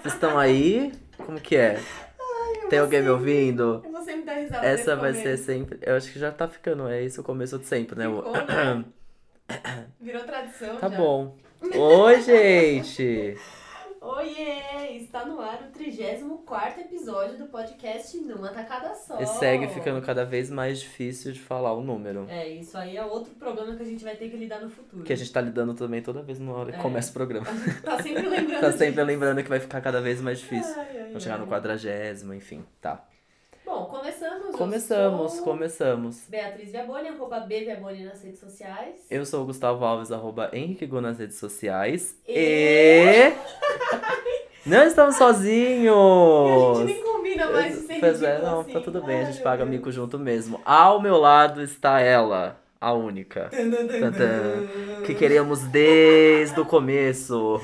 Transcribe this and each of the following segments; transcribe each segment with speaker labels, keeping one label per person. Speaker 1: Vocês estão aí? Como que é? Tem alguém me ouvindo?
Speaker 2: Eu vou sempre dar risada.
Speaker 1: Essa
Speaker 2: nesse
Speaker 1: vai ser
Speaker 2: momento.
Speaker 1: sempre. Eu acho que já tá ficando. É esse o começo de sempre, né? O-
Speaker 2: Ficou, né? Virou tradição
Speaker 1: Tá
Speaker 2: já.
Speaker 1: bom. Oi, gente!
Speaker 2: Oiê! Está no ar o 34 episódio do podcast Numa Tacada Só.
Speaker 1: E segue ficando cada vez mais difícil de falar o número.
Speaker 2: É, isso aí é outro problema que a gente vai ter que lidar no futuro.
Speaker 1: Que a gente tá lidando também toda vez na hora que
Speaker 2: É.
Speaker 1: começa o programa.
Speaker 2: Tá sempre lembrando
Speaker 1: Tá sempre
Speaker 2: disso.
Speaker 1: lembrando que vai ficar cada vez mais difícil.
Speaker 2: Ai, ai,
Speaker 1: Vamos chegar no
Speaker 2: ai.
Speaker 1: quadragésimo, enfim, tá.
Speaker 2: Bom, começamos. Eu
Speaker 1: Começamos,
Speaker 2: sou
Speaker 1: começamos.
Speaker 2: Beatriz Viaboni, arroba B Viaboni nas redes sociais.
Speaker 1: Eu sou o Gustavo Alves, arroba Henrique Gu nas redes sociais.
Speaker 2: E-
Speaker 1: E... Não estamos sozinhos!
Speaker 2: E a gente nem combina mais de ser
Speaker 1: Pois é,
Speaker 2: ridículo
Speaker 1: não,
Speaker 2: assim.
Speaker 1: tá tudo bem, a
Speaker 2: Ai,
Speaker 1: gente
Speaker 2: meu
Speaker 1: paga
Speaker 2: Deus.
Speaker 1: mico junto mesmo. Ao meu lado está ela, a única,
Speaker 2: Tan, tan, tan,
Speaker 1: Tan, tan.
Speaker 2: tan.
Speaker 1: que queríamos desde o começo.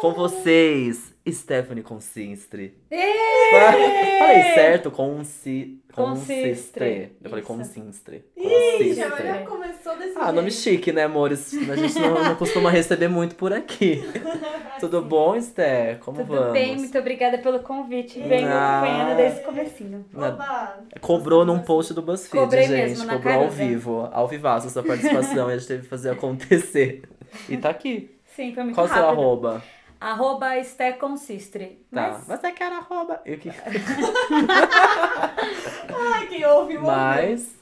Speaker 1: Com vocês, Stephanie Consistre. Fa- Falei certo, Consi, Consistre.
Speaker 3: Consistre.
Speaker 1: Eu falei
Speaker 3: Isso.
Speaker 1: Consistre.
Speaker 2: Ih, já
Speaker 1: Consistre.
Speaker 2: já começou desse
Speaker 1: Ah, nome
Speaker 2: jeito.
Speaker 1: chique, né, amores? A gente não, não costuma receber muito por aqui. Tudo bom, Esther? Como
Speaker 3: Tudo
Speaker 1: vamos?
Speaker 3: bem, muito obrigada pelo convite. Venho
Speaker 1: Ah.
Speaker 3: acompanhando desde o comecinho.
Speaker 2: Oba!
Speaker 1: Cobrou num post do BuzzFeed,
Speaker 3: Cobrei
Speaker 1: gente.
Speaker 3: mesmo, na
Speaker 1: Cobrou ao
Speaker 3: caruda.
Speaker 1: vivo, ao vivaço essa participação. e a gente teve que fazer acontecer. E tá aqui.
Speaker 3: Sim, foi muito
Speaker 1: Qual o seu
Speaker 3: rápido.
Speaker 1: arroba?
Speaker 3: Arroba Esté Consistre.
Speaker 1: Tá.
Speaker 3: Mas
Speaker 1: Você quer arroba? E o que...
Speaker 2: Ai, quem ouve, ouve.
Speaker 1: Mas...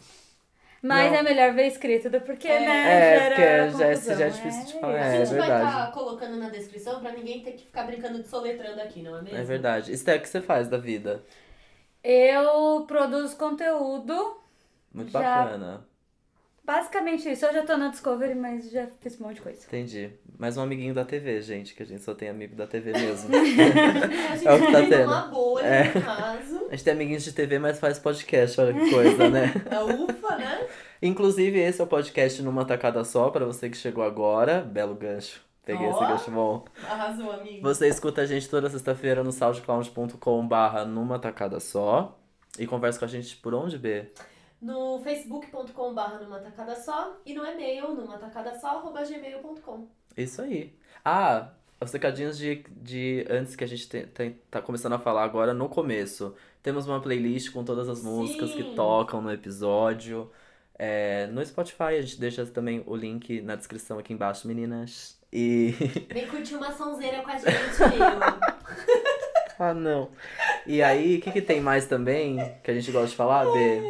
Speaker 3: mas
Speaker 1: Não.
Speaker 3: é melhor ver escrito, do- porque,
Speaker 2: É.
Speaker 3: né,
Speaker 1: É,
Speaker 3: gera
Speaker 1: porque já,
Speaker 3: confusão, né?
Speaker 1: já é difícil de falar.
Speaker 2: A
Speaker 1: É, é
Speaker 2: gente vai estar
Speaker 1: verdade.
Speaker 2: colocando na descrição pra ninguém ter que ficar brincando de soletrando aqui, não é mesmo?
Speaker 1: É verdade. Esther, o que você faz da vida?
Speaker 3: Eu produzo conteúdo,
Speaker 1: Muito
Speaker 3: Já.
Speaker 1: bacana.
Speaker 3: basicamente isso. Eu já tô na Discovery, mas já fiz um monte de coisa.
Speaker 1: Entendi. Mais um amiguinho da TV, gente, que a gente só tem amigo da TV mesmo.
Speaker 2: A gente
Speaker 1: É o que tá
Speaker 2: vive
Speaker 1: tendo.
Speaker 2: numa bolha,
Speaker 1: É.
Speaker 2: no caso.
Speaker 1: A gente tem amiguinhos de TV, mas faz podcast, olha que coisa, né?
Speaker 2: Da ufa, né?
Speaker 1: Inclusive, esse é o podcast numa tacada só, pra você que chegou agora. Belo gancho. Peguei esse
Speaker 2: Ó.
Speaker 1: gancho bom.
Speaker 2: Arrasou, amigo.
Speaker 1: Você escuta a gente toda sexta-feira no soundcloud.com/barra numa tacada só. E conversa com a gente por onde, B?
Speaker 2: No facebook.com.br numa tacada só e no e-mail numa tacada só arroba gmail.com.
Speaker 1: Isso aí. Ah, os recadinhos de, de antes que a gente te, te- tá começando a falar agora no começo. Temos uma playlist com todas as músicas que
Speaker 2: Sim.
Speaker 1: tocam no episódio. É, no Spotify, a gente deixa também o link na descrição aqui embaixo, meninas. E.
Speaker 2: Vem curtir uma sonzeira com a gente. eu.
Speaker 1: Ah, não. E aí, o que, que tem mais também que a gente gosta de falar, B?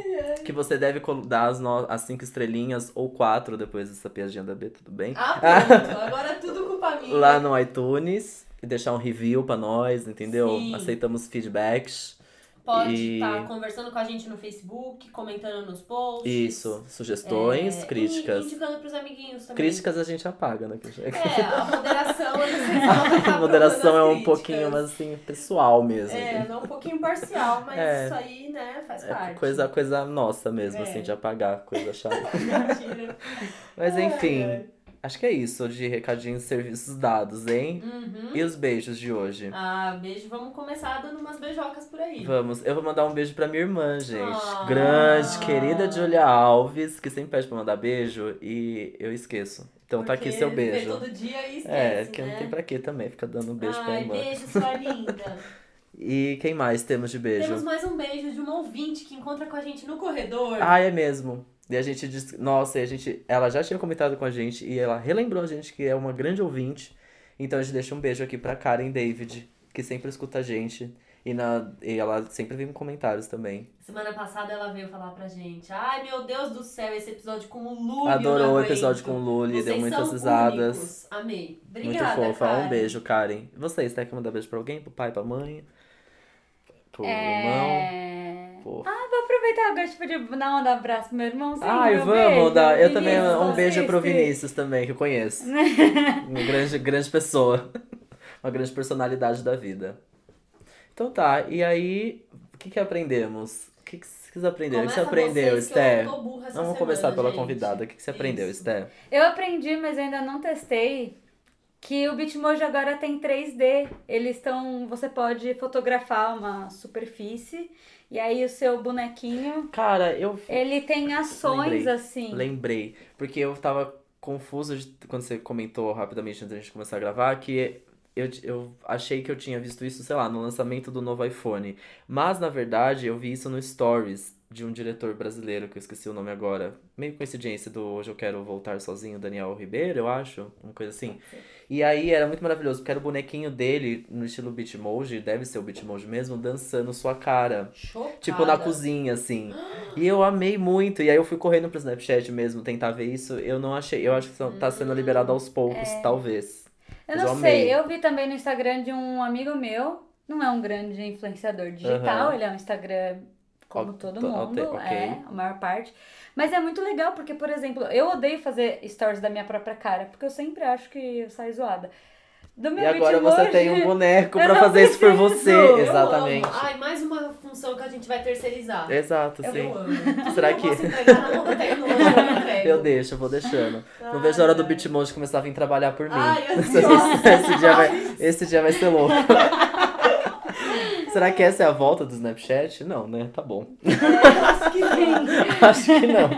Speaker 1: Que você deve col- dar as, no- as cinco estrelinhas ou quatro depois dessa piadinha da B, tudo bem?
Speaker 2: Ah, pronto. Agora é tudo culpa minha.
Speaker 1: Lá no iTunes e deixar um review pra nós, entendeu?
Speaker 2: Sim.
Speaker 1: Aceitamos feedbacks.
Speaker 2: Pode
Speaker 1: E-
Speaker 2: estar conversando com a gente no Facebook, comentando nos posts.
Speaker 1: Isso,
Speaker 2: É,
Speaker 1: sugestões,
Speaker 2: e
Speaker 1: críticas.
Speaker 2: Indicando pros amiguinhos também.
Speaker 1: Críticas a gente apaga, né? que já-
Speaker 2: É, a moderação. às vezes, não tá
Speaker 1: A moderação é
Speaker 2: aprovando
Speaker 1: um
Speaker 2: as
Speaker 1: pouquinho,
Speaker 2: críticas.
Speaker 1: mas assim, pessoal mesmo.
Speaker 2: É, não um pouquinho parcial, mas
Speaker 1: É.
Speaker 2: isso aí, né, faz
Speaker 1: É
Speaker 2: parte.
Speaker 1: coisa, coisa nossa mesmo,
Speaker 2: É.
Speaker 1: assim, de apagar, coisa chata.
Speaker 2: Mentira.
Speaker 1: Mas
Speaker 2: Ai,
Speaker 1: enfim,
Speaker 2: ai.
Speaker 1: acho que é isso de recadinhos e serviços dados, hein?
Speaker 2: Uhum.
Speaker 1: E os beijos de hoje?
Speaker 2: Ah, beijo. Vamos começar dando umas beijocas por aí.
Speaker 1: Vamos, eu vou mandar um beijo pra minha irmã, gente.
Speaker 2: Ah.
Speaker 1: Grande, querida Julia Alves, que sempre pede pra mandar beijo e eu esqueço. Então tá aqui
Speaker 2: Porque
Speaker 1: seu
Speaker 2: vê
Speaker 1: beijo.
Speaker 2: todo dia e esquece,
Speaker 1: É, que não tem
Speaker 2: né?
Speaker 1: pra quê também, fica dando um beijo pra
Speaker 2: Ai,
Speaker 1: irmã.
Speaker 2: beijo, sua linda.
Speaker 1: E quem mais temos de beijo?
Speaker 2: Temos mais um beijo de uma ouvinte que encontra com a gente no corredor.
Speaker 1: Ah, é mesmo. E a gente disse, nossa, e a gente, ela já tinha comentado com a gente e ela relembrou a gente que é uma grande ouvinte. Então a gente deixa um beijo aqui pra Karen David, que sempre escuta a gente. E, na, e ela sempre vem com comentários também.
Speaker 2: Semana passada ela veio falar pra gente. Ai, meu Deus do céu, esse episódio com o Lúlio.
Speaker 1: Adorou o episódio com o Lully, deu muitas risadas.
Speaker 2: Amei.
Speaker 1: Muito
Speaker 2: Obrigada,
Speaker 1: fofa.
Speaker 2: Karen.
Speaker 1: Um beijo, Karen. E Vocês, tá? Quer mandar beijo pra alguém? Pro pai, pra mãe? Pro
Speaker 2: É.
Speaker 1: irmão?
Speaker 3: É...
Speaker 1: Pô.
Speaker 3: Ah, vou aproveitar agora, tipo, de dar um abraço pro meu irmãozinho.
Speaker 1: Ai,
Speaker 3: meu
Speaker 1: vamos
Speaker 3: beijo,
Speaker 1: dar. Eu também
Speaker 3: Vinícius,
Speaker 1: um beijo pro
Speaker 3: Consistre.
Speaker 1: Vinícius também, que eu conheço. Uma grande, grande pessoa. Uma grande personalidade da vida. Então tá, e aí, o que que aprendemos? O que que vocês aprenderam? O que
Speaker 2: Começa
Speaker 1: você aprendeu,
Speaker 2: vocês, que eu
Speaker 1: Esther?
Speaker 2: tô burra essa
Speaker 1: Vamos
Speaker 2: semana,
Speaker 1: começar pela
Speaker 2: gente.
Speaker 1: convidada. O que que você aprendeu,
Speaker 2: Isso.
Speaker 1: Esther?
Speaker 3: Eu aprendi, mas eu ainda não testei, que o Bitmoji agora tem 3D. Eles estão. Você pode fotografar uma superfície e aí o seu bonequinho.
Speaker 1: Cara, eu
Speaker 3: Ele tem ações
Speaker 1: Lembrei.
Speaker 3: assim.
Speaker 1: lembrei, porque eu tava confuso de- quando você comentou rapidamente antes da gente começar a gravar que eu, eu achei que eu tinha visto isso, sei lá, no lançamento do novo iPhone. Mas, na verdade, eu vi isso no Stories de um diretor brasileiro, que eu esqueci o nome agora. Meio coincidência do Hoje Eu Quero Voltar Sozinho, Daniel Ribeiro, eu acho. Uma coisa assim. E aí era muito maravilhoso, porque era o bonequinho dele, no estilo Bitmoji, deve ser o Bitmoji mesmo, dançando sua cara.
Speaker 2: Chocada.
Speaker 1: Tipo, na cozinha, assim. E eu amei muito. E aí eu fui correndo pro Snapchat mesmo tentar ver isso. Eu não achei. Eu acho que são- tá sendo liberado aos poucos,
Speaker 3: Hum, é.
Speaker 1: talvez.
Speaker 3: Eu
Speaker 1: Mas
Speaker 3: não
Speaker 1: eu
Speaker 3: sei,
Speaker 1: amei.
Speaker 3: eu vi também no Instagram de um amigo meu, não é um grande influenciador digital,
Speaker 1: Aham.
Speaker 3: ele é um Instagram como
Speaker 1: Ok,
Speaker 3: todo
Speaker 1: ok,
Speaker 3: mundo, é,
Speaker 1: ok.
Speaker 3: a maior parte. Mas é muito legal, porque, por exemplo, eu odeio fazer stories da minha própria cara, porque eu sempre acho que eu saio zoada. Do meu
Speaker 1: E agora
Speaker 3: Bitmoji-
Speaker 1: você tem um boneco
Speaker 3: é eu
Speaker 1: pra
Speaker 3: não
Speaker 1: fazer isso por você.
Speaker 3: preciso. Eu
Speaker 2: Eu
Speaker 1: Exatamente.
Speaker 2: amo. Ai, mais uma função que a gente vai terceirizar.
Speaker 1: Exato,
Speaker 3: Ah, Eu
Speaker 1: sim.
Speaker 2: Eu amo. Tudo
Speaker 1: Será
Speaker 2: eu
Speaker 1: que-
Speaker 2: posso entregar na mão da tecnologia, eu entrego.
Speaker 1: Eu deixo, eu vou deixando. Não
Speaker 2: Ai,
Speaker 1: vejo a hora do
Speaker 2: ai.
Speaker 1: Bitmoji começar a vir trabalhar por mim.
Speaker 2: Ai, ansiosa.
Speaker 1: esse, dia vai, esse dia vai ser louco. Será que essa é a volta do Snapchat? Não, né? Tá bom.
Speaker 2: Acho que sim.
Speaker 1: Acho que não.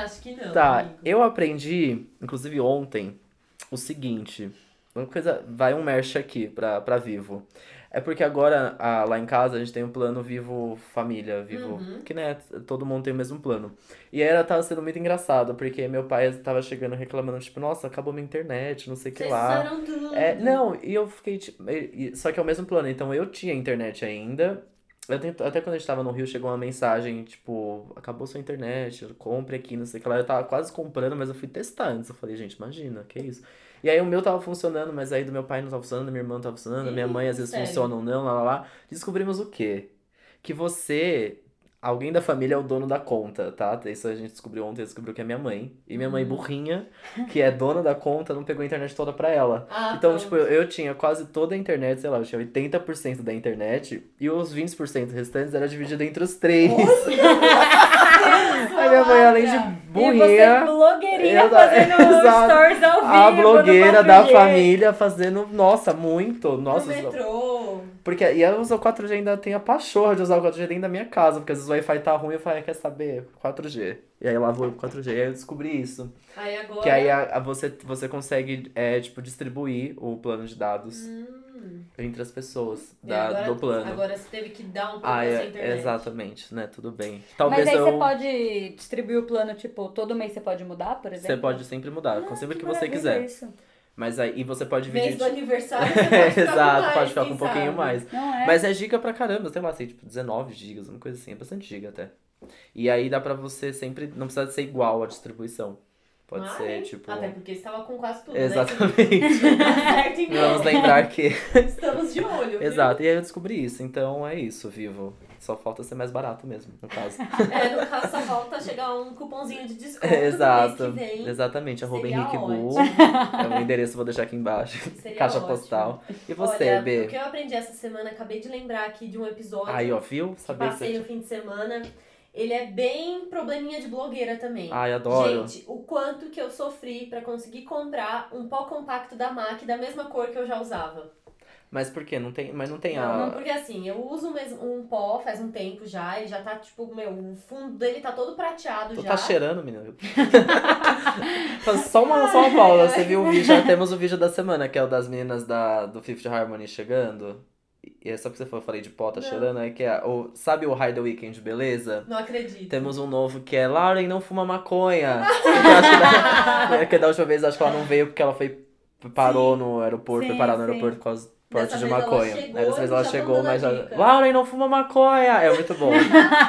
Speaker 2: Acho que
Speaker 1: Tá,
Speaker 2: não. Então, amigo.
Speaker 1: eu aprendi, inclusive ontem, o seguinte. Uma coisa, vai um merch aqui pra, pra Vivo. É porque agora, a- lá em casa, a gente tem um plano Vivo Família, Vivo.
Speaker 2: Uhum.
Speaker 1: Que né, todo mundo tem o mesmo plano. E aí ela tava sendo muito engraçado, porque meu pai tava chegando reclamando, tipo, nossa, acabou minha internet, não sei o que
Speaker 2: Vocês
Speaker 1: lá.
Speaker 2: usaram tudo.
Speaker 1: É, não, e eu fiquei tipo. e- e- Só que é o mesmo plano, então eu tinha internet ainda. Eu tento- até quando a gente tava no Rio, chegou uma mensagem, tipo, acabou sua internet, compre aqui, não sei o que lá. Eu tava quase comprando, mas eu fui testar antes. Eu falei, gente, imagina, que isso. E aí o meu tava funcionando, mas aí do meu pai não tava funcionando, da minha irmã não tava funcionando, da minha
Speaker 2: Ih,
Speaker 1: mãe às vezes
Speaker 2: sério?
Speaker 1: funciona ou não, lá lá lá. Descobrimos o quê? Que você. Alguém da família é o dono da conta, tá? Isso a gente descobriu ontem, descobriu que é minha mãe. E minha mãe,
Speaker 3: Hum.
Speaker 1: burrinha, que é dona da conta, não pegou a internet toda pra ela.
Speaker 2: Ah,
Speaker 1: Então,
Speaker 2: pronto.
Speaker 1: tipo, eu, eu tinha quase toda a internet, sei lá, eu tinha 80% da internet e os 20% restantes era dividido entre os três. Aí é minha mãe, além de
Speaker 3: E você
Speaker 1: burrinha,
Speaker 3: blogueirinha
Speaker 1: Exa-
Speaker 3: fazendo
Speaker 1: exato.
Speaker 3: stories ao vivo.
Speaker 1: a
Speaker 3: no
Speaker 1: blogueira da
Speaker 3: 4G.
Speaker 1: família fazendo, nossa, muito. Nossa,
Speaker 2: No metrô.
Speaker 1: porque e eu uso o 4G ainda tenho a pachorra de usar o 4G dentro da minha casa, porque às vezes o Wi-Fi tá ruim, eu falei, quer saber? 4G. E aí lá vou eu pro 4G, e aí eu descobri isso.
Speaker 2: Aí agora.
Speaker 1: Que aí é a- a você, você consegue, é, tipo, distribuir o plano de dados
Speaker 2: Hum.
Speaker 1: entre as pessoas
Speaker 2: É,
Speaker 1: da,
Speaker 2: agora,
Speaker 1: do plano.
Speaker 2: Agora você teve que dar um pouco
Speaker 1: Ah,
Speaker 2: da sua
Speaker 1: é,
Speaker 2: internet.
Speaker 1: exatamente, né? Tudo bem.
Speaker 3: Mas
Speaker 1: Talvez
Speaker 3: aí
Speaker 1: eu.
Speaker 3: você pode distribuir o plano, tipo, todo mês você pode mudar, por exemplo?
Speaker 1: você pode sempre mudar,
Speaker 3: Ah,
Speaker 1: sempre que, você
Speaker 3: maravilha
Speaker 1: quiser.
Speaker 3: Isso.
Speaker 1: Mas aí e você pode dividir.
Speaker 2: Mês do
Speaker 1: tipo-
Speaker 2: aniversário, você pode ficar com
Speaker 1: Exato,
Speaker 2: mais,
Speaker 1: pode ficar com
Speaker 2: quem
Speaker 1: um pouquinho
Speaker 2: sabe?
Speaker 1: mais.
Speaker 3: Não é?
Speaker 1: Mas é giga pra caramba, sei lá, tem tipo 19 gigas, uma coisa assim, é bastante giga até. E aí dá pra você sempre. Não precisa ser igual a distribuição. Pode
Speaker 2: Mas,
Speaker 1: ser, tipo.
Speaker 2: Ah, é? Até né, porque estava com quase tudo, né?
Speaker 1: Exatamente.
Speaker 2: Tá certo em
Speaker 1: Vamos
Speaker 2: mim.
Speaker 1: lembrar que.
Speaker 2: Estamos de olho. viu?
Speaker 1: Exato. E aí eu descobri isso. Então é isso, vivo. Só falta ser mais barato mesmo, no caso.
Speaker 2: É, no caso, só falta chegar um cupomzinho de desconto
Speaker 1: Exato.
Speaker 2: no mês que vem.
Speaker 1: Exatamente, arroba
Speaker 2: Seria
Speaker 1: Henrique
Speaker 2: ótimo.
Speaker 1: Bu. É o endereço, vou deixar aqui embaixo.
Speaker 2: Seria
Speaker 1: Caixa
Speaker 2: ótimo.
Speaker 1: postal. E você,
Speaker 2: Olha,
Speaker 1: B?
Speaker 2: o que eu aprendi essa semana, acabei de lembrar aqui de um episódio
Speaker 1: Aí, ó, viu?
Speaker 2: que
Speaker 1: Sabia que
Speaker 2: passei
Speaker 1: você.
Speaker 2: no fim de semana. Ele é bem probleminha de blogueira também.
Speaker 1: Ai, adoro.
Speaker 2: Gente, o quanto que eu sofri pra conseguir comprar um pó compacto da MAC da mesma cor que eu já usava.
Speaker 1: Mas por quê? Não tem, mas não tem
Speaker 2: Não, não,
Speaker 1: a.
Speaker 2: porque assim, eu uso um, mes- um pó faz um tempo já, ele já tá tipo, meu, o fundo dele tá todo prateado
Speaker 1: Tu
Speaker 2: já.
Speaker 1: tá cheirando, menino. Faz só uma, só uma pausa. Você viu o vídeo? Já temos o vídeo da semana, que é o das meninas da, do Fifth Harmony chegando. E é só porque você falou, eu falei de pó, tá
Speaker 2: Não.
Speaker 1: cheirando. É que é, o, sabe o High the Weekend, beleza?
Speaker 2: Não acredito.
Speaker 1: Temos um novo que é Lauren não fuma maconha. Eu acho que da- é que da última vez acho que ela não veio porque ela foi parou no aeroporto,
Speaker 3: Sim,
Speaker 1: foi parar no
Speaker 3: sim.
Speaker 1: aeroporto por causa
Speaker 2: Dessa
Speaker 1: porte de
Speaker 2: vez ela
Speaker 1: maconha.
Speaker 2: chegou
Speaker 1: Aí dessa vez
Speaker 2: e
Speaker 1: ela
Speaker 2: já
Speaker 1: chegou,
Speaker 2: mandou
Speaker 1: mas
Speaker 2: a
Speaker 1: já.
Speaker 2: dica.
Speaker 1: Lauren não fuma maconha! É muito bom.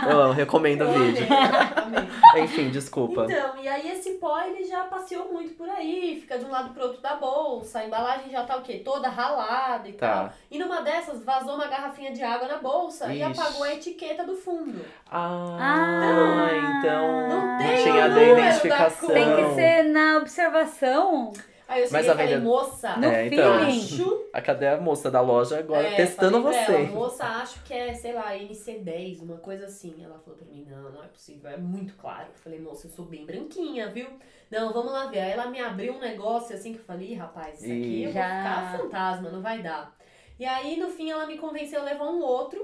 Speaker 1: Eu amo, recomendo o
Speaker 2: Eu amei,
Speaker 1: vídeo.
Speaker 2: amei.
Speaker 1: Enfim, desculpa.
Speaker 2: Então, e aí esse pó ele já passeou muito por aí, fica de um lado pro outro da bolsa, a embalagem já tá o quê? Toda ralada e tal.
Speaker 1: Tá.
Speaker 2: E numa dessas vazou uma garrafinha de água na bolsa
Speaker 1: Ixi.
Speaker 2: e apagou a etiqueta do fundo.
Speaker 1: Ah,
Speaker 3: Ah,
Speaker 1: então.
Speaker 2: não tem
Speaker 1: tinha
Speaker 2: o
Speaker 1: dei
Speaker 2: número da
Speaker 1: identificação.
Speaker 2: cor.
Speaker 3: Tem que ser na observação.
Speaker 2: Aí eu
Speaker 1: Mas
Speaker 2: cheguei e
Speaker 1: a
Speaker 2: falei,
Speaker 1: venda-
Speaker 2: moça,
Speaker 3: No
Speaker 1: É, então.
Speaker 3: feeling.
Speaker 2: acho.
Speaker 1: A cadê a moça da loja agora
Speaker 2: É,
Speaker 1: testando
Speaker 2: falei pra
Speaker 1: você?
Speaker 2: Ela, moça, acho que é, sei lá, NC10, uma coisa assim. Ela falou pra mim, não, não é possível, é muito claro. Eu falei, moça, eu sou bem branquinha, viu? Não, vamos lá ver. Aí ela me abriu um negócio assim que eu falei, "Ih, rapaz, isso aqui
Speaker 1: Ih.
Speaker 2: eu vou
Speaker 3: Já.
Speaker 2: ficar fantasma, não vai dar. E aí, no fim, ela me convenceu a levar um outro.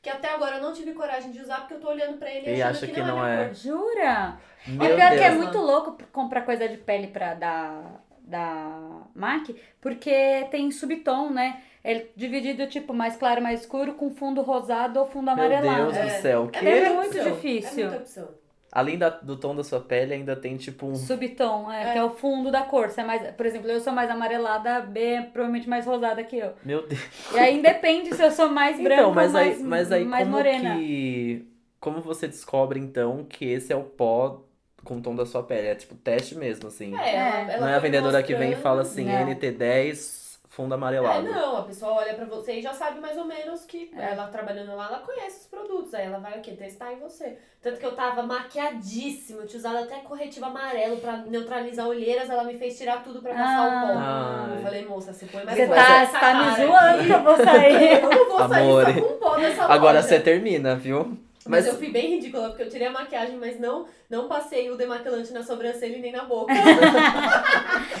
Speaker 2: que até agora eu não tive coragem de usar porque eu tô olhando pra ele e,
Speaker 1: E
Speaker 2: achando
Speaker 1: acha
Speaker 2: que,
Speaker 1: que
Speaker 2: não,
Speaker 1: não
Speaker 2: é. minha
Speaker 1: é.
Speaker 2: cor.
Speaker 3: Jura?
Speaker 1: Meu
Speaker 3: É pior
Speaker 1: Deus.
Speaker 3: que é
Speaker 2: né?
Speaker 3: muito louco p- comprar coisa de pele pra da, da MAC, porque tem subtom, né? É dividido, tipo, mais claro, mais escuro, com fundo rosado ou fundo
Speaker 1: Meu
Speaker 3: amarelado.
Speaker 1: Deus
Speaker 2: É.
Speaker 1: do céu.
Speaker 2: É
Speaker 1: que?
Speaker 3: É
Speaker 2: muita
Speaker 3: muito
Speaker 2: opção,
Speaker 3: difícil.
Speaker 2: É muita opção.
Speaker 1: Além da- do tom da sua pele, ainda tem tipo um.
Speaker 3: Subtom, é,
Speaker 2: É.
Speaker 3: que é o fundo da cor. Você é mais, por exemplo, eu sou mais amarelada, a B é provavelmente mais rosada que eu.
Speaker 1: Meu Deus.
Speaker 3: E aí independe se eu sou mais branca
Speaker 1: então, mas
Speaker 3: ou
Speaker 1: aí,
Speaker 3: mais,
Speaker 1: mas aí
Speaker 3: mais
Speaker 1: como
Speaker 3: morena.
Speaker 1: que. Como você descobre, então, que esse é o pó com o tom da sua pele? É tipo teste mesmo, assim.
Speaker 2: É, ela, ela
Speaker 1: não é a
Speaker 2: foi
Speaker 1: vendedora que vem e
Speaker 2: mostrando.
Speaker 1: fala assim,
Speaker 3: Não.
Speaker 1: NT10, fundo
Speaker 2: É,
Speaker 1: amarelado.
Speaker 2: não, a pessoa olha pra você e já sabe mais ou menos que
Speaker 3: É.
Speaker 2: ela trabalhando lá, ela conhece os produtos. Aí ela vai o quê? Testar em você. Tanto que eu tava maquiadíssima, eu tinha usado até corretivo amarelo pra neutralizar olheiras, ela me fez tirar tudo pra passar o pó.
Speaker 1: Ah.
Speaker 2: Eu falei, moça, você põe mais
Speaker 1: é-
Speaker 3: Você
Speaker 2: coisa
Speaker 3: tá,
Speaker 2: nessa
Speaker 3: tá me
Speaker 2: cara
Speaker 3: zoando
Speaker 2: aqui.
Speaker 3: que eu vou sair.
Speaker 2: Eu não vou sair
Speaker 1: Amore.
Speaker 2: só com um pó dessa
Speaker 1: Agora
Speaker 2: loja.
Speaker 1: você termina, viu?
Speaker 2: Mas...
Speaker 1: Mas,
Speaker 2: eu fui bem ridícula, porque eu tirei a maquiagem, mas não, não passei o demaquilante na sobrancelha e nem na boca.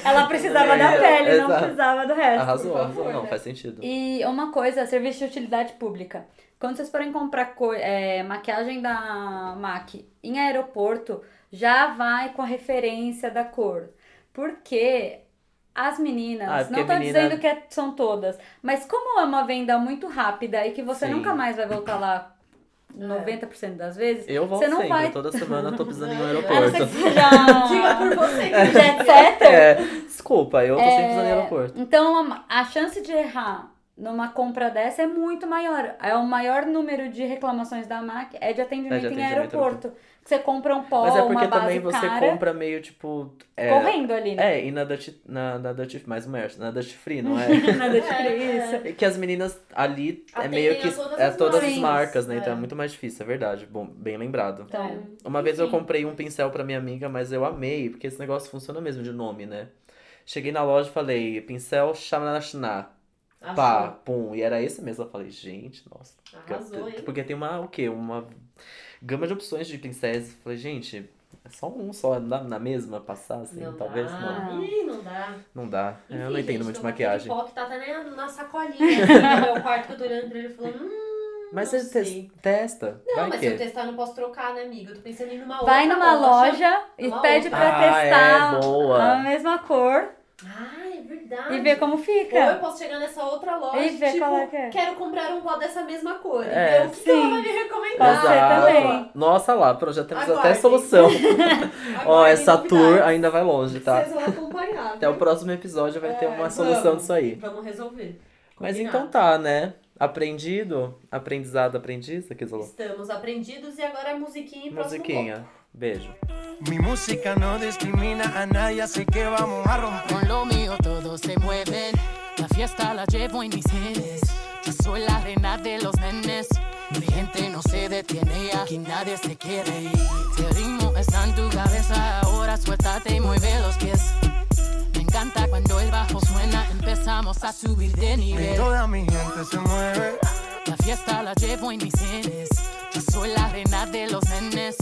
Speaker 3: Ela precisava da
Speaker 1: É,
Speaker 3: pele, não
Speaker 1: exato.
Speaker 3: precisava do resto.
Speaker 1: arrasou,
Speaker 2: por
Speaker 1: arrasou.
Speaker 2: favor,
Speaker 1: Não,
Speaker 2: né?
Speaker 1: faz sentido.
Speaker 3: E uma coisa, serviço de utilidade pública. Quando vocês forem comprar co- é, maquiagem da MAC em aeroporto, já vai com a referência da cor. Porque as meninas,
Speaker 1: Ah, porque
Speaker 3: não tô
Speaker 1: menina-
Speaker 3: dizendo que é- são todas, mas como é uma venda muito rápida e que você
Speaker 1: Sim.
Speaker 3: nunca mais vai voltar lá
Speaker 2: É.
Speaker 3: 90% das vezes,
Speaker 1: Eu volto
Speaker 3: Você não
Speaker 1: sempre,
Speaker 3: vai-
Speaker 1: toda semana eu tô pisando em um
Speaker 2: Ah,
Speaker 3: a não ser que
Speaker 1: aeroporto.
Speaker 3: seja
Speaker 2: Diga por
Speaker 3: uma
Speaker 2: você que
Speaker 3: jet setter,
Speaker 1: É, desculpa, eu tô sempre pisando em aeroporto.
Speaker 3: Então, a, a chance de errar numa compra dessa é muito maior. É o maior número de reclamações da MAC é de atendimento,
Speaker 1: É de
Speaker 3: em
Speaker 1: atendimento,
Speaker 3: aeroporto. Você compra um pó,
Speaker 1: Mas é
Speaker 3: uma
Speaker 1: porque
Speaker 3: base
Speaker 1: também você
Speaker 3: cara,
Speaker 1: compra meio tipo. É,
Speaker 3: correndo ali, né?
Speaker 1: é, e na Dutch, na, na Dutch, mais um na Dutch Free, não é?
Speaker 3: Nada de
Speaker 2: É, é.
Speaker 3: isso.
Speaker 1: É que as meninas ali é
Speaker 2: Atendem
Speaker 1: meio que
Speaker 2: a todas
Speaker 1: é
Speaker 2: as
Speaker 1: todas as
Speaker 3: marcas.
Speaker 1: marcas, né? Então é
Speaker 2: É.
Speaker 1: muito mais difícil, é verdade. Bom, bem lembrado.
Speaker 3: Então,
Speaker 1: Uma vez eu
Speaker 2: Enfim.
Speaker 1: comprei um pincel pra minha amiga, mas eu amei, porque esse negócio funciona mesmo de nome, né? Cheguei na loja e falei, pincel Shamanashna,
Speaker 2: Achou.
Speaker 1: pá, pum. E era esse mesmo. Eu falei, gente, nossa.
Speaker 2: Arrasou, hein?
Speaker 1: Porque tem uma, o quê? Uma gama de opções de pincéis. Eu falei, gente, é só um só, não dá na mesma passar, assim? Talvez
Speaker 2: dá.
Speaker 1: não.
Speaker 2: Ih, não dá.
Speaker 1: Não dá.
Speaker 2: Enfim,
Speaker 1: eu não entendo
Speaker 2: gente,
Speaker 1: muito de
Speaker 2: tô com aquele
Speaker 1: maquiagem.
Speaker 2: pó que tá até na, na sacolinha aqui no meu quarto, que eu tô olhando pra ele e falando, hum,
Speaker 1: Mas
Speaker 2: não
Speaker 1: você tes-
Speaker 2: sei.
Speaker 1: testa.
Speaker 2: Não,
Speaker 1: vai
Speaker 2: mas
Speaker 1: que.
Speaker 2: se eu testar, eu não posso trocar, né, amiga? Eu tô pensando em ir numa outra
Speaker 3: vai numa loja e
Speaker 2: Uma
Speaker 3: pede
Speaker 2: outra.
Speaker 3: pra
Speaker 1: Ah, é,
Speaker 3: testar
Speaker 1: boa.
Speaker 3: a mesma cor
Speaker 2: Ah, é verdade.
Speaker 3: e ver como
Speaker 2: Ou eu
Speaker 3: fica.
Speaker 2: posso chegar nessa outra loja
Speaker 3: E ver
Speaker 2: tipo,
Speaker 3: qual é que é.
Speaker 2: quero comprar um pó dessa mesma cor.
Speaker 1: É,
Speaker 2: e ver o que que ela
Speaker 3: sim.
Speaker 2: vai me recomendar.
Speaker 3: Pode ser também.
Speaker 1: Nossa lá, pronto, já temos até
Speaker 2: Aguardem.
Speaker 1: solução.
Speaker 2: Agora,
Speaker 1: Ó, essa tour
Speaker 2: novidades.
Speaker 1: ainda vai longe, tá?
Speaker 2: Vocês vão acompanhar.
Speaker 1: Até o próximo episódio vai ter
Speaker 2: É,
Speaker 1: uma solução disso aí.
Speaker 2: Vamos resolver.
Speaker 1: Mas
Speaker 2: Combinado.
Speaker 1: então tá, né? Aprendido, aprendizado, aprendiz, aqui Zolo.
Speaker 2: Estamos aprendidos e agora é musiquinha e próximo bloco.
Speaker 1: Musiquinha. Beijo.
Speaker 4: Mi música no discrimina a nadie, así que vamos a romper.
Speaker 5: Con lo mío todos se mueven. La fiesta la llevo en mis genes. Yo soy la reina de los nenes. Mi gente no se detiene, aquí nadie se quiere ir. Si el ritmo está en tu cabeza, ahora suéltate y mueve los pies. Me encanta cuando el bajo suena, empezamos a subir de
Speaker 4: Y
Speaker 5: nivel.
Speaker 4: toda mi gente se mueve.
Speaker 5: La fiesta la llevo en mis genes. Yo soy la reina de los nenes.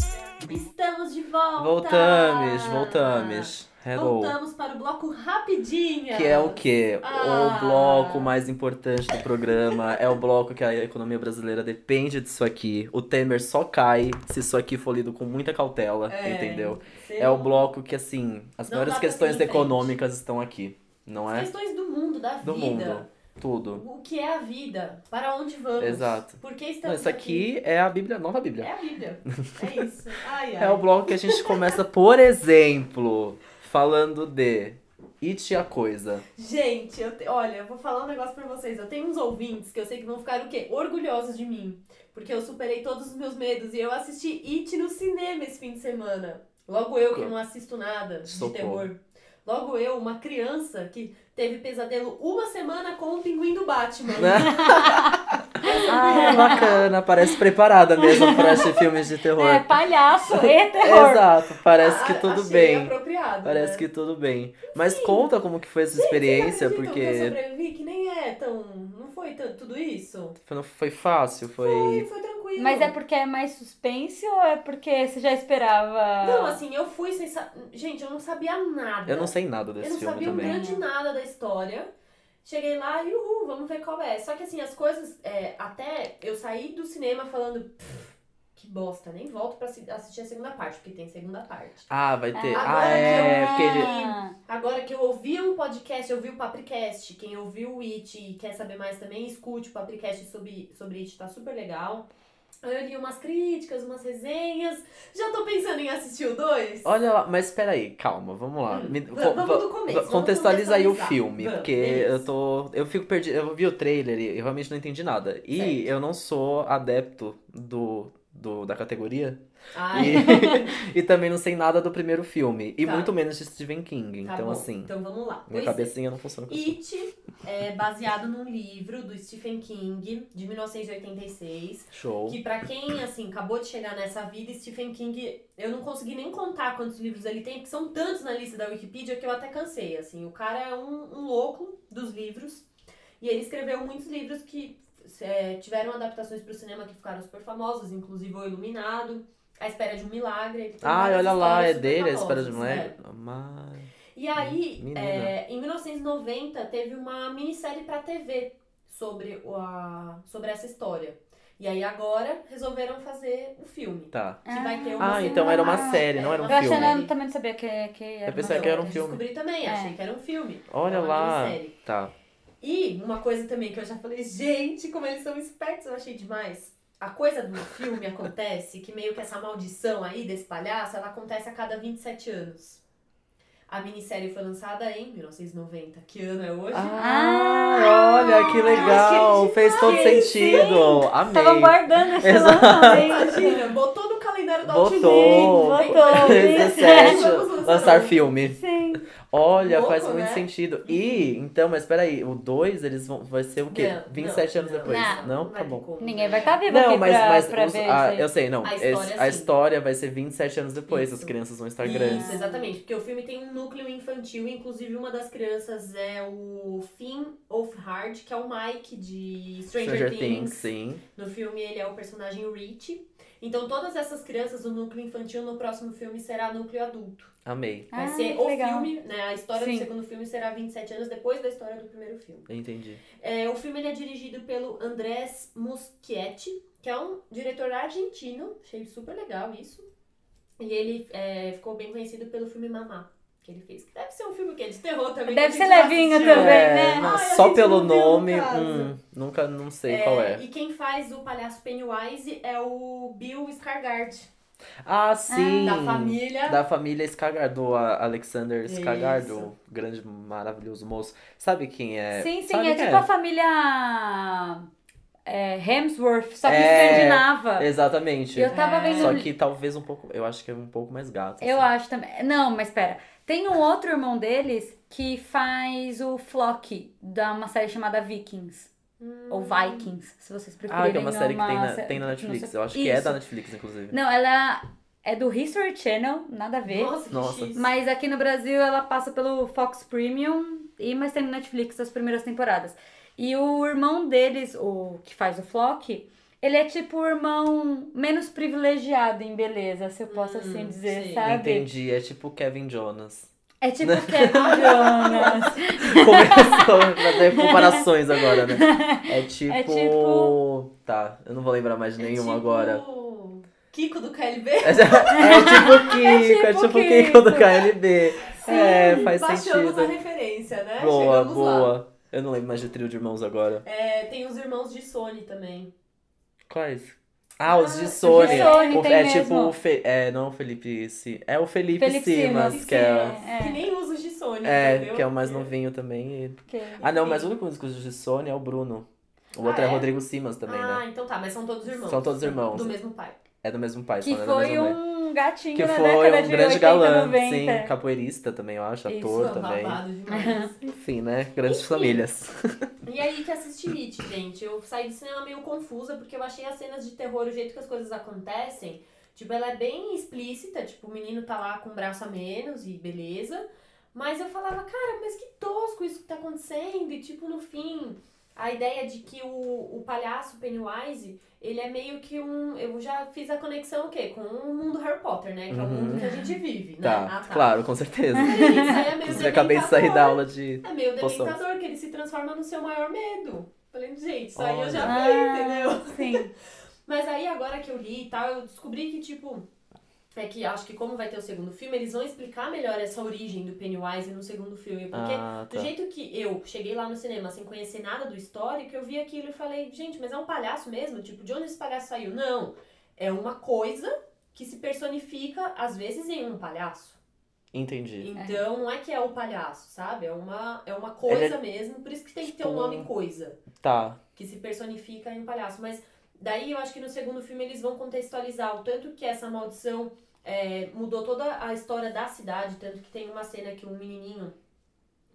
Speaker 2: Estamos de volta.
Speaker 1: Voltames, voltames. Hello.
Speaker 2: Voltamos para o bloco rapidinha.
Speaker 1: Que é o quê?
Speaker 2: Ah.
Speaker 1: O bloco mais importante do programa. É o bloco que a economia brasileira depende disso aqui. O Temer só cai se isso aqui for lido com muita cautela,
Speaker 2: É.
Speaker 1: entendeu?
Speaker 2: Você-
Speaker 1: É o bloco que, assim, as
Speaker 2: Não
Speaker 1: maiores
Speaker 2: dá pra
Speaker 1: questões
Speaker 2: seguir em frente.
Speaker 1: econômicas estão aqui, não
Speaker 2: As
Speaker 1: é?
Speaker 2: Questões do mundo, da
Speaker 1: Do mundo.
Speaker 2: vida.
Speaker 1: Tudo.
Speaker 2: O que é a vida? Para onde vamos?
Speaker 1: Exato.
Speaker 2: Por que estamos
Speaker 1: Não, isso aqui é a Bíblia, a nova Bíblia.
Speaker 2: É a Bíblia. É isso. Ai, ai.
Speaker 1: É o bloco que a gente começa, por exemplo, falando de It a Coisa.
Speaker 2: Gente, eu te- olha, eu vou falar um negócio pra vocês. Eu tenho uns ouvintes que eu sei que vão ficar o quê? Orgulhosos de mim. Porque eu superei todos os meus medos e eu assisti It no cinema esse fim de semana. Logo eu que não assisto nada de
Speaker 1: Socorro.
Speaker 2: terror. Logo eu, uma criança que teve pesadelo uma semana com o pinguim do Batman.
Speaker 1: Ah, né? bacana, parece preparada mesmo pra esse filme de terror.
Speaker 3: É palhaço
Speaker 1: É
Speaker 3: e terror.
Speaker 1: Exato, parece que
Speaker 2: A-
Speaker 1: tudo
Speaker 2: Ah, achei
Speaker 1: bem.
Speaker 2: apropriado,
Speaker 1: Parece
Speaker 2: né?
Speaker 1: que tudo bem. Mas conta como que foi essa experiência,
Speaker 2: Vocês acreditam Que eu
Speaker 1: porque
Speaker 2: sobrevivi, que nem é tão. Não foi tanto tudo isso?
Speaker 1: foi- foi fácil, foi.
Speaker 2: Foi, foi tranquilo.
Speaker 3: Mas é porque é mais suspense ou é porque você já esperava?
Speaker 2: Não, assim, eu fui sem. sa- Gente, eu não sabia nada.
Speaker 1: Eu não sei nada
Speaker 2: Eu
Speaker 1: desse
Speaker 2: não
Speaker 1: filme
Speaker 2: sabia um
Speaker 1: também.
Speaker 2: grande nada da história. Cheguei lá e uhul, vamos ver qual é. Só que assim, as coisas. é, até eu saí do cinema falando. "Pff, Que bosta, nem volto pra assi- assistir a segunda parte, porque tem segunda parte.
Speaker 1: Ah, vai ter. Ah,
Speaker 2: assim, Agora
Speaker 1: é.
Speaker 2: eu-
Speaker 1: Porque ele.
Speaker 2: Agora que eu ouvi o podcast, eu ouvi o Papricast. Quem ouviu o It e quer saber mais também, escute o Papricast sobre, sobre It, tá super legal. Aí Eu li umas críticas, umas resenhas. Já tô pensando em assistir o 2.
Speaker 1: Olha lá, mas peraí, calma, vamos lá.
Speaker 2: Hum,
Speaker 1: Me-
Speaker 2: va-
Speaker 1: co-
Speaker 2: vamos
Speaker 1: va-
Speaker 2: do começo,
Speaker 1: va-
Speaker 2: vamos
Speaker 1: Contextualiza aí o
Speaker 2: contextualizar.
Speaker 1: filme,
Speaker 2: Vamos, é
Speaker 1: porque
Speaker 2: beleza.
Speaker 1: eu tô. Eu fico perdido. Eu vi o trailer e eu realmente não entendi nada. E
Speaker 2: Certo.
Speaker 1: eu não sou adepto do. Do, da categoria.
Speaker 2: Ai,
Speaker 1: E, e também não sei nada do primeiro filme. E
Speaker 2: Tá.
Speaker 1: muito menos de Stephen King.
Speaker 2: tá
Speaker 1: então,
Speaker 2: bom.
Speaker 1: assim,
Speaker 2: Então vamos lá.
Speaker 1: minha
Speaker 2: Pois é.
Speaker 1: cabecinha não funciona com isso.
Speaker 2: It é baseado num livro do Stephen King, de 1986.
Speaker 1: Show.
Speaker 2: Que pra quem, assim, acabou de chegar nessa vida, Stephen King, eu não consegui nem contar quantos livros ele tem, porque são tantos na lista da Wikipedia que eu até cansei, assim. O cara é um, um louco dos livros. E ele escreveu muitos livros que é, tiveram adaptações pro cinema que ficaram super famosos, inclusive O Iluminado, A Espera de um Milagre. ele tem
Speaker 1: Ai,
Speaker 2: várias
Speaker 1: olha lá,
Speaker 2: histórias
Speaker 1: é
Speaker 2: super
Speaker 1: dele, a espera de
Speaker 2: famosas,
Speaker 1: mulher.
Speaker 2: é.
Speaker 1: Mas...
Speaker 2: E aí,
Speaker 1: Menina.
Speaker 2: é, em 1990, teve uma minissérie pra TV sobre, o- a, sobre essa história. E aí agora resolveram fazer o filme.
Speaker 1: Tá.
Speaker 2: Que vai ter uma
Speaker 1: Ah,
Speaker 2: segunda
Speaker 1: então era uma
Speaker 2: parte.
Speaker 1: série, não
Speaker 2: É,
Speaker 1: era um
Speaker 3: Eu achei,
Speaker 1: filme.
Speaker 3: eu também não sabia que, que era.
Speaker 1: Eu
Speaker 3: uma
Speaker 1: pensei que
Speaker 3: série.
Speaker 1: era um filme.
Speaker 2: Descobri também,
Speaker 3: É.
Speaker 2: achei que era um filme.
Speaker 1: Olha
Speaker 2: Era uma
Speaker 1: lá.
Speaker 2: minissérie.
Speaker 1: Tá.
Speaker 2: E uma coisa também que eu já falei, gente, como eles são espertos, eu achei demais. A coisa do filme acontece que meio que essa maldição aí desse palhaço, ela acontece a cada 27 anos. A minissérie foi lançada em 1990. Que ano é hoje?
Speaker 3: Ah.
Speaker 1: Ah, olha que legal! Fez todo sentido! Amei!
Speaker 3: Tava guardando esse
Speaker 1: Exato.
Speaker 3: lançamento.
Speaker 2: Imagina, botou no calendário do
Speaker 1: Botou!
Speaker 2: Outlook.
Speaker 3: botou.
Speaker 1: 17,
Speaker 2: né? Vamos
Speaker 1: lançar
Speaker 2: um.
Speaker 1: filme.
Speaker 3: Sim.
Speaker 1: Olha,
Speaker 2: Louco,
Speaker 1: faz muito
Speaker 2: né? Uhum.
Speaker 1: sentido. E, então, mas peraí, o 2 eles vão. Vai ser o quê?
Speaker 2: Não, não,
Speaker 1: 27 anos
Speaker 2: não,
Speaker 1: depois.
Speaker 3: não,
Speaker 1: Não?
Speaker 2: vai
Speaker 1: Tá
Speaker 2: ter
Speaker 1: bom.
Speaker 2: como.
Speaker 3: Ninguém vai estar vivo
Speaker 1: Não,
Speaker 3: aqui
Speaker 1: mas,
Speaker 3: É, pra,
Speaker 1: mas
Speaker 3: pra
Speaker 1: os-
Speaker 3: ver assim.
Speaker 1: ah,
Speaker 3: isso aí.
Speaker 1: eu sei, não.
Speaker 2: A
Speaker 1: esse-
Speaker 2: história,
Speaker 1: a
Speaker 2: sim.
Speaker 1: história vai ser 27 anos depois, as
Speaker 2: Isso.
Speaker 1: crianças vão estar grandes.
Speaker 2: Isso, exatamente. Porque o filme tem um núcleo infantil, inclusive uma das crianças é o Finn of Hard, que é o Mike de Stranger,
Speaker 1: Stranger
Speaker 2: Things.
Speaker 1: Things, sim.
Speaker 2: No filme ele é o personagem Rich. Então todas essas crianças, o núcleo infantil no próximo filme será núcleo adulto.
Speaker 1: Amei.
Speaker 2: Vai
Speaker 3: Ah,
Speaker 2: ser
Speaker 3: que
Speaker 2: o
Speaker 3: legal.
Speaker 2: filme, né? A história
Speaker 3: Sim.
Speaker 2: do segundo filme será 27 anos depois da história do primeiro filme.
Speaker 1: Entendi.
Speaker 2: É, o filme ele é dirigido pelo Andrés Muschietti, que é um diretor argentino. Achei super legal isso. E ele é, ficou bem conhecido pelo filme Mamá, que ele fez. Que deve ser um filme que é de terror também. que a
Speaker 3: Deve
Speaker 2: gente
Speaker 3: ser
Speaker 2: já
Speaker 3: levinho
Speaker 2: assistiu.
Speaker 3: também, né?
Speaker 1: É, não,
Speaker 2: Ai, a
Speaker 1: só
Speaker 2: gente
Speaker 1: pelo
Speaker 2: não viu, no
Speaker 1: nome,
Speaker 2: caso.
Speaker 1: hum, nunca não sei qual é.
Speaker 2: E quem faz o palhaço Pennywise é o Bill Skarsgård,
Speaker 1: Ah, sim!
Speaker 2: da família.
Speaker 1: Da família Escagardo, a Alexander
Speaker 2: Isso.
Speaker 1: Escagardo, grande, maravilhoso moço. Sabe quem é?
Speaker 3: Sim, sim,
Speaker 1: Sabe
Speaker 3: é
Speaker 1: quem
Speaker 3: tipo a família é, Hemsworth, só que
Speaker 1: É,
Speaker 3: escandinava.
Speaker 1: Exatamente.
Speaker 3: Eu tava
Speaker 2: É.
Speaker 3: vendo.
Speaker 1: Só que talvez um pouco. Eu acho que é um pouco mais gato.
Speaker 3: Eu
Speaker 1: assim.
Speaker 3: acho também. Não, mas pera. Tem um outro irmão deles que faz o Flock da uma série chamada Vikings. Ou Vikings, se vocês
Speaker 1: Hum.
Speaker 3: preferirem.
Speaker 1: Ah, que é uma série que tem na,
Speaker 3: sé-
Speaker 1: tem na
Speaker 3: não
Speaker 1: Netflix.
Speaker 3: sei-
Speaker 1: Eu acho que é
Speaker 3: Isso.
Speaker 1: da Netflix, inclusive.
Speaker 3: Não, ela é do History Channel, nada a ver.
Speaker 2: Nossa, que
Speaker 1: Nossa.
Speaker 2: X.
Speaker 3: Mas aqui no Brasil ela passa pelo Fox Premium e mas tem no Netflix as primeiras temporadas. E o irmão deles, o que faz o Flock, ele é tipo o irmão menos privilegiado em beleza, se eu posso
Speaker 2: Hum,
Speaker 3: assim dizer,
Speaker 2: sim.
Speaker 3: sabe?
Speaker 1: Entendi, é tipo Kevin Jonas.
Speaker 3: É tipo
Speaker 1: Né?
Speaker 3: Kevin Jonas.
Speaker 1: Começou a fazer comparações agora, né? É tipo...
Speaker 3: tipo-
Speaker 1: Tá, eu não vou lembrar mais de
Speaker 2: É
Speaker 1: nenhum
Speaker 2: tipo
Speaker 1: agora.
Speaker 2: Kiko do KLB.
Speaker 1: É, tipo Kiko, é
Speaker 3: tipo
Speaker 1: tipo Kiko do
Speaker 3: Kiko.
Speaker 1: KLB. é, faz
Speaker 2: Baixamos
Speaker 1: sentido.
Speaker 2: a referência, né?
Speaker 1: Boa,
Speaker 2: Chegamos lá.
Speaker 1: boa. Eu não lembro mais de trio de irmãos agora.
Speaker 2: É, tem os irmãos de Sony também.
Speaker 1: Quais? Ah, os
Speaker 2: Ah,
Speaker 1: de
Speaker 2: os de
Speaker 1: Sony.
Speaker 3: Sony,
Speaker 1: O-
Speaker 3: tem
Speaker 1: é
Speaker 3: mesmo.
Speaker 1: tipo o Fe... É, não o Felipe. Si- É o Felipe,
Speaker 3: Felipe
Speaker 1: Simas,
Speaker 3: Simas,
Speaker 1: que é.
Speaker 3: É.
Speaker 2: Que nem usa os de Sony,
Speaker 1: É,
Speaker 2: entendeu?
Speaker 1: que é o mais novinho também. e-
Speaker 3: Que-
Speaker 1: Ah, não, mas o único dos de Sony é o Bruno. O
Speaker 2: Ah,
Speaker 1: outro é?
Speaker 2: é?
Speaker 1: Rodrigo Simas também,
Speaker 2: ah,
Speaker 1: né?
Speaker 2: então tá, mas são todos irmãos.
Speaker 1: São todos irmãos.
Speaker 2: Do mesmo pai.
Speaker 1: É do mesmo pai,
Speaker 3: Que
Speaker 1: só não é da
Speaker 3: foi
Speaker 1: mesma mãe.
Speaker 3: um gatinho
Speaker 1: Que
Speaker 3: na
Speaker 1: foi
Speaker 3: década
Speaker 1: um
Speaker 3: de
Speaker 1: grande
Speaker 3: 80,
Speaker 1: galã,
Speaker 3: 90.
Speaker 1: sim. Capoeirista também, eu acho.
Speaker 3: Isso,
Speaker 1: Ator
Speaker 2: Isso é um
Speaker 1: também.
Speaker 2: babado demais.
Speaker 1: Enfim, né? Grandes
Speaker 2: Enfim.
Speaker 1: famílias.
Speaker 2: e aí que assisti It, gente. Eu saí do cinema meio confusa, porque eu achei as cenas de terror, o jeito que as coisas acontecem. Tipo, ela é bem explícita, tipo, o menino tá lá com o braço a menos e beleza. Mas eu falava, cara, mas que tosco isso que tá acontecendo. E tipo, no fim, a ideia de que o, o palhaço Pennywise, ele é meio que um. Eu já fiz a conexão o quê? Com o mundo Harry Potter, né? Que é o
Speaker 1: Uhum.
Speaker 2: mundo que a gente vive, né?
Speaker 1: Tá,
Speaker 2: Ah,
Speaker 1: claro, com certeza.
Speaker 2: Isso aí é meio
Speaker 1: Inclusive, acabei de sair da
Speaker 2: dementador.
Speaker 1: aula de.
Speaker 2: É meio
Speaker 1: Poção.
Speaker 2: dementador, que ele se transforma no seu maior medo. Falei, gente, isso aí eu já vi, entendeu?
Speaker 3: Ah, sim.
Speaker 2: Mas aí agora que eu li e tal, eu descobri que, tipo, é que acho que como vai ter o segundo filme, eles vão explicar melhor essa origem do Pennywise no segundo filme. Porque
Speaker 1: Ah,
Speaker 2: do
Speaker 1: tá.
Speaker 2: jeito que eu cheguei lá no cinema sem conhecer nada do histórico, eu vi aquilo e falei, gente, mas é um palhaço mesmo? Tipo, de onde esse palhaço saiu? Não. É uma coisa que se personifica, às vezes, em um palhaço.
Speaker 1: Entendi.
Speaker 2: Então, não é que é o palhaço, sabe? É uma, é uma coisa mesmo. Por isso que tem que ter um
Speaker 1: Tipo,
Speaker 2: nome coisa
Speaker 1: Tá.
Speaker 2: que se personifica em um palhaço. Mas daí eu acho que no segundo filme eles vão contextualizar o tanto que essa maldição é, mudou toda a história da cidade, tanto que tem uma cena que um menininho,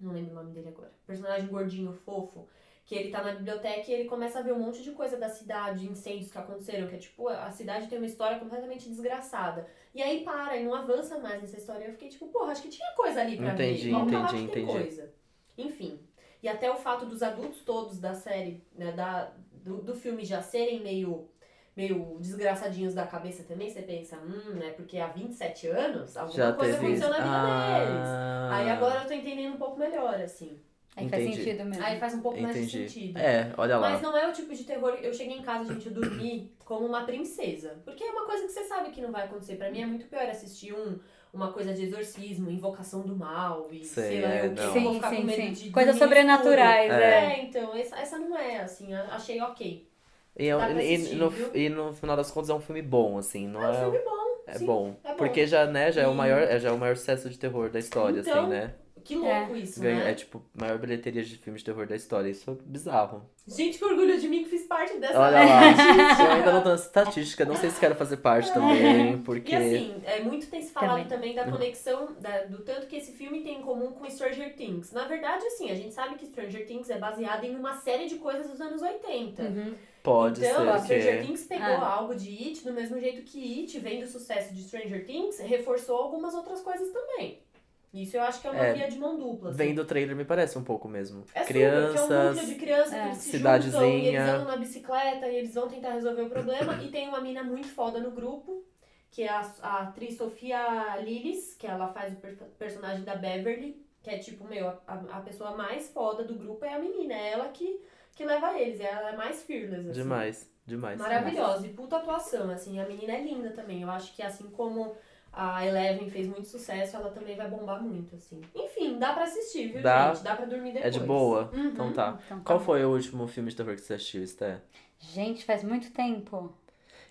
Speaker 2: não lembro o nome dele agora, personagem gordinho, fofo, que ele tá na biblioteca e ele começa a ver um monte de coisa da cidade, incêndios que aconteceram, que é tipo, a cidade tem uma história completamente desgraçada. E aí para, e não avança mais nessa história. Eu fiquei tipo, porra, acho que tinha coisa ali pra
Speaker 1: Entendi,
Speaker 2: ver. Vamos falar
Speaker 1: entendi,
Speaker 2: que tem
Speaker 1: entendi.
Speaker 2: coisa. Enfim, e até o fato dos adultos todos da série, né, da, do, do filme já serem meio, meio desgraçadinhos da cabeça também, você pensa, hum, né? Porque há 27 anos, alguma
Speaker 1: Já
Speaker 2: coisa
Speaker 1: teve isso.
Speaker 2: aconteceu na vida deles.
Speaker 1: Ah,
Speaker 2: Aí agora eu tô entendendo um pouco melhor, assim.
Speaker 3: Aí faz
Speaker 1: Entendi.
Speaker 3: sentido mesmo.
Speaker 2: Aí faz um pouco mais de
Speaker 1: Entendi.
Speaker 2: sentido.
Speaker 1: É, olha lá.
Speaker 2: Mas não é o tipo de terror. Eu cheguei em casa, gente, eu dormi como uma princesa. Porque é uma coisa que você sabe que não vai acontecer. Pra mim é muito pior assistir um, uma coisa de exorcismo, invocação do mal e sei,
Speaker 1: Sei,
Speaker 2: lá,
Speaker 1: é,
Speaker 2: eu que
Speaker 1: não.
Speaker 2: vou
Speaker 3: Sim,
Speaker 2: ficar com
Speaker 3: sim,
Speaker 2: medo
Speaker 3: sim.
Speaker 2: de.
Speaker 3: Coisas
Speaker 2: dormir no escuro.
Speaker 3: sobrenaturais,
Speaker 1: É.
Speaker 3: é.
Speaker 2: É, então, essa, essa não é, assim, a- achei ok.
Speaker 1: E, é um-
Speaker 2: Dá pra
Speaker 1: e
Speaker 2: assistir,
Speaker 1: no,
Speaker 2: viu?
Speaker 1: e no final das contas é um filme bom, assim, não é?
Speaker 2: É um filme bom.
Speaker 1: é
Speaker 2: sim,
Speaker 1: bom.
Speaker 2: é bom.
Speaker 1: Porque já, né, já é o
Speaker 2: E-
Speaker 1: maior, é, já é o maior sucesso de terror da história, assim,
Speaker 2: Então,
Speaker 1: né?
Speaker 2: Que louco isso,
Speaker 1: Ganha-
Speaker 2: né?
Speaker 1: É tipo, maior bilheteria de filmes de terror da história. Isso é bizarro.
Speaker 2: Gente, que orgulho de mim que fiz parte dessa.
Speaker 1: Olha lá.
Speaker 2: estatística.
Speaker 1: Eu ainda não tô nessa estatística, não sei se quero fazer parte também, porque.
Speaker 2: É. E assim, é, muito tem se falado também,
Speaker 3: Também.
Speaker 2: da conexão, da- do tanto que esse filme tem em comum com Stranger Things. Na verdade, assim, a gente sabe que Stranger Things é baseado em uma série de coisas dos anos 80.
Speaker 3: Uhum.
Speaker 1: pode
Speaker 2: então, a
Speaker 1: ser
Speaker 2: Stranger
Speaker 1: que.
Speaker 2: Things pegou
Speaker 3: Ah.
Speaker 2: algo de It, do mesmo jeito que It, vendo o sucesso de Stranger Things, reforçou algumas outras coisas também. Isso eu acho que é uma
Speaker 1: É.
Speaker 2: via de mão dupla. assim.
Speaker 1: Vem do trailer, me parece um pouco mesmo.
Speaker 2: É super, que é um
Speaker 1: Crianças.
Speaker 2: núcleo de criança que eles se juntam e eles
Speaker 1: cidadezinha.
Speaker 2: andam na bicicleta e eles vão tentar resolver o problema. e tem uma mina muito foda no grupo, que é a, a atriz Sofia Lillis, que ela faz o per- personagem da Beverly, que é tipo, meu, a, a pessoa mais foda do grupo é a menina, é ela que, que leva eles, ela é mais fearless, assim.
Speaker 1: Demais, demais.
Speaker 2: Maravilhosa, e puta atuação, assim, a menina é linda também. Eu acho que assim como a Eleven fez muito sucesso, ela também vai bombar muito, assim. Enfim, dá pra assistir, viu,
Speaker 1: Dá.
Speaker 2: gente? Dá pra dormir
Speaker 1: É
Speaker 2: depois.
Speaker 1: de boa?
Speaker 2: Uhum.
Speaker 1: Então tá.
Speaker 3: Então,
Speaker 1: Qual
Speaker 3: tá.
Speaker 1: foi o último filme de terror que você assistiu, Sté?
Speaker 3: Gente, faz muito tempo.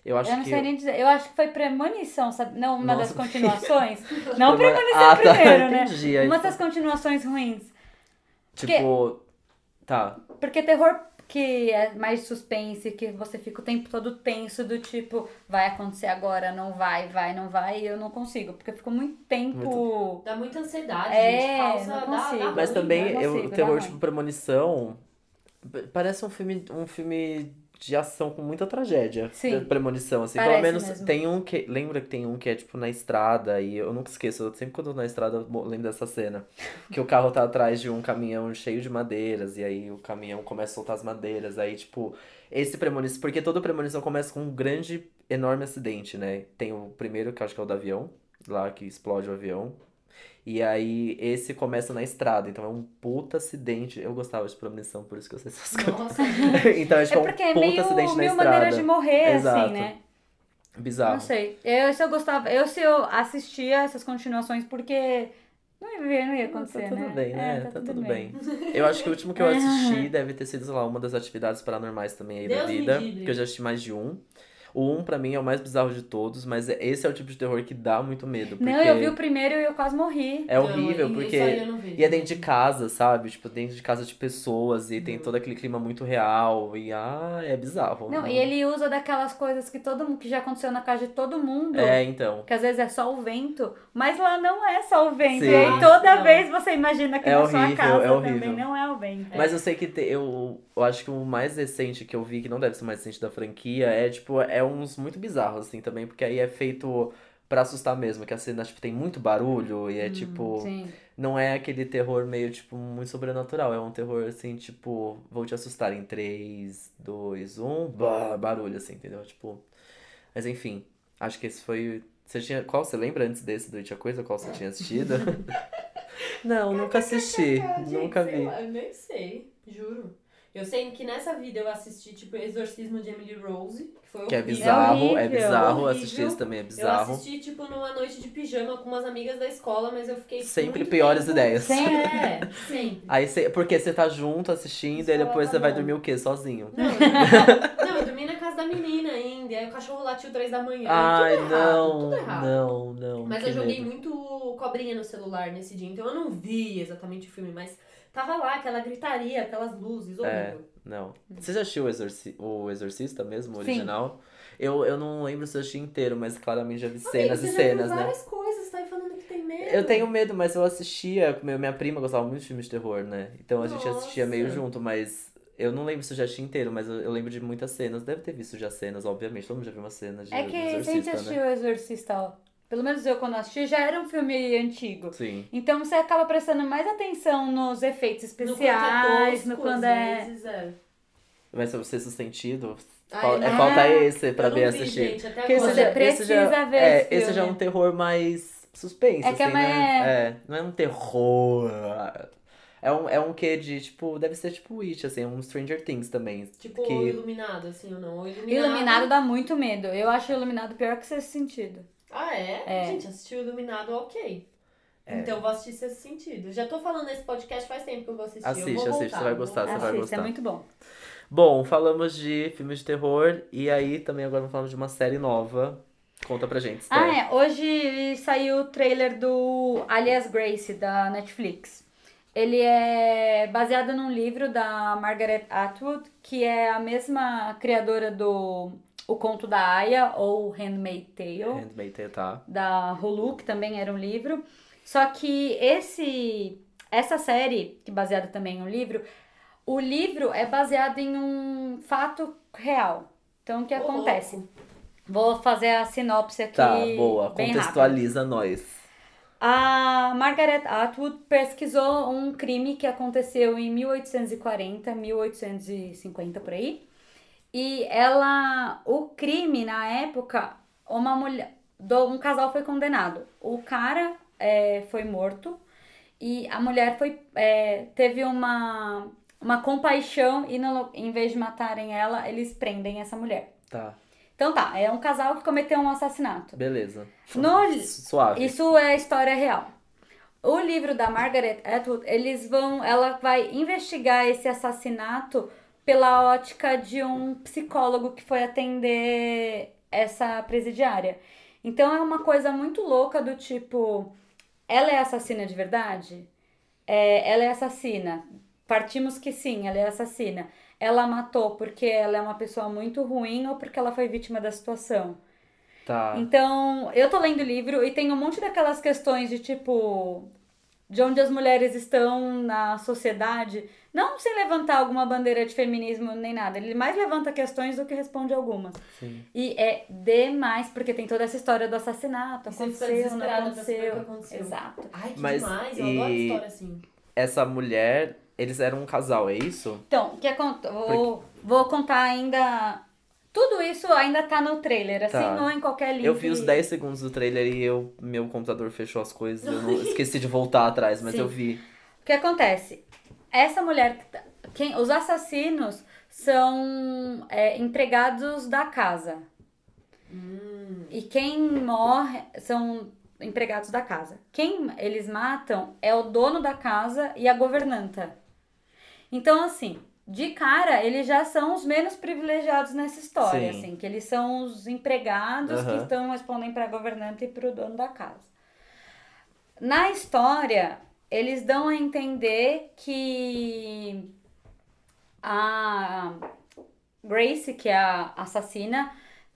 Speaker 1: Eu acho
Speaker 3: eu não
Speaker 1: que.
Speaker 3: sei nem dizer. Eu acho que foi premonição, sabe? Não, uma
Speaker 1: Nossa.
Speaker 3: das continuações. não
Speaker 1: Foi uma-
Speaker 3: premonição
Speaker 1: Ah, tá.
Speaker 3: primeiro, né?
Speaker 1: Entendi. Aí,
Speaker 3: Uma das continuações ruins.
Speaker 1: tipo. Tá.
Speaker 3: Porque terror que é mais suspense, que você fica o tempo todo tenso, do tipo, vai acontecer agora, não vai, vai, não vai, e eu não consigo. Porque eu fico muito tempo.
Speaker 2: Dá muita ansiedade,
Speaker 3: É,
Speaker 2: gente. Causa,
Speaker 3: não
Speaker 2: dá-
Speaker 3: consigo.
Speaker 2: dá
Speaker 1: Mas
Speaker 2: ruim,
Speaker 1: também
Speaker 2: né?
Speaker 3: não é
Speaker 1: eu-
Speaker 3: consigo,
Speaker 1: o
Speaker 3: dá
Speaker 1: terror,
Speaker 3: ruim.
Speaker 1: tipo, premonição. p- Parece um filme, um filme de ação com muita tragédia.
Speaker 3: Sim.
Speaker 1: De Premonição, assim. Pelo
Speaker 3: Parece
Speaker 1: menos
Speaker 3: mesmo.
Speaker 1: tem um que. Lembra que tem um que é, tipo, na estrada. E eu nunca esqueço. eu sempre quando eu tô na estrada eu lembro dessa cena. Que o carro tá atrás de um caminhão cheio de madeiras. E aí o caminhão começa a soltar as madeiras. Aí, tipo, esse premonição. Porque toda premonição começa com um grande, enorme acidente, né? Tem o primeiro, que eu acho que é o do avião, lá que explode o avião. E aí, esse começa na estrada, então é um puta acidente. Eu gostava de premonição, por isso que eu sei essas coisas.
Speaker 2: Nossa,
Speaker 1: então é tipo
Speaker 3: É
Speaker 1: um
Speaker 3: porque é
Speaker 1: puta acidente na
Speaker 3: meio, mil
Speaker 1: estrada.
Speaker 3: maneiras de morrer,
Speaker 1: Exato.
Speaker 3: assim, né?
Speaker 1: Bizarro.
Speaker 3: Não sei. Eu se eu gostava. Eu se eu assistia essas continuações porque não ia, não ia acontecer,
Speaker 1: tá tudo
Speaker 3: né?
Speaker 1: bem, né?
Speaker 3: É,
Speaker 1: tá, tudo, bem. Eu acho que o último que eu assisti deve ter sido, sei lá, uma das atividades paranormais também aí da
Speaker 2: Deus me
Speaker 1: vida.
Speaker 2: livre.
Speaker 1: Porque eu já assisti mais de um. O um, pra mim, é o mais bizarro de todos, mas esse é o tipo de terror que dá muito medo. Porque
Speaker 3: Não, eu vi o primeiro e eu quase morri.
Speaker 1: é horrível,
Speaker 2: não,
Speaker 1: porque.
Speaker 2: Isso aí então, eu não vejo.
Speaker 1: E é dentro de casa, sabe? Tipo, dentro de casa de pessoas e tem
Speaker 2: Uhum.
Speaker 1: todo aquele clima muito real. E ah, é bizarro.
Speaker 3: Não, e ele usa daquelas coisas que todo mundo que já aconteceu na casa de todo mundo.
Speaker 1: É, então.
Speaker 3: Que às vezes é só o vento, mas lá não é só o vento.
Speaker 1: Sim.
Speaker 3: E aí toda
Speaker 2: Não.
Speaker 3: vez você imagina que
Speaker 1: É
Speaker 3: na
Speaker 1: horrível,
Speaker 3: sua casa
Speaker 1: é horrível.
Speaker 3: também não é o vento.
Speaker 1: Mas eu sei que te- eu, eu acho que o mais recente que eu vi, que não deve ser o mais recente da franquia, é tipo, é uns muito bizarros, assim,
Speaker 2: Hum,
Speaker 1: também, porque aí é feito pra assustar mesmo, que a cena, tipo, tem muito barulho e é tipo.
Speaker 3: Sim.
Speaker 1: Não é aquele terror meio, tipo, muito sobrenatural. É um terror, assim, tipo, vou te assustar em 3, 2, 1, bah, barulho, assim, entendeu? Tipo. Mas enfim, acho que esse foi. Você tinha. Qual você lembra antes desse do It a Coisa? Qual você tinha assistido? Não, nunca assisti.
Speaker 2: Gente,
Speaker 1: Nunca
Speaker 2: sei
Speaker 1: vi.
Speaker 2: lá, eu nem sei, juro. Eu sei que nessa vida eu assisti, tipo, Exorcismo de Emily Rose, que foi
Speaker 1: Que é
Speaker 2: horrível.
Speaker 1: bizarro, é
Speaker 3: horrível,
Speaker 1: bizarro.
Speaker 2: horrível.
Speaker 1: Assistir isso também é
Speaker 2: Eu
Speaker 1: bizarro.
Speaker 2: assisti, tipo, numa noite de pijama com umas amigas da escola, mas eu fiquei.
Speaker 1: Sempre
Speaker 2: muito
Speaker 1: piores
Speaker 2: tempo-
Speaker 1: ideias.
Speaker 2: É, sim.
Speaker 1: Aí você, porque você tá junto assistindo,
Speaker 2: Você
Speaker 1: e depois
Speaker 2: fala,
Speaker 1: você vai
Speaker 2: "Não."
Speaker 1: dormir o quê? Sozinho.
Speaker 2: Não, eu dormi- não, eu dormi na casa da menina ainda. e Aí o cachorro latiu três da manhã.
Speaker 1: Ai,
Speaker 2: tudo errado,
Speaker 1: não,
Speaker 2: tudo errado.
Speaker 1: não, não.
Speaker 2: Mas
Speaker 1: que
Speaker 2: eu joguei
Speaker 1: medo.
Speaker 2: muito cobrinha no celular nesse dia, então eu não vi exatamente o filme, mas tava lá aquela gritaria, aquelas luzes,
Speaker 1: É.
Speaker 2: horrível.
Speaker 1: Não.
Speaker 2: Hum.
Speaker 1: Você já assistiu o, Exorci o Exorcista mesmo, o
Speaker 3: Sim.
Speaker 1: original? Eu, eu não lembro se eu assisti inteiro, mas claramente já vi cenas
Speaker 2: Amigo,
Speaker 1: e
Speaker 2: você já viu
Speaker 1: cenas, né?
Speaker 2: várias coisas, tá aí falando que tem medo.
Speaker 1: Eu tenho medo, mas eu assistia. Minha minha prima gostava muito de filmes de terror, né? Então a gente assistia meio
Speaker 2: Nossa.
Speaker 1: junto, mas eu não lembro se eu já assisti inteiro, mas eu, eu lembro de muitas cenas. Deve ter visto já cenas, obviamente. Todo mundo já viu uma cena de
Speaker 3: É que se a gente
Speaker 1: Exorcista, né?
Speaker 3: assistiu o Exorcista, ó, pelo menos eu quando assisti, já era um filme antigo.
Speaker 1: Sim.
Speaker 3: Então você acaba prestando mais atenção nos
Speaker 2: No
Speaker 3: efeitos
Speaker 2: quanto é
Speaker 3: especiais,
Speaker 2: tosco,
Speaker 3: no quando
Speaker 2: às
Speaker 3: é.
Speaker 2: vezes, é.
Speaker 1: Mas se você sentido,
Speaker 2: Ai,
Speaker 1: fal- é,
Speaker 2: não-
Speaker 1: falta
Speaker 3: Ah,
Speaker 1: esse pra
Speaker 2: eu não
Speaker 1: ver
Speaker 2: vi,
Speaker 1: assistir.
Speaker 2: gente, até
Speaker 1: Porque
Speaker 2: agora.
Speaker 1: esse
Speaker 3: Então, Você
Speaker 1: já, esse já-
Speaker 3: precisa ver
Speaker 1: é,
Speaker 3: esse
Speaker 1: esse já é um
Speaker 3: filme.
Speaker 1: terror mais suspense,
Speaker 3: É
Speaker 1: assim,
Speaker 3: que é mais-
Speaker 1: né? É, não é um terror. É um, é um quê de, tipo, deve ser tipo It, assim, um Stranger Things também.
Speaker 2: Tipo,
Speaker 1: que-
Speaker 3: um-
Speaker 2: ou iluminado, assim, ou não. Ou iluminado.
Speaker 3: Iluminado dá muito medo. Eu acho iluminado pior que sexto sentido.
Speaker 2: Ah, é?
Speaker 3: É.
Speaker 2: Gente, assistiu Iluminado, ok.
Speaker 1: É.
Speaker 2: Então eu vou assistir Sexto Sentido. Já tô falando nesse podcast faz tempo que eu vou assistir.
Speaker 1: Assiste,
Speaker 2: eu vou
Speaker 1: assiste,
Speaker 2: voltar,
Speaker 1: você vai
Speaker 2: vou
Speaker 1: gostar, você
Speaker 2: voltar.
Speaker 1: vai
Speaker 3: Assista,
Speaker 1: gostar.
Speaker 3: é muito bom.
Speaker 1: Bom, falamos de filmes de terror e aí também agora falamos de uma série nova. Conta pra gente, tá Esther.
Speaker 3: Ah, é. Hoje saiu o trailer do Alias Grace, da Netflix. Ele é baseado num livro da Margaret Atwood, que é a mesma criadora do O Conto da Aya, ou Handmaid's Tale.
Speaker 1: Handmaid, tá?
Speaker 3: da Hulu, que também era um livro. Só que esse essa série, que é baseada também em um livro, o livro é baseado em um fato real. Então, o que
Speaker 2: Ô,
Speaker 3: acontece? Vou fazer a sinopse aqui.
Speaker 1: Tá, boa.
Speaker 3: É bem rápido.
Speaker 1: Contextualiza nós.
Speaker 3: A Margaret Atwood pesquisou um crime que aconteceu em 1840, 1850 por aí. E ela, o crime na época, uma mulher, do- um casal foi condenado. O cara é, foi morto e a mulher foi é, teve uma uma compaixão e no- em vez de matarem ela, eles prendem essa mulher.
Speaker 1: Tá,
Speaker 3: Então tá, é um casal que cometeu um assassinato.
Speaker 1: beleza.
Speaker 3: No,
Speaker 1: Suave.
Speaker 3: isso é história real. O livro da Margaret Atwood, eles vão, ela vai investigar esse assassinato pela ótica de um psicólogo que foi atender essa presidiária. Então é uma coisa muito louca do tipo, ela é assassina de verdade? É, ela é assassina. Partimos que sim, ela é assassina. Ela matou porque ela é uma pessoa muito ruim ou porque ela foi vítima da situação?
Speaker 1: Tá.
Speaker 3: Então, eu tô lendo o livro e tem um monte daquelas questões de tipo. De onde as mulheres estão na sociedade, não sem levantar alguma bandeira de feminismo nem nada. Ele mais levanta questões do que responde algumas.
Speaker 1: Sim.
Speaker 3: E é demais, porque tem toda essa história do assassinato,
Speaker 2: E você fica
Speaker 3: aconteceu, não
Speaker 2: desesperada pra saber o que
Speaker 3: um aconteceu.
Speaker 2: aconteceu.
Speaker 3: Exato.
Speaker 2: Ai, que
Speaker 1: Mas,
Speaker 2: demais. Eu
Speaker 1: e-
Speaker 2: adoro história assim.
Speaker 1: Essa mulher, eles eram um casal, é isso?
Speaker 3: Então, o que acontece? Vou, vou contar ainda. Tudo isso ainda tá no trailer, assim,
Speaker 1: Tá.
Speaker 3: ou em qualquer link.
Speaker 1: Eu vi os 10 segundos do trailer e eu, meu computador fechou as coisas. Eu não- esqueci de voltar atrás, mas
Speaker 3: Sim.
Speaker 1: eu vi.
Speaker 3: O que acontece? Essa mulher, que tá- quem, os assassinos são é, empregados da casa. E quem morre são empregados da casa. Quem eles matam é o dono da casa e a governanta. Então, assim, de cara, eles já são os menos privilegiados nessa história,
Speaker 1: Sim.
Speaker 3: assim, que eles são os empregados que
Speaker 1: Aham.
Speaker 3: estão respondem para a governanta e para o dono da casa. Na história, eles dão a entender que a Grace, que é a assassina,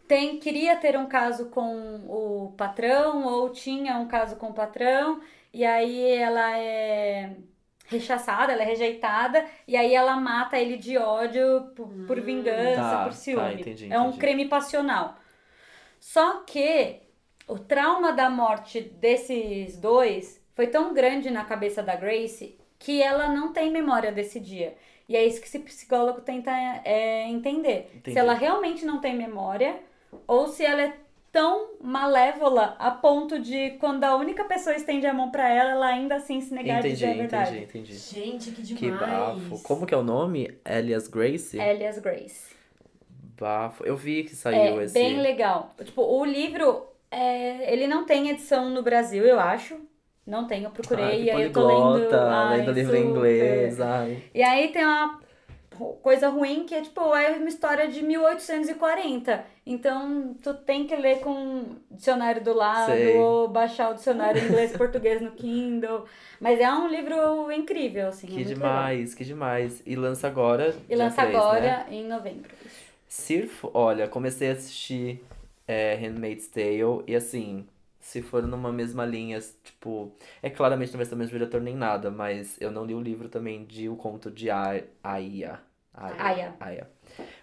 Speaker 3: tem, queria ter um caso com o patrão ou tinha um caso com o patrão e aí ela é rechaçada, ela é rejeitada e aí ela mata ele de ódio por, por
Speaker 2: Hum.
Speaker 3: vingança,
Speaker 1: Tá,
Speaker 3: por
Speaker 1: tá,
Speaker 3: ciúme.
Speaker 1: entendi,
Speaker 3: É um
Speaker 1: entendi.
Speaker 3: crime passional. Só que o trauma da morte desses dois foi tão grande na cabeça da Grace que ela não tem memória desse dia. E é isso que esse psicólogo tenta é, entender.
Speaker 1: Entendi.
Speaker 3: Se ela realmente não tem memória ou se ela é tão malévola a ponto de quando a única pessoa estende a mão pra ela, ela ainda assim se negar a
Speaker 1: Entendi,
Speaker 3: dizer a verdade.
Speaker 1: entendi, entendi.
Speaker 2: Gente, que demais.
Speaker 1: Que bafo. Como que é o nome? Elias Grace?
Speaker 3: Elias Grace.
Speaker 1: Bafo. Eu vi que
Speaker 3: É
Speaker 1: saiu esse.
Speaker 3: bem legal. Tipo, o livro, é, ele não tem edição no Brasil, eu acho. Não tem, eu procurei
Speaker 1: Ai,
Speaker 3: e
Speaker 1: que
Speaker 3: aí eu tô lendo.
Speaker 1: poliglota,
Speaker 3: ai,
Speaker 1: lendo livro em
Speaker 3: super.
Speaker 1: inglês. Ai.
Speaker 3: E aí tem uma ru- coisa ruim que é tipo, é uma história de 1840. Então tu tem que ler com um dicionário do lado,
Speaker 1: Sei.
Speaker 3: ou baixar o dicionário inglês e português no Kindle. Mas é um livro incrível, assim. é
Speaker 1: Que
Speaker 3: muito legal.
Speaker 1: demais, que demais. E lança agora.
Speaker 3: E
Speaker 1: dia
Speaker 3: lança
Speaker 1: três, Né?
Speaker 3: agora em novembro.
Speaker 1: Sirf, olha, comecei a assistir é, Handmaid's Tale e assim, se for numa mesma linha, tipo, é claramente não vai ser o mesmo diretor nem nada, mas eu não li o livro também de O Conto de A- Aia.
Speaker 3: Aya.
Speaker 1: Aia.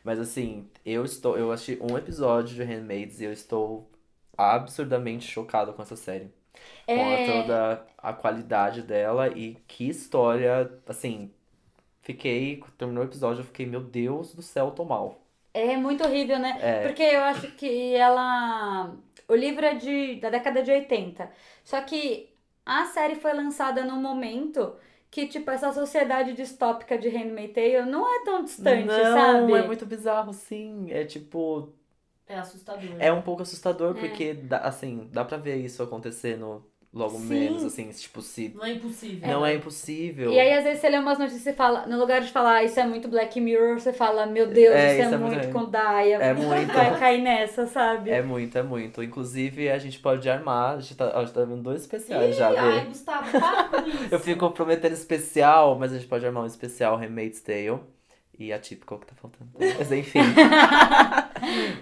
Speaker 1: Mas assim, eu estou, eu assisti um episódio de Handmaid's e eu estou absurdamente chocado com essa série. Com a
Speaker 3: É,
Speaker 1: toda a qualidade dela e que história, assim, fiquei, terminou o episódio, eu fiquei, meu Deus do céu, eu tô mal.
Speaker 3: é muito horrível, né?
Speaker 1: É.
Speaker 3: Porque eu acho que ela. O livro é de, da década de 80. Só que a série foi lançada num momento que, tipo, essa sociedade distópica de Handmaid's Tale não é tão distante,
Speaker 1: não,
Speaker 3: sabe?
Speaker 1: é muito bizarro, sim. É tipo,
Speaker 2: É assustador.
Speaker 1: é um pouco assustador
Speaker 3: É.
Speaker 1: porque dá, assim, dá pra ver isso acontecendo logo
Speaker 3: Sim.
Speaker 1: menos, assim, tipo, se
Speaker 2: Não é impossível.
Speaker 1: não é impossível.
Speaker 3: E aí, às vezes, você lê umas notícias e fala, no lugar de falar "Ah, isso é muito Black Mirror, você fala, meu Deus,
Speaker 1: É,
Speaker 3: isso é
Speaker 1: isso é
Speaker 3: muito
Speaker 1: muito-
Speaker 3: Kondaya,
Speaker 1: é muito.
Speaker 3: vai cair nessa, sabe?
Speaker 1: É muito, é muito. Inclusive, a gente pode armar, a gente tá, a gente tá vendo dois especiais já,
Speaker 2: Ih,
Speaker 1: Bê.
Speaker 2: ai, Gustavo, para com isso.
Speaker 1: Eu fico prometendo especial, mas a gente pode armar um especial Remade's Tale. E atípico que tá faltando. Mas enfim.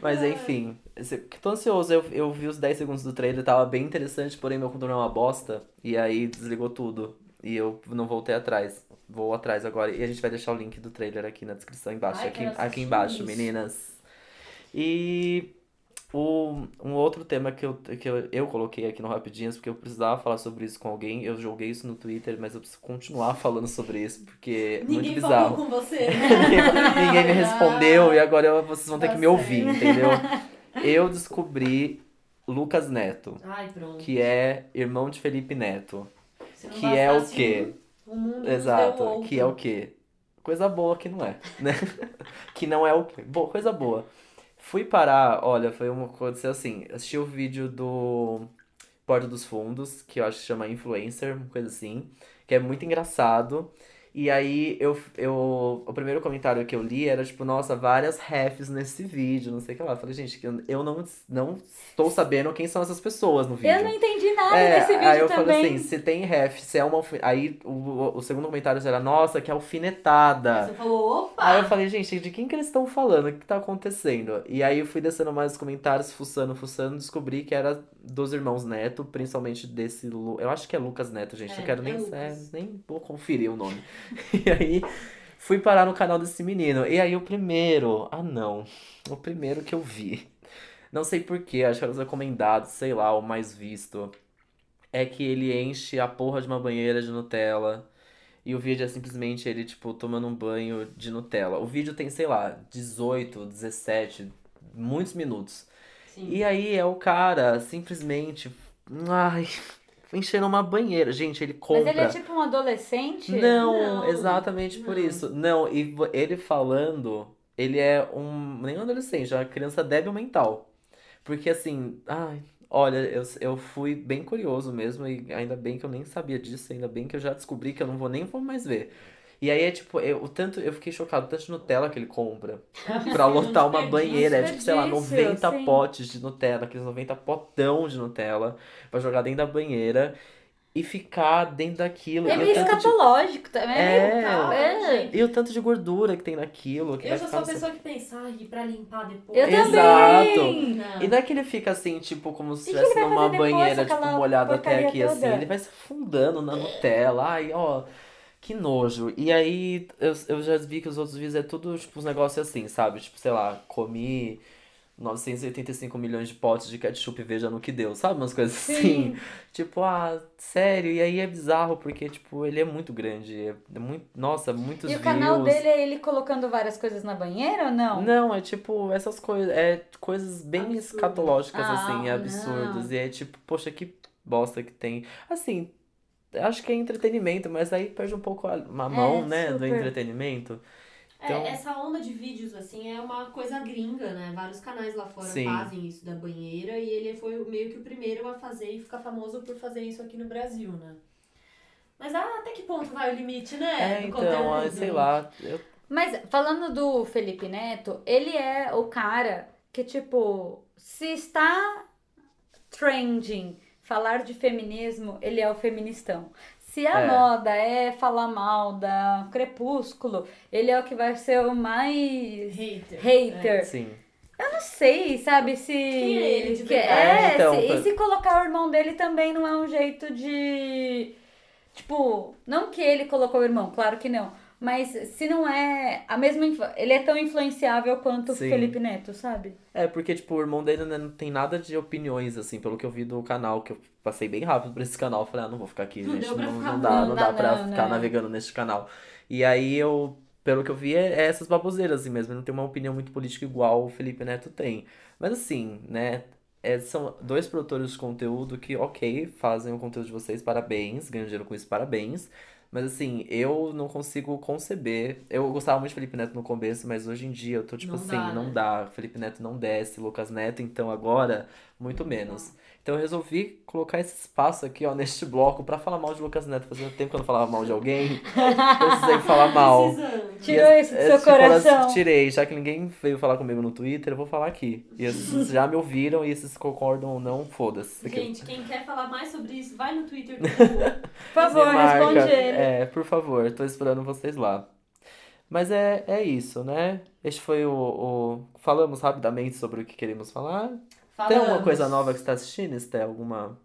Speaker 1: mas enfim. esse- que Tô ansioso. Eu, eu vi os 10 segundos do trailer, tava bem interessante, porém meu controle é uma bosta. E aí desligou tudo. E eu não voltei atrás. Vou atrás agora. E a gente vai deixar o link do trailer aqui na descrição embaixo.
Speaker 2: Ai,
Speaker 1: aqui,
Speaker 2: quero
Speaker 1: aqui
Speaker 2: assistir
Speaker 1: embaixo,
Speaker 2: isso.
Speaker 1: meninas. E o, um outro tema que, eu, que eu, eu coloquei aqui no Rapidinhas, porque eu precisava falar sobre isso com alguém. Eu joguei isso no Twitter, mas eu preciso continuar falando sobre isso, porque é muito
Speaker 2: Ninguém
Speaker 1: bizarro.
Speaker 2: falou com você.
Speaker 1: Ninguém me respondeu e agora eu- vocês vão ter
Speaker 2: Tá
Speaker 1: que me ouvir,
Speaker 2: certo.
Speaker 1: entendeu? Eu descobri Lucas Neto,
Speaker 2: Ai, pronto.
Speaker 1: que é irmão de Felipe Neto.
Speaker 2: Se não
Speaker 1: que é o
Speaker 2: bastasse
Speaker 1: quê?
Speaker 2: um, O mundo nos deu
Speaker 1: Exato,
Speaker 2: outro.
Speaker 1: que é o quê? Coisa boa que não é, né? que não é o quê? Boa, coisa boa. Fui parar, olha, foi uma coisa assim, assisti o vídeo do Porta dos Fundos, que eu acho que chama Influencer, uma coisa assim, que é muito engraçado. E aí eu, eu o primeiro comentário que eu li era tipo, nossa, várias refs nesse vídeo, não sei o que lá. Eu falei, gente, que eu- eu não, não estou sabendo quem são essas pessoas no vídeo.
Speaker 3: Eu não entendi nada
Speaker 1: É,
Speaker 3: Ah, nesse vídeo
Speaker 1: aí eu falo
Speaker 3: também.
Speaker 1: assim, se tem ref, se é uma alfi- Aí o- o, o segundo comentário era, nossa, que alfinetada.
Speaker 2: Você falou, opa!
Speaker 1: Aí eu falei, gente, de quem que eles estão falando? O que tá acontecendo? E aí eu fui descendo mais os comentários, fuçando, fuçando, descobri que era dos irmãos Neto, principalmente desse. Lu- Eu acho que é Lucas Neto, gente.
Speaker 2: É,
Speaker 1: não quero
Speaker 2: é
Speaker 1: nem,
Speaker 2: Lucas.
Speaker 1: é, nem vou conferir o nome. e aí fui parar no canal desse menino. E aí o primeiro. Ah, não. O primeiro que eu vi. Não sei porquê, acho que era os recomendados, sei lá, o mais visto. É que ele enche a porra de uma banheira de Nutella. E o vídeo é simplesmente ele, tipo, tomando um banho de Nutella. O vídeo tem, sei lá, 18, 17, muitos minutos.
Speaker 2: Sim.
Speaker 1: E aí é o cara simplesmente. Ai, enchendo uma banheira. Gente, ele compra.
Speaker 3: Mas ele é tipo um adolescente?
Speaker 1: Não,
Speaker 2: Não,
Speaker 1: exatamente por
Speaker 2: não.
Speaker 1: isso. Não, e vo- ele falando, ele é um, nem um adolescente, é uma criança débil mental. Porque assim, ai, olha, eu, eu fui bem curioso mesmo, e ainda bem que eu nem sabia disso, ainda bem que eu já descobri que eu não vou nem vou mais ver. E aí é tipo, eu, o tanto, eu fiquei chocado, o tanto de Nutella que ele compra pra lotar uma
Speaker 2: desperdício,
Speaker 1: banheira. É tipo, sei lá,
Speaker 3: desperdício,
Speaker 1: 90
Speaker 3: sim.
Speaker 1: potes de Nutella, aqueles 90 potão de Nutella, pra jogar dentro da banheira e ficar dentro daquilo.
Speaker 3: É
Speaker 1: E o
Speaker 3: meio
Speaker 1: tanto de-
Speaker 3: escatológico também.
Speaker 1: É.
Speaker 2: Calma,
Speaker 3: É.
Speaker 2: gente.
Speaker 1: e o tanto de gordura que tem naquilo. Que
Speaker 2: Eu
Speaker 1: vai
Speaker 2: já
Speaker 1: ficar
Speaker 2: sou a
Speaker 1: no seu-
Speaker 2: pessoa que pensa, ai, pra limpar depois.
Speaker 3: Eu também!
Speaker 1: Exato.
Speaker 2: Não.
Speaker 1: E não é que ele fica assim, tipo, como se
Speaker 3: E o que ele
Speaker 1: estivesse
Speaker 3: vai
Speaker 1: numa
Speaker 3: fazer depois,
Speaker 1: banheira, tipo,
Speaker 3: aquela
Speaker 1: molhado até
Speaker 3: porcaria
Speaker 1: aqui,
Speaker 3: toda?
Speaker 1: assim. Ele vai se afundando na Nutella. Ai, ó, que nojo. E aí, eu, eu já vi que os outros vídeos é tudo, tipo, uns negócios assim, sabe? Tipo, sei lá, comi 985 milhões de potes de ketchup veja no que deu, sabe? Umas coisas assim. Tipo, ah, sério. E aí é bizarro, porque, tipo, ele é muito grande. É muito, nossa, muitos
Speaker 3: E o
Speaker 1: views.
Speaker 3: canal dele é ele colocando várias coisas na banheira ou não?
Speaker 1: Não, é tipo, essas coisas. É coisas bem
Speaker 2: Absurdo.
Speaker 1: escatológicas, assim,
Speaker 3: Ah,
Speaker 1: absurdas. E é tipo, poxa, que bosta que tem. Assim, acho que é entretenimento, mas aí perde um pouco a, a mão, né, do
Speaker 3: super.
Speaker 1: entretenimento. Então-
Speaker 2: É, essa onda de vídeos, assim, é uma coisa gringa, né? Vários canais lá fora
Speaker 1: Sim.
Speaker 2: fazem isso da banheira e ele foi o- meio que o primeiro a fazer e ficar famoso por fazer isso aqui no Brasil, né? Mas ah, até que ponto vai o limite, né?
Speaker 1: É,
Speaker 2: do
Speaker 1: então, ah, sei
Speaker 2: conteúdo?
Speaker 1: lá. eu-
Speaker 3: Mas falando do Felipe Neto, ele é o cara que, tipo, se está trending falar de feminismo, ele é o feministão. Se a
Speaker 1: É.
Speaker 3: moda é falar mal da Crepúsculo, ele é o que vai ser o mais
Speaker 2: Hater.
Speaker 3: hater.
Speaker 1: sim.
Speaker 3: Não sei, sabe, se.
Speaker 2: Quem é ele de
Speaker 3: que-
Speaker 2: verdade?
Speaker 3: é,
Speaker 1: É, então,
Speaker 3: se-
Speaker 1: pra-
Speaker 3: e se colocar o irmão dele também não é um jeito de. Tipo, não que ele colocou o irmão, claro que não. Mas se não é a mesma. influ- Ele é tão influenciável quanto o
Speaker 1: Sim.
Speaker 3: Felipe Neto, sabe?
Speaker 1: É, porque, tipo, o irmão dele né, não tem nada de opiniões, assim, pelo que eu vi do canal, que eu passei bem rápido por esse canal. Falei, ah, não vou ficar aqui,
Speaker 2: Não
Speaker 1: gente,
Speaker 2: deu pra
Speaker 1: não,
Speaker 2: ficar-
Speaker 1: não dá,
Speaker 3: não
Speaker 1: não
Speaker 3: dá
Speaker 1: dá pra
Speaker 3: não,
Speaker 1: ficar
Speaker 3: né?
Speaker 1: navegando neste canal. E aí eu, pelo que eu vi, é, é essas baboseiras, assim mesmo. Ele não tem uma opinião muito política igual o Felipe Neto tem. Mas assim, né, é, são dois produtores de conteúdo que, ok, fazem o conteúdo de vocês, parabéns, ganham dinheiro com isso, parabéns. Mas assim, eu não consigo conceber. Eu gostava muito de Felipe Neto no começo, mas hoje em dia eu tô tipo
Speaker 2: Não
Speaker 1: assim,
Speaker 2: dá,
Speaker 1: não
Speaker 2: né?
Speaker 1: dá. Felipe Neto não desce, Lucas Neto, então agora, muito menos. Então eu resolvi colocar esse espaço aqui, ó, neste bloco, pra falar mal de Lucas Neto. Fazia tempo que eu não falava mal de alguém. Precisei falar mal.
Speaker 2: Tá Precisando.
Speaker 3: Tirou
Speaker 1: E
Speaker 3: isso do
Speaker 1: esse
Speaker 3: seu
Speaker 1: coração
Speaker 3: coração.
Speaker 1: Tirei, já que ninguém veio falar comigo no Twitter, eu vou falar aqui. E esses já me ouviram, e se concordam ou não, foda-se.
Speaker 2: Gente, quem quer falar mais sobre isso, vai no Twitter. por favor.
Speaker 3: Por favor,
Speaker 1: Me marca.
Speaker 3: responde ele.
Speaker 1: É, por favor, tô esperando vocês lá. Mas é, é isso, né? Este foi o, o- Falamos rapidamente sobre o que queremos falar. Tem alguma
Speaker 2: Falamos.
Speaker 1: coisa nova que você tá assistindo? Se tem alguma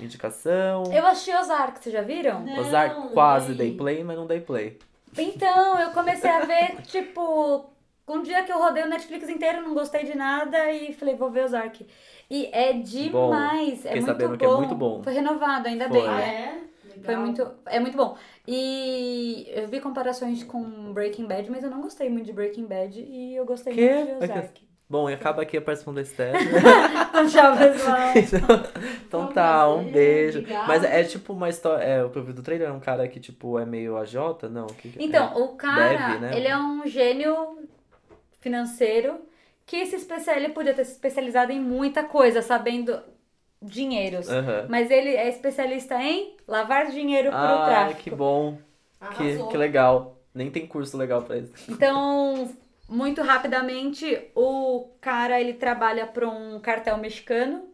Speaker 1: indicação?
Speaker 3: Eu achei Ozark, vocês já viram?
Speaker 2: Não,
Speaker 1: Ozark quase
Speaker 2: daí.
Speaker 1: dei play, mas não dei play.
Speaker 3: Então, eu comecei a ver, tipo, um dia que eu rodei o Netflix inteiro, não gostei de nada e falei, vou ver Ozark. E é demais,
Speaker 1: fiquei
Speaker 3: é muito
Speaker 1: sabendo
Speaker 3: bom.
Speaker 1: que é muito bom.
Speaker 3: Foi renovado, ainda
Speaker 1: Foi.
Speaker 3: bem,
Speaker 2: Ah,
Speaker 3: né?
Speaker 2: é? Legal.
Speaker 3: Foi muito, é muito bom. E eu vi comparações com Breaking Bad, mas eu não gostei muito de Breaking Bad e eu gostei
Speaker 1: Quê?
Speaker 3: muito de Ozark.
Speaker 1: Bom, e acaba aqui a participação da Esther.
Speaker 3: Tchau, pessoal.
Speaker 1: então
Speaker 2: Foi um
Speaker 1: tá, um
Speaker 2: prazer,
Speaker 1: beijo.
Speaker 2: obrigada.
Speaker 1: Mas é tipo uma história. É, o que eu vi do trailer é um cara que, tipo, é meio AJ? Não. o que é? que-
Speaker 3: Então, o cara,
Speaker 1: Deve, né?
Speaker 3: ele é um gênio financeiro que se especial, ele podia ter se especializado em muita coisa, sabendo dinheiros.
Speaker 1: é. Aham.
Speaker 3: Mas ele é especialista em lavar dinheiro pro
Speaker 1: Ah,
Speaker 3: tráfico.
Speaker 1: que bom. Que,
Speaker 2: Arrasou.
Speaker 1: que legal. Nem tem curso legal pra isso.
Speaker 3: Então, muito rapidamente, o cara ele trabalha para um cartel mexicano.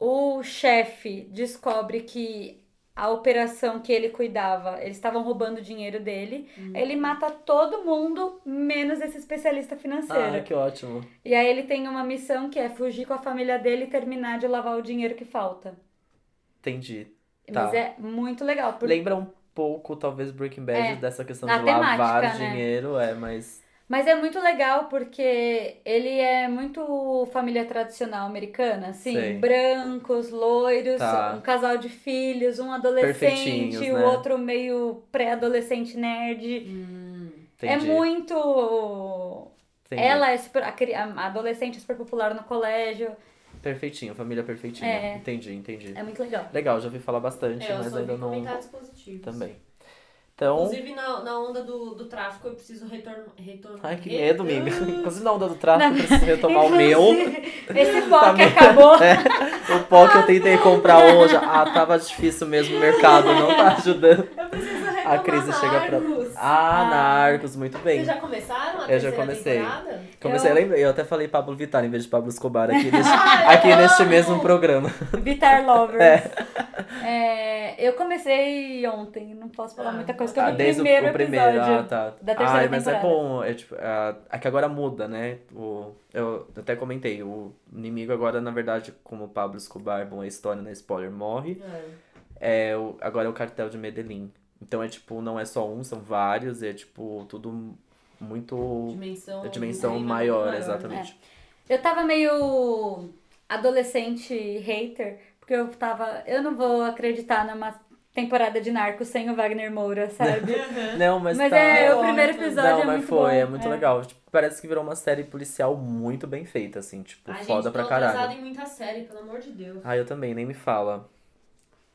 Speaker 3: O chefe descobre que a operação que ele cuidava, eles estavam roubando dinheiro dele.
Speaker 1: Hum.
Speaker 3: Ele mata todo mundo, menos esse especialista
Speaker 1: Ah,
Speaker 3: financeiro.
Speaker 1: que ótimo.
Speaker 3: E aí ele tem uma missão que é fugir com a família dele e terminar de lavar o dinheiro que falta.
Speaker 1: Entendi.
Speaker 3: Mas
Speaker 1: Tá.
Speaker 3: é muito legal, porque
Speaker 1: Lembra um pouco, talvez, Breaking Bad
Speaker 3: É,
Speaker 1: dessa questão
Speaker 3: na
Speaker 1: de lavar
Speaker 3: temática, né?
Speaker 1: dinheiro, é, mas.
Speaker 3: Mas é muito legal porque ele é muito família tradicional americana, assim,
Speaker 1: Sei.
Speaker 3: brancos, loiros,
Speaker 1: Tá.
Speaker 3: um casal de filhos, um adolescente,
Speaker 1: Perfeitinhos,
Speaker 3: o
Speaker 1: né?
Speaker 3: outro meio pré-adolescente nerd.
Speaker 2: Hum,
Speaker 3: É
Speaker 1: entendi,
Speaker 3: muito.
Speaker 1: entendi.
Speaker 3: Ela é super. A, cri- a adolescente é super popular no colégio.
Speaker 1: Perfeitinho, família perfeitinha.
Speaker 3: É.
Speaker 1: Entendi, entendi.
Speaker 3: É muito legal.
Speaker 1: Legal, já ouvi falar bastante,
Speaker 2: é, eu
Speaker 1: mas
Speaker 2: só vi
Speaker 1: ainda não.
Speaker 2: comentários positivos.
Speaker 1: Também. Então.
Speaker 2: Inclusive, na, na onda do, do tráfico, eu preciso retornar. Retorn...
Speaker 1: Ai, que medo, amiga.
Speaker 2: Retorn-
Speaker 1: Inclusive, na onda do tráfico, eu preciso retomar o meu.
Speaker 3: Inclusive, Esse pó que
Speaker 1: Tá
Speaker 3: acabou.
Speaker 1: O pó que eu tentei comprar hoje. Ah, tava difícil mesmo o mercado, não tá ajudando.
Speaker 2: Eu preciso retomar
Speaker 1: A crise chega pra.
Speaker 2: Narcos.
Speaker 1: Ah,
Speaker 3: Ah.
Speaker 1: Narcos, muito bem.
Speaker 2: Vocês já começaram a
Speaker 1: Eu já
Speaker 2: terceira
Speaker 1: comecei.
Speaker 2: temporada?
Speaker 1: Comecei,
Speaker 3: Eu-
Speaker 1: eu... lembrei, eu até falei Pablo Vittar em vez de Pablo Escobar aqui neste,
Speaker 2: Ah,
Speaker 1: aqui
Speaker 2: eu
Speaker 1: neste
Speaker 2: amo!
Speaker 1: mesmo programa.
Speaker 3: Vitar Lovers. É, eu comecei ontem, não posso falar muita coisa, que eu
Speaker 1: Ah,
Speaker 3: vi o
Speaker 1: desde o,
Speaker 3: primeiro
Speaker 1: o primeiro,
Speaker 3: episódio.
Speaker 1: ah, tá.
Speaker 3: da terceira
Speaker 1: Ai, mas é
Speaker 3: temporada.
Speaker 1: bom, é tipo, ah, é que agora muda, né? O, eu até comentei, o inimigo agora, na verdade, como o Pablo Escobar, bom, a história, né, spoiler, morre,
Speaker 2: É.
Speaker 1: é, o, agora é o cartel de Medellín. Então é tipo, não é só um, são vários, e é tipo, tudo muito...
Speaker 2: Dimensão.
Speaker 1: É dimensão
Speaker 2: um clima
Speaker 1: maior,
Speaker 2: muito
Speaker 1: exatamente.
Speaker 3: Eu tava meio adolescente hater, porque eu tava. Eu não vou acreditar numa temporada de Narcos sem o Wagner Moura, sabe?
Speaker 1: Não, mas,
Speaker 3: mas
Speaker 1: tá.
Speaker 3: é, o
Speaker 2: Ótimo.
Speaker 3: primeiro episódio
Speaker 1: Não,
Speaker 3: é
Speaker 1: mas
Speaker 3: muito
Speaker 1: foi,
Speaker 3: bom.
Speaker 1: é muito legal. Tipo, parece que virou uma série policial muito bem feita, assim, tipo,
Speaker 2: A gente
Speaker 1: foda pra
Speaker 2: tá
Speaker 1: caralho.
Speaker 2: atrasado em muita série, pelo amor de Deus.
Speaker 1: Ah, eu também, nem me fala.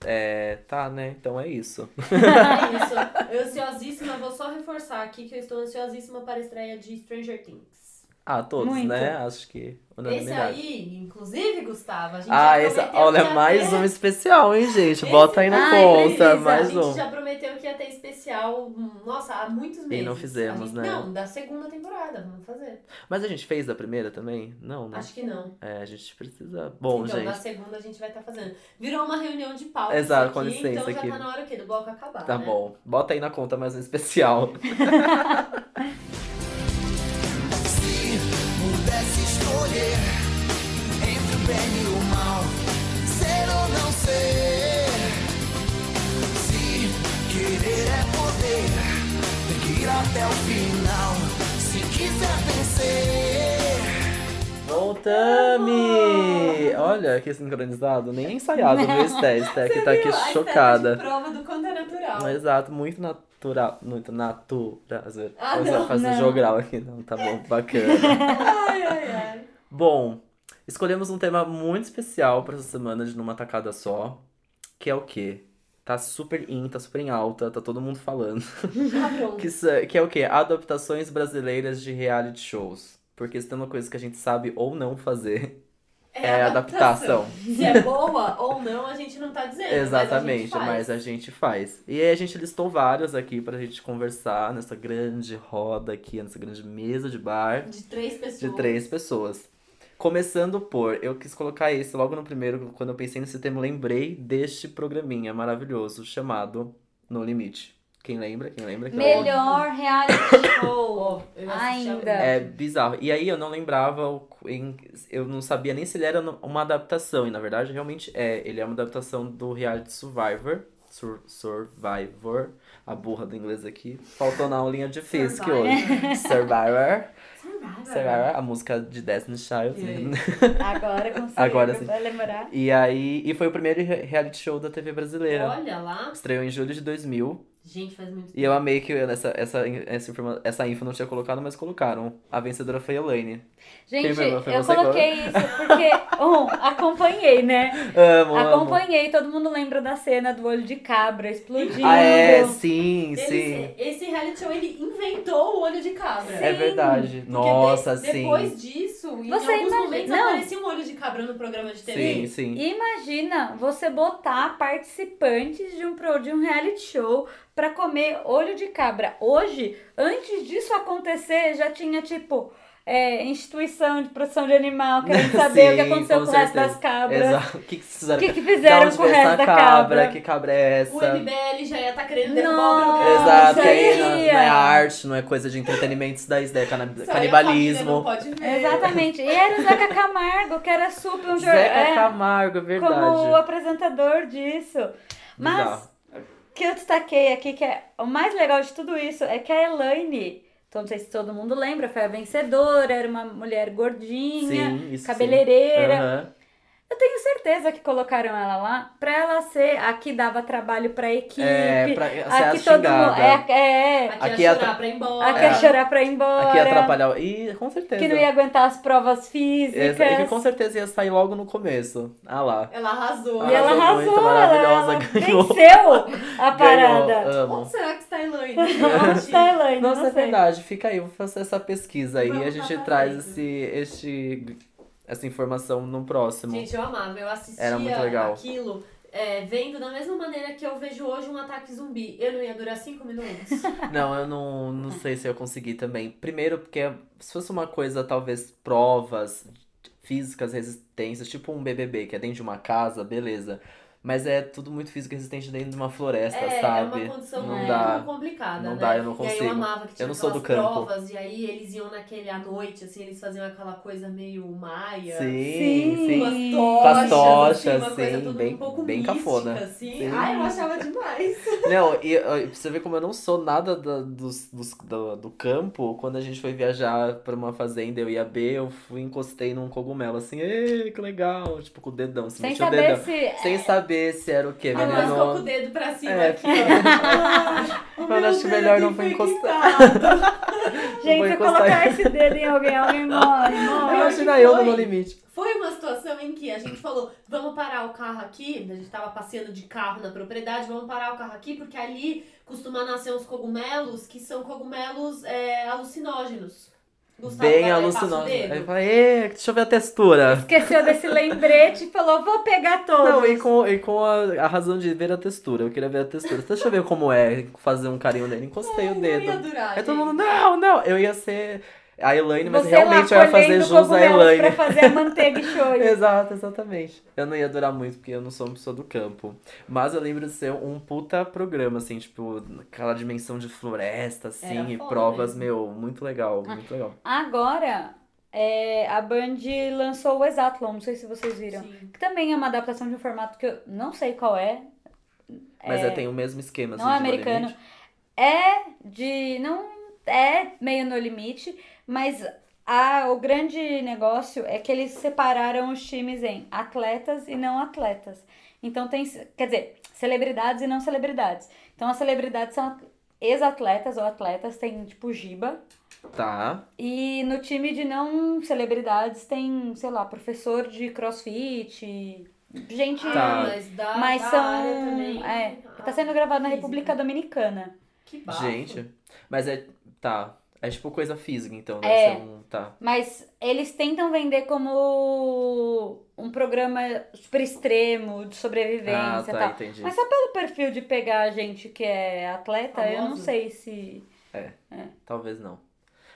Speaker 1: É, tá, né? Então é isso.
Speaker 2: É isso. Eu ansiosíssima, vou só reforçar aqui que eu estou ansiosíssima para a estreia de Stranger Things.
Speaker 1: Ah, todos,
Speaker 3: Muito.
Speaker 1: né? Acho que
Speaker 2: Esse
Speaker 1: unanimidade.
Speaker 2: aí, inclusive, Gustavo, a gente
Speaker 1: ah,
Speaker 2: já
Speaker 1: esse,
Speaker 2: prometeu
Speaker 1: olha,
Speaker 2: que ia
Speaker 1: mais
Speaker 2: ter-
Speaker 1: um especial, hein, gente?
Speaker 2: Esse-
Speaker 1: Bota aí na
Speaker 3: Ai,
Speaker 1: conta,
Speaker 3: precisa,
Speaker 2: a
Speaker 1: mais
Speaker 2: gente
Speaker 1: um.
Speaker 2: já prometeu que ia ter especial, hum, nossa, há muitos meses.
Speaker 1: E não fizemos,
Speaker 2: A gente-
Speaker 1: né?
Speaker 2: Não, da segunda temporada, vamos fazer.
Speaker 1: Mas a gente fez da primeira também? Não, né?
Speaker 2: Acho que não.
Speaker 1: É, a gente precisa... Bom,
Speaker 2: então, da
Speaker 1: gente,
Speaker 2: segunda a gente vai estar fazendo. Virou uma reunião de pauta.
Speaker 1: Exato,
Speaker 2: isso
Speaker 1: com
Speaker 2: aqui,
Speaker 1: licença
Speaker 2: Então já
Speaker 1: aqui.
Speaker 2: tá na hora o quê? Do bloco acabar.
Speaker 1: tá
Speaker 2: né?
Speaker 1: bom. Bota aí na conta mais um especial.
Speaker 4: Se pudesse escolher entre o bem e o mal, ser ou não ser. Se querer é poder, tem que ir até o final. Se quiser vencer,
Speaker 1: Voltame! Olha, que sincronizado. Nem ensaiado, viu, Esté? Esté que tá
Speaker 2: Viu?
Speaker 1: aqui
Speaker 2: A estética
Speaker 1: chocada.
Speaker 2: de prova do quanto é natural.
Speaker 1: Exato, muito natural. Muito natural.
Speaker 2: Ah,
Speaker 1: Vamos
Speaker 2: não,
Speaker 1: fazer
Speaker 3: não.
Speaker 1: jogral aqui, não. Tá bom, bacana.
Speaker 2: Ai, ai, ai.
Speaker 1: bom, escolhemos um tema muito especial pra essa semana de Numa Tacada Só. Que é o quê? Tá super in, tá super em alta, tá todo mundo falando.
Speaker 2: Tá pronto.
Speaker 1: Que, sa- que é o quê? Adaptações brasileiras de reality shows. Porque se tem uma coisa que a gente sabe ou não fazer, é, adaptação.
Speaker 2: Se é boa ou não, a gente não tá dizendo.
Speaker 1: Exatamente,
Speaker 2: mas.
Speaker 1: mas a gente faz. E aí a gente listou vários aqui pra gente conversar nessa grande roda aqui, nessa grande mesa de
Speaker 2: a
Speaker 1: bar
Speaker 2: gente faz. De três pessoas.
Speaker 1: de três pessoas. Começando por, eu quis colocar esse logo no primeiro, quando eu pensei nesse tema, eu lembrei deste programinha maravilhoso chamado No Limite. Quem lembra? Quem lembra? Quem lembra?
Speaker 3: Melhor reality show.
Speaker 2: Ó, eu assisti a-
Speaker 3: Ainda.
Speaker 1: É bizarro. E aí eu não lembrava, o- em- eu não sabia nem se ele era no- uma adaptação. E na verdade, realmente é. Ele é uma adaptação do reality Survivor. Sur- Survivor. A burra do inglês aqui. Faltou na aulinha de física hoje. Survivor. Survivor. A música de Destiny Child.
Speaker 2: E aí?
Speaker 1: né?
Speaker 3: Agora consigo.
Speaker 1: Agora sim.
Speaker 3: Vai lembrar?
Speaker 1: E aí... E foi o primeiro re- reality show da TV brasileira.
Speaker 2: Olha lá.
Speaker 1: Estreou em julho de 2000.
Speaker 2: Gente, faz muito
Speaker 1: E eu amei que eu- essa, essa, essa, informa- essa info não tinha colocado, mas colocaram. A vencedora foi a Elaine.
Speaker 3: Gente,
Speaker 1: lembra? Foi
Speaker 3: eu
Speaker 1: você que
Speaker 3: coloquei isso porque, um, acompanhei, né?
Speaker 1: Amo, amo.
Speaker 3: Acompanhei, todo mundo lembra da cena do olho de cabra explodindo.
Speaker 1: Ah, é, sim,
Speaker 2: Ele-
Speaker 1: sim.
Speaker 2: Esse reality show, ele inventou o olho de cabra.
Speaker 1: É verdade.
Speaker 2: Porque
Speaker 1: Nossa,
Speaker 2: de-
Speaker 1: sim.
Speaker 2: Depois disso, em
Speaker 3: Você
Speaker 2: alguns
Speaker 3: imagina-
Speaker 2: momentos,
Speaker 3: não.
Speaker 2: aparecia um olho de cabra no programa de TV.
Speaker 1: Sim, sim.
Speaker 3: E Imagina você botar participantes de um, pro- de um reality show pra comer olho de cabra. Hoje, antes disso acontecer, já tinha tipo é, instituição de produção de animal querendo saber o que
Speaker 1: Sim,
Speaker 3: aconteceu com,
Speaker 1: com
Speaker 3: o resto
Speaker 1: certeza.
Speaker 3: das cabras.
Speaker 1: Exato. O que, que vocês
Speaker 3: O
Speaker 1: fizeram?
Speaker 3: que, que
Speaker 1: Da
Speaker 3: fizeram
Speaker 1: onde
Speaker 3: com o
Speaker 1: veio
Speaker 3: resto
Speaker 1: essa
Speaker 3: da
Speaker 1: cabra?
Speaker 3: cabra?
Speaker 1: Que cabra é
Speaker 2: O
Speaker 1: essa?
Speaker 2: MBL já ia estar querendo derrubar o programa.
Speaker 1: Exato,
Speaker 3: isso
Speaker 1: que aí não,
Speaker 3: aí,
Speaker 1: não é
Speaker 3: ó.
Speaker 1: arte, não é coisa de entretenimento, isso daí isso daí é cana-
Speaker 2: Isso aí a família Não
Speaker 1: canibalismo.
Speaker 2: pode ver.
Speaker 3: Exatamente. E era o Zeca Camargo, que era super um jornal.
Speaker 1: Zeca Camargo, é verdade.
Speaker 3: como apresentador disso. Mas o que eu destaquei aqui, que é o mais legal de tudo isso, é que a Elaine, então não sei se todo mundo lembra, foi a vencedora, era uma mulher gordinha,
Speaker 1: Sim, isso sim.
Speaker 3: cabeleireira.
Speaker 1: Aham.
Speaker 3: Eu tenho certeza que colocaram ela lá pra ela ser a que dava trabalho pra equipe,
Speaker 1: É, pra ser
Speaker 3: a
Speaker 1: a
Speaker 3: que todo mundo.
Speaker 1: xingada.
Speaker 3: É, é, é,
Speaker 2: Aqui,
Speaker 1: Aqui
Speaker 2: ia
Speaker 1: atra-
Speaker 2: chorar pra ir embora.
Speaker 3: a que ia
Speaker 1: É.
Speaker 3: chorar pra ir embora.
Speaker 1: Aqui ia atrapalhar. E com certeza.
Speaker 3: Que não ia aguentar as provas físicas.
Speaker 1: Essa- e que com certeza ia sair logo no começo. Ah lá.
Speaker 2: Ela arrasou.
Speaker 3: E ela
Speaker 1: Arrasou muito,
Speaker 3: arrasou,
Speaker 1: maravilhosa,
Speaker 3: ela
Speaker 1: ganhou.
Speaker 3: venceu a parada.
Speaker 1: Ganhou, amo.
Speaker 2: Onde será que está a Elaine?
Speaker 3: Onde está a Elaine?
Speaker 1: Nossa,
Speaker 3: não
Speaker 1: é
Speaker 3: sei.
Speaker 1: verdade. Fica aí, vou fazer essa pesquisa aí.
Speaker 2: Vamos
Speaker 1: a gente
Speaker 2: tá
Speaker 1: traz
Speaker 2: fazendo.
Speaker 1: esse, este, essa informação no próximo.
Speaker 2: Gente, eu amava. Eu assistia
Speaker 1: Era muito legal.
Speaker 2: aquilo é, vendo da mesma maneira que eu vejo hoje um ataque zumbi. Eu não ia durar cinco minutos.
Speaker 1: Não, eu não, não sei se eu consegui também. Primeiro, porque se fosse uma coisa, talvez, provas físicas, resistências, tipo um BBB que é dentro de uma casa, beleza. Mas é tudo muito físico e resistente dentro de uma floresta,
Speaker 2: É,
Speaker 1: sabe?
Speaker 2: é uma condição
Speaker 1: não
Speaker 2: muito
Speaker 1: dá.
Speaker 2: complicada,
Speaker 1: Não
Speaker 2: né?
Speaker 1: dá, eu não
Speaker 2: E aí eu
Speaker 1: consigo.
Speaker 2: amava que tinha
Speaker 1: Eu não sou
Speaker 2: aquelas
Speaker 1: do campo.
Speaker 2: provas, e aí eles iam naquele à noite, assim, eles faziam aquela coisa meio maia.
Speaker 1: Sim,
Speaker 3: Sim.
Speaker 1: sim.
Speaker 2: Umas tochas,
Speaker 3: Com as
Speaker 2: assim,
Speaker 1: tochas,
Speaker 2: uma coisa
Speaker 1: sim,
Speaker 2: tudo
Speaker 1: bem-
Speaker 2: um pouco
Speaker 1: bem
Speaker 2: mística,
Speaker 1: cafona.
Speaker 2: assim.
Speaker 1: Sim.
Speaker 2: Ai, eu achava demais.
Speaker 1: Não, e ó, e pra você ver como eu não sou nada da- dos, dos- do, do campo, quando a gente foi viajar pra uma fazenda, eu ia B, eu fui encostei num cogumelo assim, ei, que legal! Tipo, com o dedão, se
Speaker 3: Sem
Speaker 1: mexeu o
Speaker 3: saber
Speaker 1: dedão.
Speaker 3: se.
Speaker 1: Sem saber se era o quê,
Speaker 2: Aí nós Ah, com o
Speaker 1: veneno.
Speaker 2: dedo pra cima
Speaker 1: um É,
Speaker 2: aqui, Ah, ó.
Speaker 1: Mas acho melhor não foi
Speaker 2: encostar.
Speaker 3: Gente,
Speaker 1: vou
Speaker 3: se eu
Speaker 1: encostar
Speaker 3: colocar
Speaker 1: aí.
Speaker 3: esse dedo em alguém, alguém morre, morre.
Speaker 1: Imagina eu no
Speaker 2: foi.
Speaker 1: meu limite.
Speaker 2: Foi uma situação em que a gente falou, vamos parar o carro aqui, a gente tava passeando de carro na propriedade, vamos parar o carro aqui, porque ali costuma nascer uns cogumelos que são cogumelos é, alucinógenos. Gustavo, vai um
Speaker 1: Bem
Speaker 2: lá e
Speaker 1: alucinante.
Speaker 2: passa o dedo.
Speaker 1: Aí eu falei, "Ê, deixa eu ver a textura.
Speaker 3: Esqueceu desse lembrete e falou: vou pegar todos.
Speaker 1: Não, e com, e com a, a razão de ver a textura. Eu queria ver a textura. Deixa eu ver como é fazer um carinho nele. Encostei o
Speaker 2: Não É, ia
Speaker 1: dedo.
Speaker 2: durar,
Speaker 1: Aí todo
Speaker 2: gente.
Speaker 1: mundo, não, não. Eu ia ser a Elaine, mas
Speaker 3: Você
Speaker 1: realmente
Speaker 3: lá
Speaker 1: eu ia fazer
Speaker 3: colhendo
Speaker 1: jus à
Speaker 3: cogumelos Pra
Speaker 1: Elaine.
Speaker 3: fazer a manteiga e shoyu.
Speaker 1: Exato, exatamente. Eu não ia durar muito, porque eu não sou uma pessoa do campo. Mas eu lembro de ser um puta programa, assim, tipo, aquela dimensão de floresta, assim,
Speaker 2: Era
Speaker 1: e
Speaker 2: foda
Speaker 1: provas,
Speaker 2: mesmo.
Speaker 1: meu, muito legal, muito legal.
Speaker 3: Agora, é, a Band lançou o Exatlon, não sei se vocês viram.
Speaker 2: Sim.
Speaker 3: Que também é uma adaptação de um formato que eu não sei qual é.
Speaker 1: Mas é, tem o mesmo esquema,
Speaker 3: Não
Speaker 1: assim,
Speaker 3: é
Speaker 1: de
Speaker 3: americano.
Speaker 1: Hollywood.
Speaker 3: É de. Não é meio no limite, mas a, o grande negócio é que eles separaram os times em atletas e não atletas. Então tem. Quer dizer, celebridades e não celebridades. Então as celebridades são ex-atletas ou atletas, tem tipo Giba.
Speaker 1: Tá.
Speaker 3: E no time de não celebridades tem, sei lá, professor de crossfit, gente.
Speaker 1: Tá.
Speaker 2: Ah, mas da,
Speaker 3: Mas
Speaker 2: da área também.
Speaker 3: são. É, tá sendo gravado na
Speaker 2: física.
Speaker 3: República Dominicana.
Speaker 2: Que bafo.
Speaker 1: Gente. Mas é. Tá. É tipo coisa física, então, deve
Speaker 3: É.
Speaker 1: ser um. Tá.
Speaker 3: Mas eles tentam vender como um programa super extremo de sobrevivência
Speaker 1: ah,
Speaker 3: e
Speaker 1: tá,
Speaker 3: tal.
Speaker 1: entendi.
Speaker 3: Mas só pelo perfil de pegar gente que é atleta, eu não
Speaker 2: Famoso.
Speaker 3: sei se.
Speaker 1: Talvez não.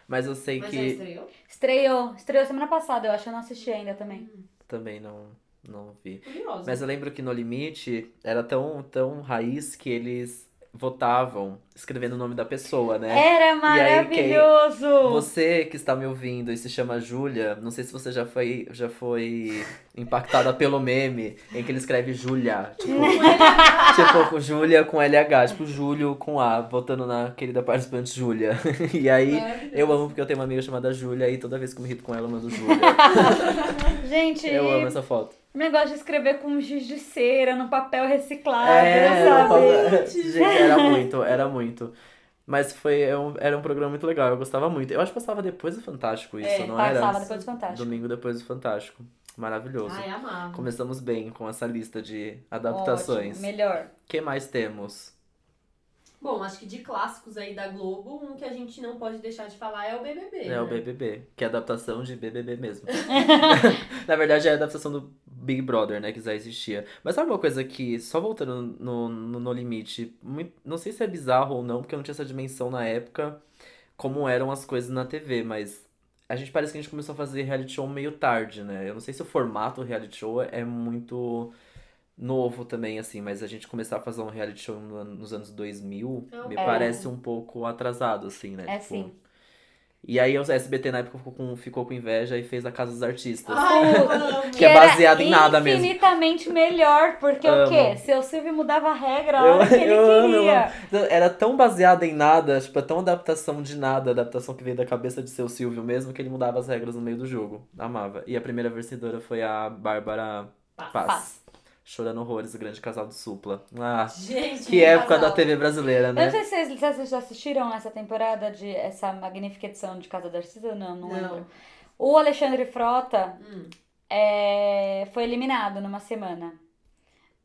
Speaker 1: Mas eu sei
Speaker 2: Mas já
Speaker 1: que
Speaker 2: estreou?
Speaker 3: Estreou, estreou semana passada, eu acho, eu não assisti ainda também.
Speaker 1: também não, não vi.
Speaker 2: Curioso.
Speaker 1: Mas eu lembro que no Limite era tão, tão raiz que eles votavam escrevendo o nome da pessoa, né?
Speaker 3: Era
Speaker 1: aí, Kay,
Speaker 3: maravilhoso!
Speaker 1: Você que está me ouvindo e se chama Júlia, não sei se você já foi, já foi impactada pelo meme em que ele escreve Júlia. Tipo,
Speaker 3: é.
Speaker 1: tipo, com Júlia com LH, tipo Júlio com A, voltando na querida participante Júlia. E aí,
Speaker 2: Maravilhoso.
Speaker 1: eu amo porque eu tenho uma amiga chamada Júlia e toda vez que eu me irrito com ela, eu mando Júlia.
Speaker 3: Gente,
Speaker 1: Eu amo essa foto.
Speaker 3: O negócio de escrever com um giz de cera no papel reciclado,
Speaker 1: era,
Speaker 3: sabe?
Speaker 1: uma- É, gente, era muito, era muito. Mas foi, é um- era um programa muito legal, eu gostava muito. Eu acho que passava depois do Fantástico isso,
Speaker 2: É,
Speaker 1: não era?
Speaker 3: Passava depois do Fantástico.
Speaker 1: Domingo depois do Fantástico. Maravilhoso.
Speaker 2: Ai, amava.
Speaker 1: Começamos bem com essa lista de
Speaker 3: Ótimo,
Speaker 1: adaptações. O
Speaker 3: melhor.
Speaker 1: que mais temos?
Speaker 2: Bom, acho que de clássicos aí da Globo, um que a gente não pode deixar de falar é o BBB.
Speaker 1: É
Speaker 2: né?
Speaker 1: o BBB, que é adaptação de BBB mesmo. Na verdade, é a adaptação do Big Brother, né, que já existia. Mas sabe uma coisa que, só voltando no, no, no limite, mui- não sei se é bizarro ou não, porque eu não tinha essa dimensão na época, como eram as coisas na TV, mas a gente parece que a gente começou a fazer reality show meio tarde, né? Eu não sei se o formato reality show é muito novo também, assim, mas a gente começar a fazer um reality show no ano- nos anos 2000
Speaker 2: É um
Speaker 1: me
Speaker 2: pouco.
Speaker 1: parece um pouco atrasado, assim, né?
Speaker 3: Então, É,
Speaker 1: Tipo,
Speaker 3: sim.
Speaker 1: E aí o SBT na época ficou com, ficou com inveja e fez a Casa dos Artistas.
Speaker 2: Ai, eu
Speaker 1: Que é
Speaker 2: amo.
Speaker 3: era
Speaker 1: baseado em nada mesmo.
Speaker 3: infinitamente melhor, porque o
Speaker 1: Amo.
Speaker 3: quê? Seu Silvio mudava a regra a
Speaker 1: Eu-
Speaker 3: hora que ele
Speaker 1: eu amo, eu
Speaker 3: queria.
Speaker 1: Então, Era tão baseada em nada, tipo, é tão adaptação de nada, adaptação que veio da cabeça de seu Silvio mesmo, que ele mudava as regras no meio do jogo. Amava. E a primeira vencedora foi a Bárbara
Speaker 2: Paz.
Speaker 1: Paz.
Speaker 3: Paz.
Speaker 1: Chorando horrores, o grande casal do Supla. Ah,
Speaker 2: Gente,
Speaker 1: que época da
Speaker 2: casal.
Speaker 1: TV brasileira,
Speaker 3: Eu não
Speaker 1: né?
Speaker 3: sei se vocês, se vocês já assistiram essa temporada de essa magnífica edição de Casa da Artista, não, não, lembro.
Speaker 2: Não.
Speaker 3: O Alexandre Frota
Speaker 2: Hum.
Speaker 3: é, foi eliminado numa semana.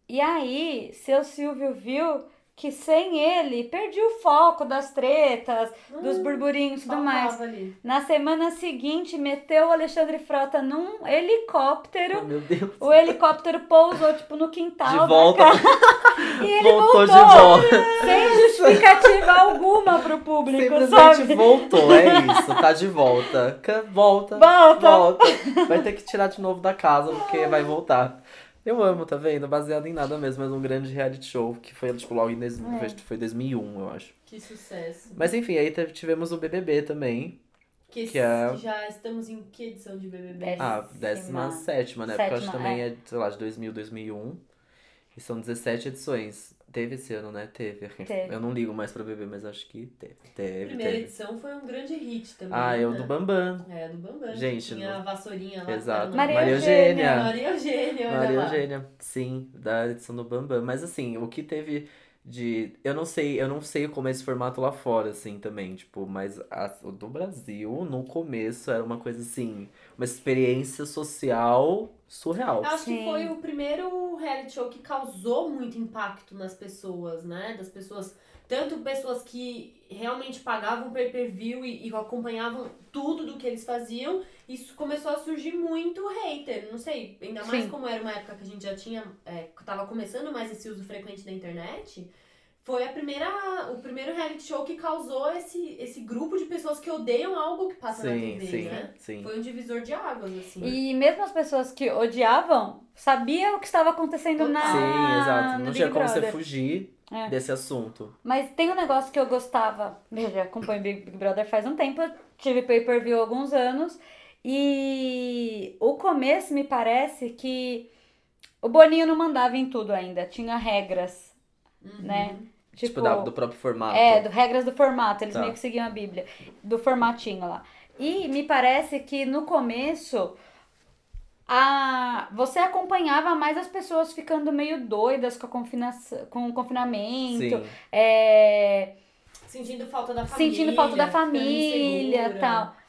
Speaker 3: E aí, seu Silvio viu que sem ele, perdi o foco das tretas, dos
Speaker 1: Hum,
Speaker 3: burburinhos e tudo mais.
Speaker 2: Faltava ali.
Speaker 3: Na semana seguinte, meteu o Alexandre Frota num
Speaker 1: Oh,
Speaker 3: helicóptero.
Speaker 1: meu Deus.
Speaker 3: O helicóptero pousou, tipo, no quintal
Speaker 1: De
Speaker 3: da
Speaker 1: volta.
Speaker 3: casa. E ele
Speaker 1: voltou,
Speaker 3: voltou,
Speaker 1: de volta.
Speaker 3: sem justificativa alguma pro público,
Speaker 1: Simplesmente
Speaker 3: sabe?
Speaker 1: voltou, é isso. Tá de volta. Ca- Volta.
Speaker 3: Volta.
Speaker 1: Volta. Vai ter que tirar de novo da casa, porque vai voltar. Eu amo, tá vendo? Baseado em nada mesmo, mas um grande reality show que foi, tipo, logo em dois-
Speaker 3: É.
Speaker 1: foi 2001, eu acho.
Speaker 2: Que sucesso.
Speaker 1: Mas enfim, aí teve- tivemos o BBB também.
Speaker 2: Que,
Speaker 1: Que é-
Speaker 2: já estamos em que edição de BBB?
Speaker 3: Décima.
Speaker 1: Ah, 17, né? Porque eu acho que
Speaker 3: Sétima,
Speaker 1: também é. sei lá, de 2000, 2001. E são 17 edições. Teve esse ano, né? Teve.
Speaker 3: Teve.
Speaker 1: Eu não ligo mais pra BBB, mas acho que teve.
Speaker 2: a
Speaker 1: Teve,
Speaker 2: primeira
Speaker 1: teve.
Speaker 2: edição foi um grande hit também.
Speaker 1: Ah, eu
Speaker 2: né?
Speaker 1: do Bambam.
Speaker 2: É, do Bambam.
Speaker 1: Gente,
Speaker 2: Tinha
Speaker 1: não-
Speaker 2: a vassourinha lá.
Speaker 1: Exato.
Speaker 2: que
Speaker 3: Maria
Speaker 2: era
Speaker 3: Eugênia.
Speaker 2: uma- Maria Eugênia, olha
Speaker 1: Maria
Speaker 2: lá.
Speaker 1: Eugênia, sim, da edição do Bambam. Mas assim, o que teve de. Eu não sei, eu não sei como é esse formato lá fora, assim, também, tipo, mas a- o do Brasil, no começo, era uma coisa assim, uma experiência social surreal.
Speaker 2: Eu Acho que
Speaker 3: Sim.
Speaker 2: foi o primeiro reality show que causou muito impacto nas pessoas, né? Das pessoas, tanto pessoas que realmente pagavam pay-per-view e, e acompanhavam tudo do que eles faziam, isso começou a surgir muito hater, não sei, ainda mais
Speaker 3: Sim.
Speaker 2: como era uma época que a gente já tinha, é, tava começando mais esse uso frequente da internet, foi a primeira, o primeiro reality show que causou esse, esse grupo de pessoas que odeiam algo que passa na
Speaker 1: sim,
Speaker 2: TV,
Speaker 1: sim,
Speaker 2: né?
Speaker 1: sim.
Speaker 2: Foi um divisor de águas, assim.
Speaker 3: E mesmo as pessoas que odiavam sabiam o que estava acontecendo na.
Speaker 1: Sim, exato. Não
Speaker 3: no Ah, Big
Speaker 1: tinha como
Speaker 3: Brother.
Speaker 1: você fugir
Speaker 3: É.
Speaker 1: desse assunto.
Speaker 3: Mas tem um negócio que eu gostava. Eu já acompanho Big Big Brother faz um tempo. eu Tive pay per view há alguns anos. E o começo me parece que o Boninho não mandava em tudo ainda. Tinha regras,
Speaker 2: Uhum.
Speaker 3: né?
Speaker 1: Tipo, da- do próprio formato.
Speaker 3: É, do regras do formato, eles
Speaker 1: Tá.
Speaker 3: meio que seguiam a Bíblia, do formatinho lá. E me parece que no começo a você acompanhava mais as pessoas ficando meio doidas com, a confina... com o confinamento,
Speaker 1: Sim.
Speaker 3: é,
Speaker 2: Sentindo falta da família.
Speaker 3: sentindo falta da
Speaker 2: ficando
Speaker 3: família
Speaker 2: insegura.
Speaker 3: e tal.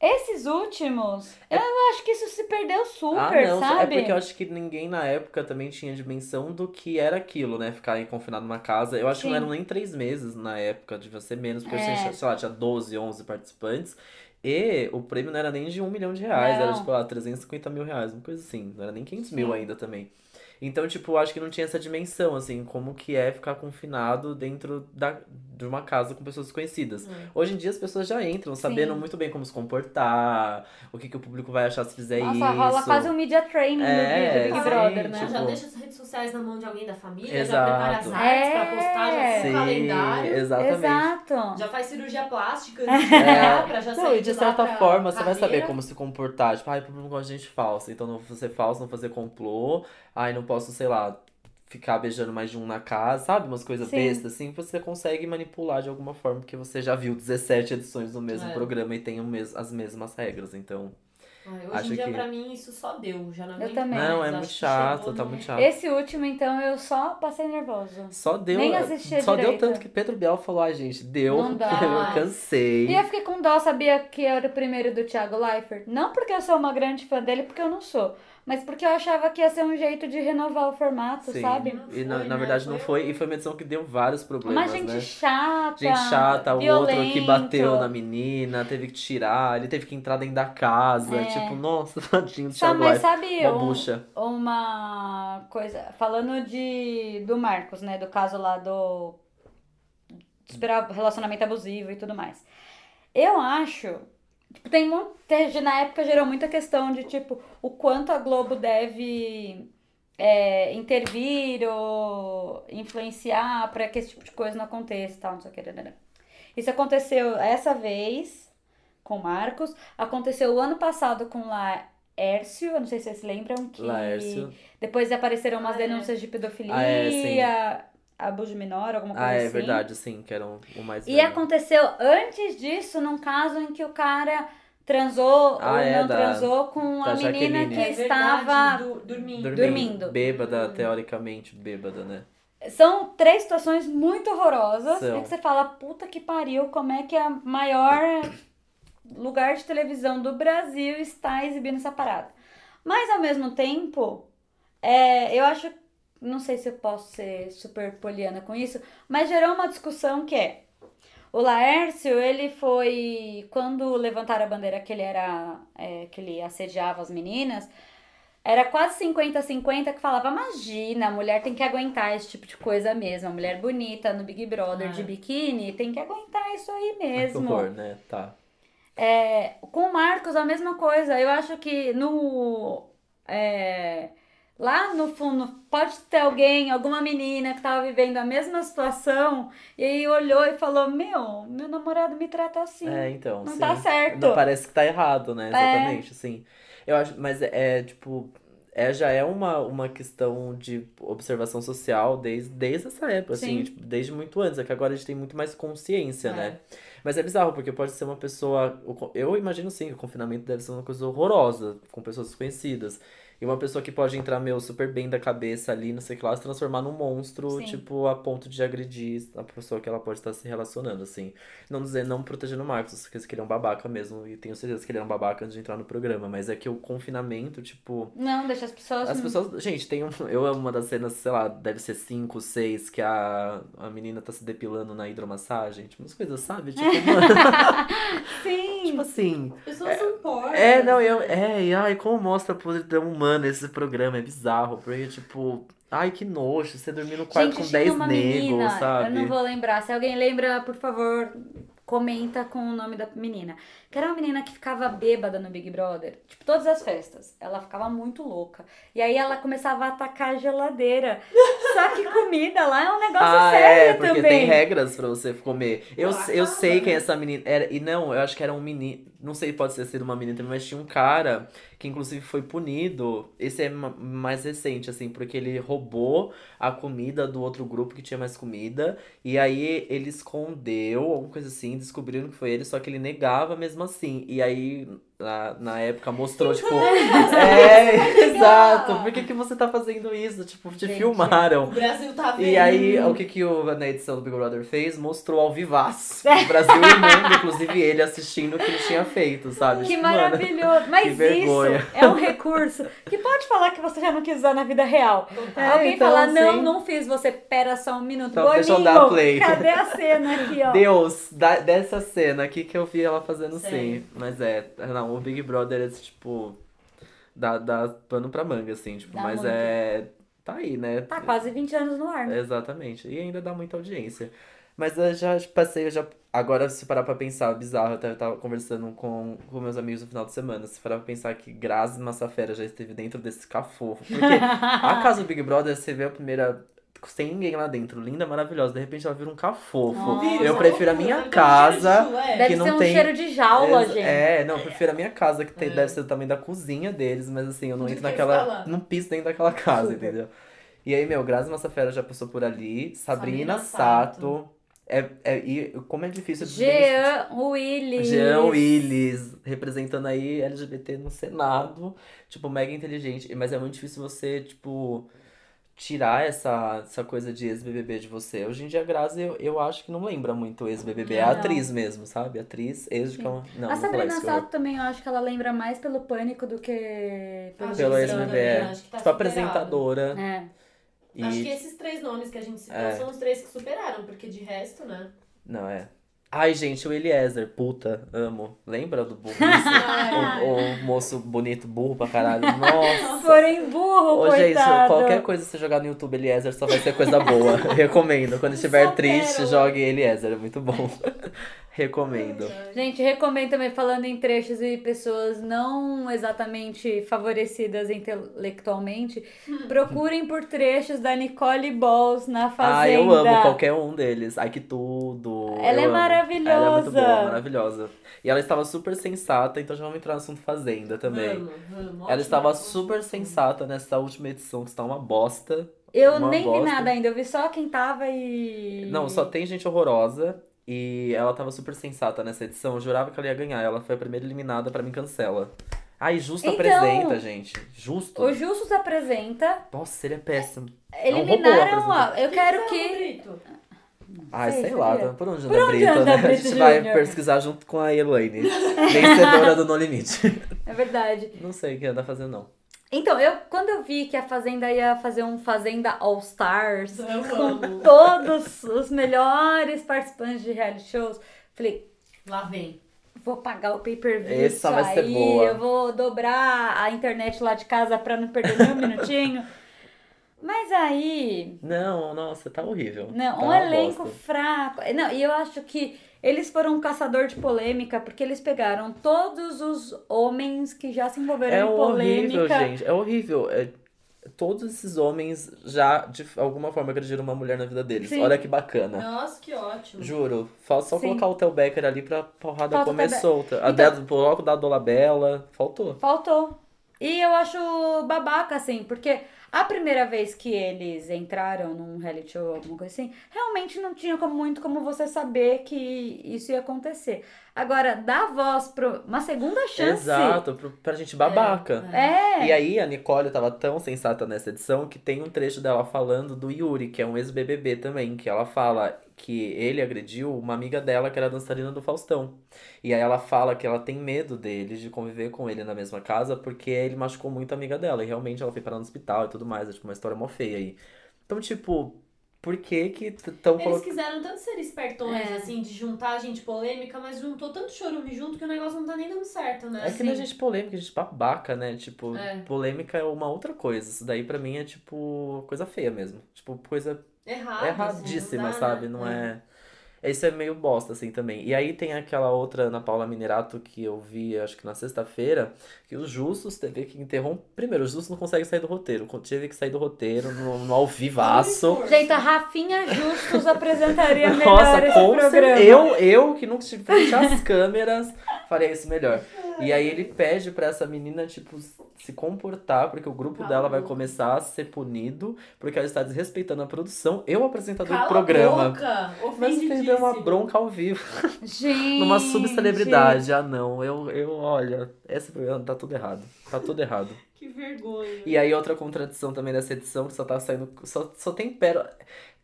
Speaker 3: Esses últimos, eu acho que isso se perdeu super,
Speaker 1: É ah, não,
Speaker 3: sabe?
Speaker 1: é porque eu acho que ninguém na época também tinha dimensão do que era aquilo, né? Ficar aí confinado numa casa. Eu acho que não
Speaker 3: Sim.
Speaker 1: eram nem três meses na época, devia ser menos, porque assim,
Speaker 3: É.
Speaker 1: tinha, sei lá, tinha 12, 11 participantes. E o prêmio não era nem de um milhão de reais, era
Speaker 3: Não.
Speaker 1: tipo, ah, 350 mil reais, uma coisa assim. Não era nem 500 mil
Speaker 3: Sim.
Speaker 1: ainda também. Então, tipo, eu acho que não tinha essa dimensão, assim, como que é ficar confinado dentro da, de uma casa com pessoas desconhecidas.
Speaker 2: É.
Speaker 1: Hoje em dia as pessoas já entram sabendo
Speaker 3: Sim.
Speaker 1: muito bem como se comportar, o que, que o público vai achar se fizer
Speaker 3: Nossa,
Speaker 1: isso.
Speaker 3: rola quase um media training
Speaker 1: É,
Speaker 3: do Big- do Big
Speaker 2: sim,
Speaker 3: Brother, né?
Speaker 1: tipo,
Speaker 2: Tá. Já deixa as redes sociais na mão de alguém da família, já
Speaker 1: Exato.
Speaker 2: prepara as artes pra
Speaker 3: É.
Speaker 2: postar, já faz
Speaker 1: Sim,
Speaker 2: o calendário,
Speaker 1: exatamente.
Speaker 3: Exato.
Speaker 2: já faz cirurgia plástica,
Speaker 3: É.
Speaker 2: né? pra já
Speaker 1: Não,
Speaker 2: sair
Speaker 1: e de
Speaker 2: lá
Speaker 3: Assim,
Speaker 1: certa
Speaker 2: pra
Speaker 1: forma você vai
Speaker 2: carreira.
Speaker 1: saber como se comportar. Tipo, ai, o problema gosta de gente falsa. Então não vou ser falso, não fazer complô. Ai, não posso, sei lá, ficar beijando mais de um na casa, sabe? Umas coisas
Speaker 3: Sim.
Speaker 1: bestas, assim, você consegue manipular de alguma forma, porque você já viu 17 edições do mesmo
Speaker 2: É.
Speaker 1: programa e tem o mes as mesmas regras. Então.
Speaker 2: Ai, hoje
Speaker 1: Acho
Speaker 2: em dia,
Speaker 1: que-
Speaker 2: pra mim, isso só deu. Já não aguento
Speaker 3: também.
Speaker 2: mais,
Speaker 1: não, é
Speaker 2: acho
Speaker 1: muito
Speaker 2: que
Speaker 1: chato,
Speaker 2: chegou
Speaker 1: tá
Speaker 3: né?
Speaker 2: no-
Speaker 1: muito chato.
Speaker 3: Esse último, então, eu só passei nervoso.
Speaker 1: Só deu.
Speaker 3: Nem assistia
Speaker 1: só
Speaker 3: direito.
Speaker 1: deu tanto que Pedro Biel falou, ai, gente, deu,
Speaker 3: Não dá
Speaker 1: eu
Speaker 2: mais.
Speaker 1: cansei.
Speaker 3: E é eu fiquei com dó, sabia que era o primeiro do Thiago Leifert. Não porque eu sou uma grande fã dele, porque eu não sou. Mas porque eu achava que ia ser um jeito de renovar o formato,
Speaker 1: Sim.
Speaker 3: sabe?
Speaker 2: Não
Speaker 1: E na,
Speaker 2: foi,
Speaker 1: na
Speaker 2: né?
Speaker 1: verdade não
Speaker 2: Foi-
Speaker 1: foi, e foi uma edição que deu vários problemas,
Speaker 3: Uma gente
Speaker 1: né?
Speaker 3: chata.
Speaker 1: Gente chata, o outro que
Speaker 3: violento.
Speaker 1: bateu na menina, teve que tirar, ele teve que entrar dentro da casa.
Speaker 3: É.
Speaker 1: Tipo, nossa, tadinho do
Speaker 3: Sa-
Speaker 1: Thiago
Speaker 3: mas
Speaker 1: Life.
Speaker 3: sabe
Speaker 1: Uma
Speaker 3: um-
Speaker 1: bucha.
Speaker 3: uma coisa. Falando de do Marcos, né? Do caso lá do. do espera- relacionamento abusivo e tudo mais. Eu acho. Tipo, tem muito. Na época gerou muita questão de, tipo, o quanto a Globo deve. é, intervir ou influenciar para que esse tipo de coisa não aconteça e tal, não sei o que. dadada. Isso aconteceu essa vez com o Marcos, aconteceu o ano passado com Laércio, eu não sei se vocês lembram que
Speaker 1: Laércio.
Speaker 3: depois apareceram umas
Speaker 2: Ah, é.
Speaker 3: denúncias de pedofilia,
Speaker 1: Ah, é, sim.
Speaker 3: abuso de menor, alguma coisa
Speaker 1: Ah, é
Speaker 3: assim.
Speaker 1: verdade, sim, que era o o mais
Speaker 3: E é
Speaker 1: velho.
Speaker 3: aconteceu antes disso num caso em que o cara transou
Speaker 1: Ah,
Speaker 3: ou
Speaker 1: é,
Speaker 3: não
Speaker 1: da-
Speaker 3: transou com
Speaker 1: da
Speaker 3: a menina
Speaker 1: Jaqueline.
Speaker 3: que
Speaker 2: É verdade,
Speaker 3: estava.
Speaker 2: du- dormindo.
Speaker 3: dormindo. Hum.
Speaker 1: Bêbada, teoricamente bêbada, né?
Speaker 3: São três situações muito horrorosas
Speaker 1: São.
Speaker 3: e que você fala, puta que pariu, como é que a maior lugar de televisão do Brasil está exibindo essa parada. Mas ao mesmo tempo, é, eu acho, não sei se eu posso ser super poliana com isso, mas gerou uma discussão que é o Laércio, ele foi quando levantaram a bandeira que ele era é, que ele assediava as meninas, era quase 50-50 que falava, imagina, a mulher tem que aguentar esse tipo de coisa mesmo, a mulher bonita no Big Brother
Speaker 2: Ah.
Speaker 3: de biquíni tem que aguentar isso aí
Speaker 1: É. Ai, que
Speaker 3: mesmo.
Speaker 1: horror, né? Tá.
Speaker 3: É, com o Marcos, a mesma coisa. Eu acho que no é, Lá no fundo, pode ter alguém, alguma menina que tava vivendo a mesma situação e aí olhou e falou: Meu, meu namorado me trata assim.
Speaker 1: É, então.
Speaker 3: não
Speaker 1: sim.
Speaker 3: tá certo.
Speaker 1: Não, parece que tá errado, né?
Speaker 3: É.
Speaker 1: Exatamente, assim. Eu acho, mas é, é, tipo, é, já é uma, uma questão de observação social desde, desde essa época, assim,
Speaker 3: Sim.
Speaker 1: tipo, desde muito antes, é que agora a gente tem muito mais consciência,
Speaker 3: É.
Speaker 1: né? Mas é bizarro, porque pode ser uma pessoa. o co- Eu imagino sim que o confinamento deve ser uma coisa horrorosa, com pessoas desconhecidas. E uma pessoa que pode entrar, meu, super bem da cabeça ali, não sei o que lá, se transformar num monstro,
Speaker 3: Sim.
Speaker 1: tipo, a ponto de agredir a pessoa que ela pode estar se relacionando, assim. Não dizer, não protegendo o Marcos, porque ele é um babaca mesmo, e tenho certeza que ele é um babaca antes de entrar no programa, mas é que o confinamento, tipo.
Speaker 3: Não, deixa as pessoas.
Speaker 1: As pessoas. Gente, tem um. Eu amo uma das cenas, sei lá, deve ser 5, 6, que a, a menina tá se depilando na hidromassagem. Tipo, umas coisas, sabe? Tipo, mano,
Speaker 3: Sim.
Speaker 1: tipo assim.
Speaker 2: Pessoas são pobres.
Speaker 1: É, não, eu. É, e ai, como mostra a podridão humana esse programa, é bizarro. Porque, tipo, ai, que nojo, você dormir no quarto
Speaker 3: Gente,
Speaker 1: com
Speaker 3: tinha
Speaker 1: 10
Speaker 3: uma
Speaker 1: negros,
Speaker 3: menina,
Speaker 1: sabe?
Speaker 3: eu não vou lembrar. Se alguém lembra, por favor, comenta com o nome da menina. Que era uma menina que ficava bêbada no Big Brother. Tipo, todas as festas. Ela ficava muito louca. E aí ela começava a atacar a geladeira. Só que comida lá é um negócio
Speaker 1: Ah,
Speaker 3: sério
Speaker 1: é, porque
Speaker 3: também.
Speaker 1: tem regras pra você comer. Eu,
Speaker 2: Ela
Speaker 1: eu
Speaker 2: acaba,
Speaker 1: sei quem é
Speaker 2: né?
Speaker 1: essa menina. Era, e não, eu acho que era um menino. Não sei, pode ter sido uma menina também, mas tinha um cara que, inclusive, foi punido. Esse é ma- mais recente, assim, porque ele roubou a comida do outro grupo que tinha mais comida. E aí ele escondeu, alguma coisa assim, descobriram que foi ele, só que ele negava mesmo assim. E aí. Na, na época mostrou, tipo. é, exato. Por que, que você tá fazendo isso? Tipo, te
Speaker 3: Gente.
Speaker 1: filmaram.
Speaker 2: O Brasil tá vendo.
Speaker 1: E aí, o que, que o, na edição do Big Brother fez? Mostrou ao vivaz. O Brasil e o mundo, inclusive ele assistindo o que ele tinha feito, sabe?
Speaker 3: Que
Speaker 1: Tipo, mano,
Speaker 3: maravilhoso. Mas isso
Speaker 1: vergonha.
Speaker 3: é um recurso que pode falar que você já não quis usar na vida real.
Speaker 1: É,
Speaker 3: Alguém
Speaker 1: então,
Speaker 3: falar,
Speaker 1: sim.
Speaker 3: não, não fiz você, pera só um minuto.
Speaker 1: Então, deixa eu
Speaker 3: Boninho,
Speaker 1: dar play.
Speaker 3: cadê a cena aqui, ó?
Speaker 1: Deus, da- dessa cena aqui que eu vi ela fazendo
Speaker 2: Sério.
Speaker 1: sim. Mas é, não, o Big Brother é tipo. Dá, dá pano pra manga, assim, tipo,
Speaker 3: Dá
Speaker 1: mas
Speaker 3: muito.
Speaker 1: é. Tá aí, né?
Speaker 3: Tá quase 20 anos no ar, né?
Speaker 1: Exatamente. E ainda dá muita audiência. Mas eu já passei, eu já. Agora, se parar pra pensar, bizarro, eu até tava conversando com, com meus amigos no final de semana. Se parar pra pensar que Grazi Massafera já esteve dentro desse cafofo. Porque a casa do Big Brother, você vê a primeira. Sem ninguém lá dentro, linda, maravilhosa. De repente ela vira um cafofo.
Speaker 3: Nossa.
Speaker 1: Eu prefiro a minha
Speaker 2: um
Speaker 1: casa.
Speaker 2: é.
Speaker 3: Deve
Speaker 1: que não
Speaker 3: ser um
Speaker 1: tem-
Speaker 3: cheiro de jaula,
Speaker 1: Ex-
Speaker 3: gente.
Speaker 1: É, não, eu prefiro a minha casa, que tem-
Speaker 2: É.
Speaker 1: deve ser também da cozinha deles, mas assim, eu não
Speaker 2: Do
Speaker 1: entro
Speaker 2: que eles
Speaker 1: naquela.
Speaker 2: falam.
Speaker 1: Não piso dentro daquela casa,
Speaker 3: Super.
Speaker 1: entendeu? E aí, meu, Grazi Massafera já passou por ali, Sabrina
Speaker 2: Sabrina
Speaker 1: Sato. É, é, e como é difícil de
Speaker 3: Jean Willis.
Speaker 1: Jean Willis, representando aí LGBT no Senado, tipo, mega inteligente. Mas é muito difícil você, tipo, tirar essa, essa coisa de ex-BBB de você. Hoje em dia, a Grazi, eu, eu acho que não lembra muito ex-BBB. É
Speaker 3: Não.
Speaker 1: atriz mesmo, sabe? Atriz, ex de...
Speaker 3: Sim.
Speaker 1: Não, não
Speaker 3: a
Speaker 1: vou falar
Speaker 3: Sabrina
Speaker 1: isso. que eu- Tipo,
Speaker 3: Sato também, eu acho que ela lembra mais pelo pânico do que pelo
Speaker 1: Pelo
Speaker 3: Big
Speaker 1: ex-BBB.
Speaker 3: Brother.
Speaker 1: Tipo, apresentadora.
Speaker 3: É.
Speaker 1: E...
Speaker 2: tá Acho que esses três nomes que a gente citou
Speaker 1: É.
Speaker 2: são os três que superaram, porque de resto, né?
Speaker 1: Não, é. Ai, gente, o Eliezer, puta, amo. Lembra do burro?
Speaker 2: Ah,
Speaker 1: o, o moço bonito, burro pra caralho. Nossa.
Speaker 3: Porém, burro,
Speaker 1: Ô, gente,
Speaker 3: coitado.
Speaker 1: qualquer coisa que você jogar no YouTube Eliezer só vai ser coisa boa. Recomendo. Quando estiver
Speaker 2: Só
Speaker 1: triste,
Speaker 2: pérola.
Speaker 1: jogue Eliezer, é muito bom. Recomendo.
Speaker 3: Gente, recomendo também falando em trechos e pessoas não exatamente favorecidas intelectualmente. Procurem por trechos da Nicole Balls na Fazenda.
Speaker 1: Ah, eu amo qualquer um deles. Ai, que tudo.
Speaker 3: Ela
Speaker 1: Eu amo.
Speaker 3: é
Speaker 1: Ela é muito boa,
Speaker 3: maravilhosa.
Speaker 1: maravilhosa. E ela estava super sensata, então já vamos entrar no assunto Fazenda também.
Speaker 2: Vamos, vamos,
Speaker 1: Ela
Speaker 2: ótimo.
Speaker 1: estava super sensata nessa última edição, que está uma bosta.
Speaker 3: Eu
Speaker 1: Uma
Speaker 3: nem
Speaker 1: bosta.
Speaker 3: vi nada ainda, eu vi só quem tava e.
Speaker 1: Não, só tem gente horrorosa. E ela estava super sensata nessa edição. Eu jurava que ela ia ganhar. Ela foi a primeira eliminada pra mim cancela. Ai, justo
Speaker 3: Então-
Speaker 1: apresenta, gente. Justo.
Speaker 3: O Justus apresenta.
Speaker 1: Nossa, ele é péssimo. um robô
Speaker 3: Eliminaram, ó. Eu quero
Speaker 2: Então,
Speaker 3: que.
Speaker 2: Brito,
Speaker 1: Ai,
Speaker 3: sei,
Speaker 1: sei, lá, tá-
Speaker 3: sabia?
Speaker 1: por onde anda
Speaker 3: Por
Speaker 1: a
Speaker 3: onde
Speaker 1: Brita,
Speaker 3: anda
Speaker 1: né?
Speaker 3: a
Speaker 1: a
Speaker 3: Brita
Speaker 1: gente vai
Speaker 3: Júnior?
Speaker 1: pesquisar junto com a Elaine, vencedora do No Limite.
Speaker 3: É verdade.
Speaker 1: Não sei o que anda fazendo, não.
Speaker 3: Então, eu quando eu vi que a Fazenda ia fazer um Fazenda All Stars
Speaker 2: Eu
Speaker 3: com
Speaker 2: amo.
Speaker 3: todos os melhores participantes de reality shows, falei,
Speaker 2: Lá vem.
Speaker 3: vou pagar o pay-per-view.
Speaker 1: Essa
Speaker 3: isso
Speaker 1: vai ser
Speaker 3: aí,
Speaker 1: boa.
Speaker 3: Eu vou dobrar a internet lá de casa pra não perder nenhum minutinho. Mas aí,
Speaker 1: Não, nossa, tá horrível.
Speaker 3: Não,
Speaker 1: tá
Speaker 3: um
Speaker 1: uma
Speaker 3: elenco
Speaker 1: bosta.
Speaker 3: fraco. É, Não, e eu acho que eles foram um caçador de polêmica, porque eles pegaram todos os homens que já se envolveram
Speaker 1: É
Speaker 3: em
Speaker 1: horrível,
Speaker 3: polêmica.
Speaker 1: gente. É horrível. É- todos esses homens já, de alguma forma, agrediram uma mulher na vida deles.
Speaker 3: Sim.
Speaker 1: Olha que bacana.
Speaker 2: Nossa, que ótimo.
Speaker 1: Juro, falta só
Speaker 3: Sim.
Speaker 1: colocar o Theo Becker ali pra porrada
Speaker 3: Falta o
Speaker 1: comer
Speaker 3: Theo Be-
Speaker 1: solta. A
Speaker 3: Então-
Speaker 1: do bloco da Dolabella, faltou.
Speaker 3: Faltou. E eu acho babaca, assim, porque a primeira vez que eles entraram num reality show, alguma coisa assim, realmente não tinha como- muito como você saber que isso ia acontecer. Agora, dá voz pra uma segunda chance.
Speaker 1: Exato, pro- pra gente babaca.
Speaker 3: É.
Speaker 1: E aí, a Nicole tava tão sensata nessa edição que tem um trecho dela falando do Yuri, que é um ex-BBB também, que ela fala que ele agrediu uma amiga dela que era dançarina do Faustão. E aí ela fala que ela tem medo dele, de conviver com ele na mesma casa, porque ele machucou muito a amiga dela. E realmente ela foi parar no hospital e tudo mais. É tipo uma história mó feia aí. Então, tipo, por que que tão
Speaker 2: Eles
Speaker 1: colocando.
Speaker 2: quiseram tanto ser espertões,
Speaker 3: É.
Speaker 2: assim, de juntar gente polêmica, mas juntou tanto chorume junto que o negócio não tá nem dando certo, né?
Speaker 1: É que
Speaker 2: Assim,
Speaker 1: não é gente polêmica, é gente babaca, né? Tipo,
Speaker 2: É.
Speaker 1: polêmica é uma outra coisa. Isso daí pra mim é tipo coisa feia mesmo. Tipo, coisa
Speaker 2: É errado,
Speaker 1: erradíssima,
Speaker 2: assim, não dá,
Speaker 1: sabe?
Speaker 2: né?
Speaker 1: Não é. Isso é meio bosta, assim, também. E aí tem aquela outra Ana Paula Minerato que eu vi, acho que na sexta-feira, que os Justos teve que interromper. Primeiro, os Justos não conseguem sair do roteiro. Teve que sair do roteiro no, no ao vivaço.
Speaker 3: Gente, a Rafinha Justus apresentaria melhor
Speaker 1: Nossa,
Speaker 3: esse
Speaker 1: com cer-
Speaker 3: programa.
Speaker 1: eu, eu que nunca tive frente às câmeras, faria isso melhor. E aí ele pede pra essa menina, tipo, se comportar, porque o grupo
Speaker 2: Cala
Speaker 1: dela
Speaker 2: a
Speaker 1: vai
Speaker 2: boca.
Speaker 1: começar a ser punido, porque ela está desrespeitando a produção e o apresentador
Speaker 2: Cala
Speaker 1: do programa.
Speaker 2: A boca,
Speaker 1: Mas perdeu uma
Speaker 2: ofendidíssimo.
Speaker 1: bronca ao vivo.
Speaker 3: Gente.
Speaker 1: Numa subcelebridade. Ah, não. Eu, eu, olha, esse programa tá tudo errado. Tá tudo errado.
Speaker 2: Que vergonha.
Speaker 1: E é aí outra contradição também dessa edição, que só tá saindo. Só, só tem pérola.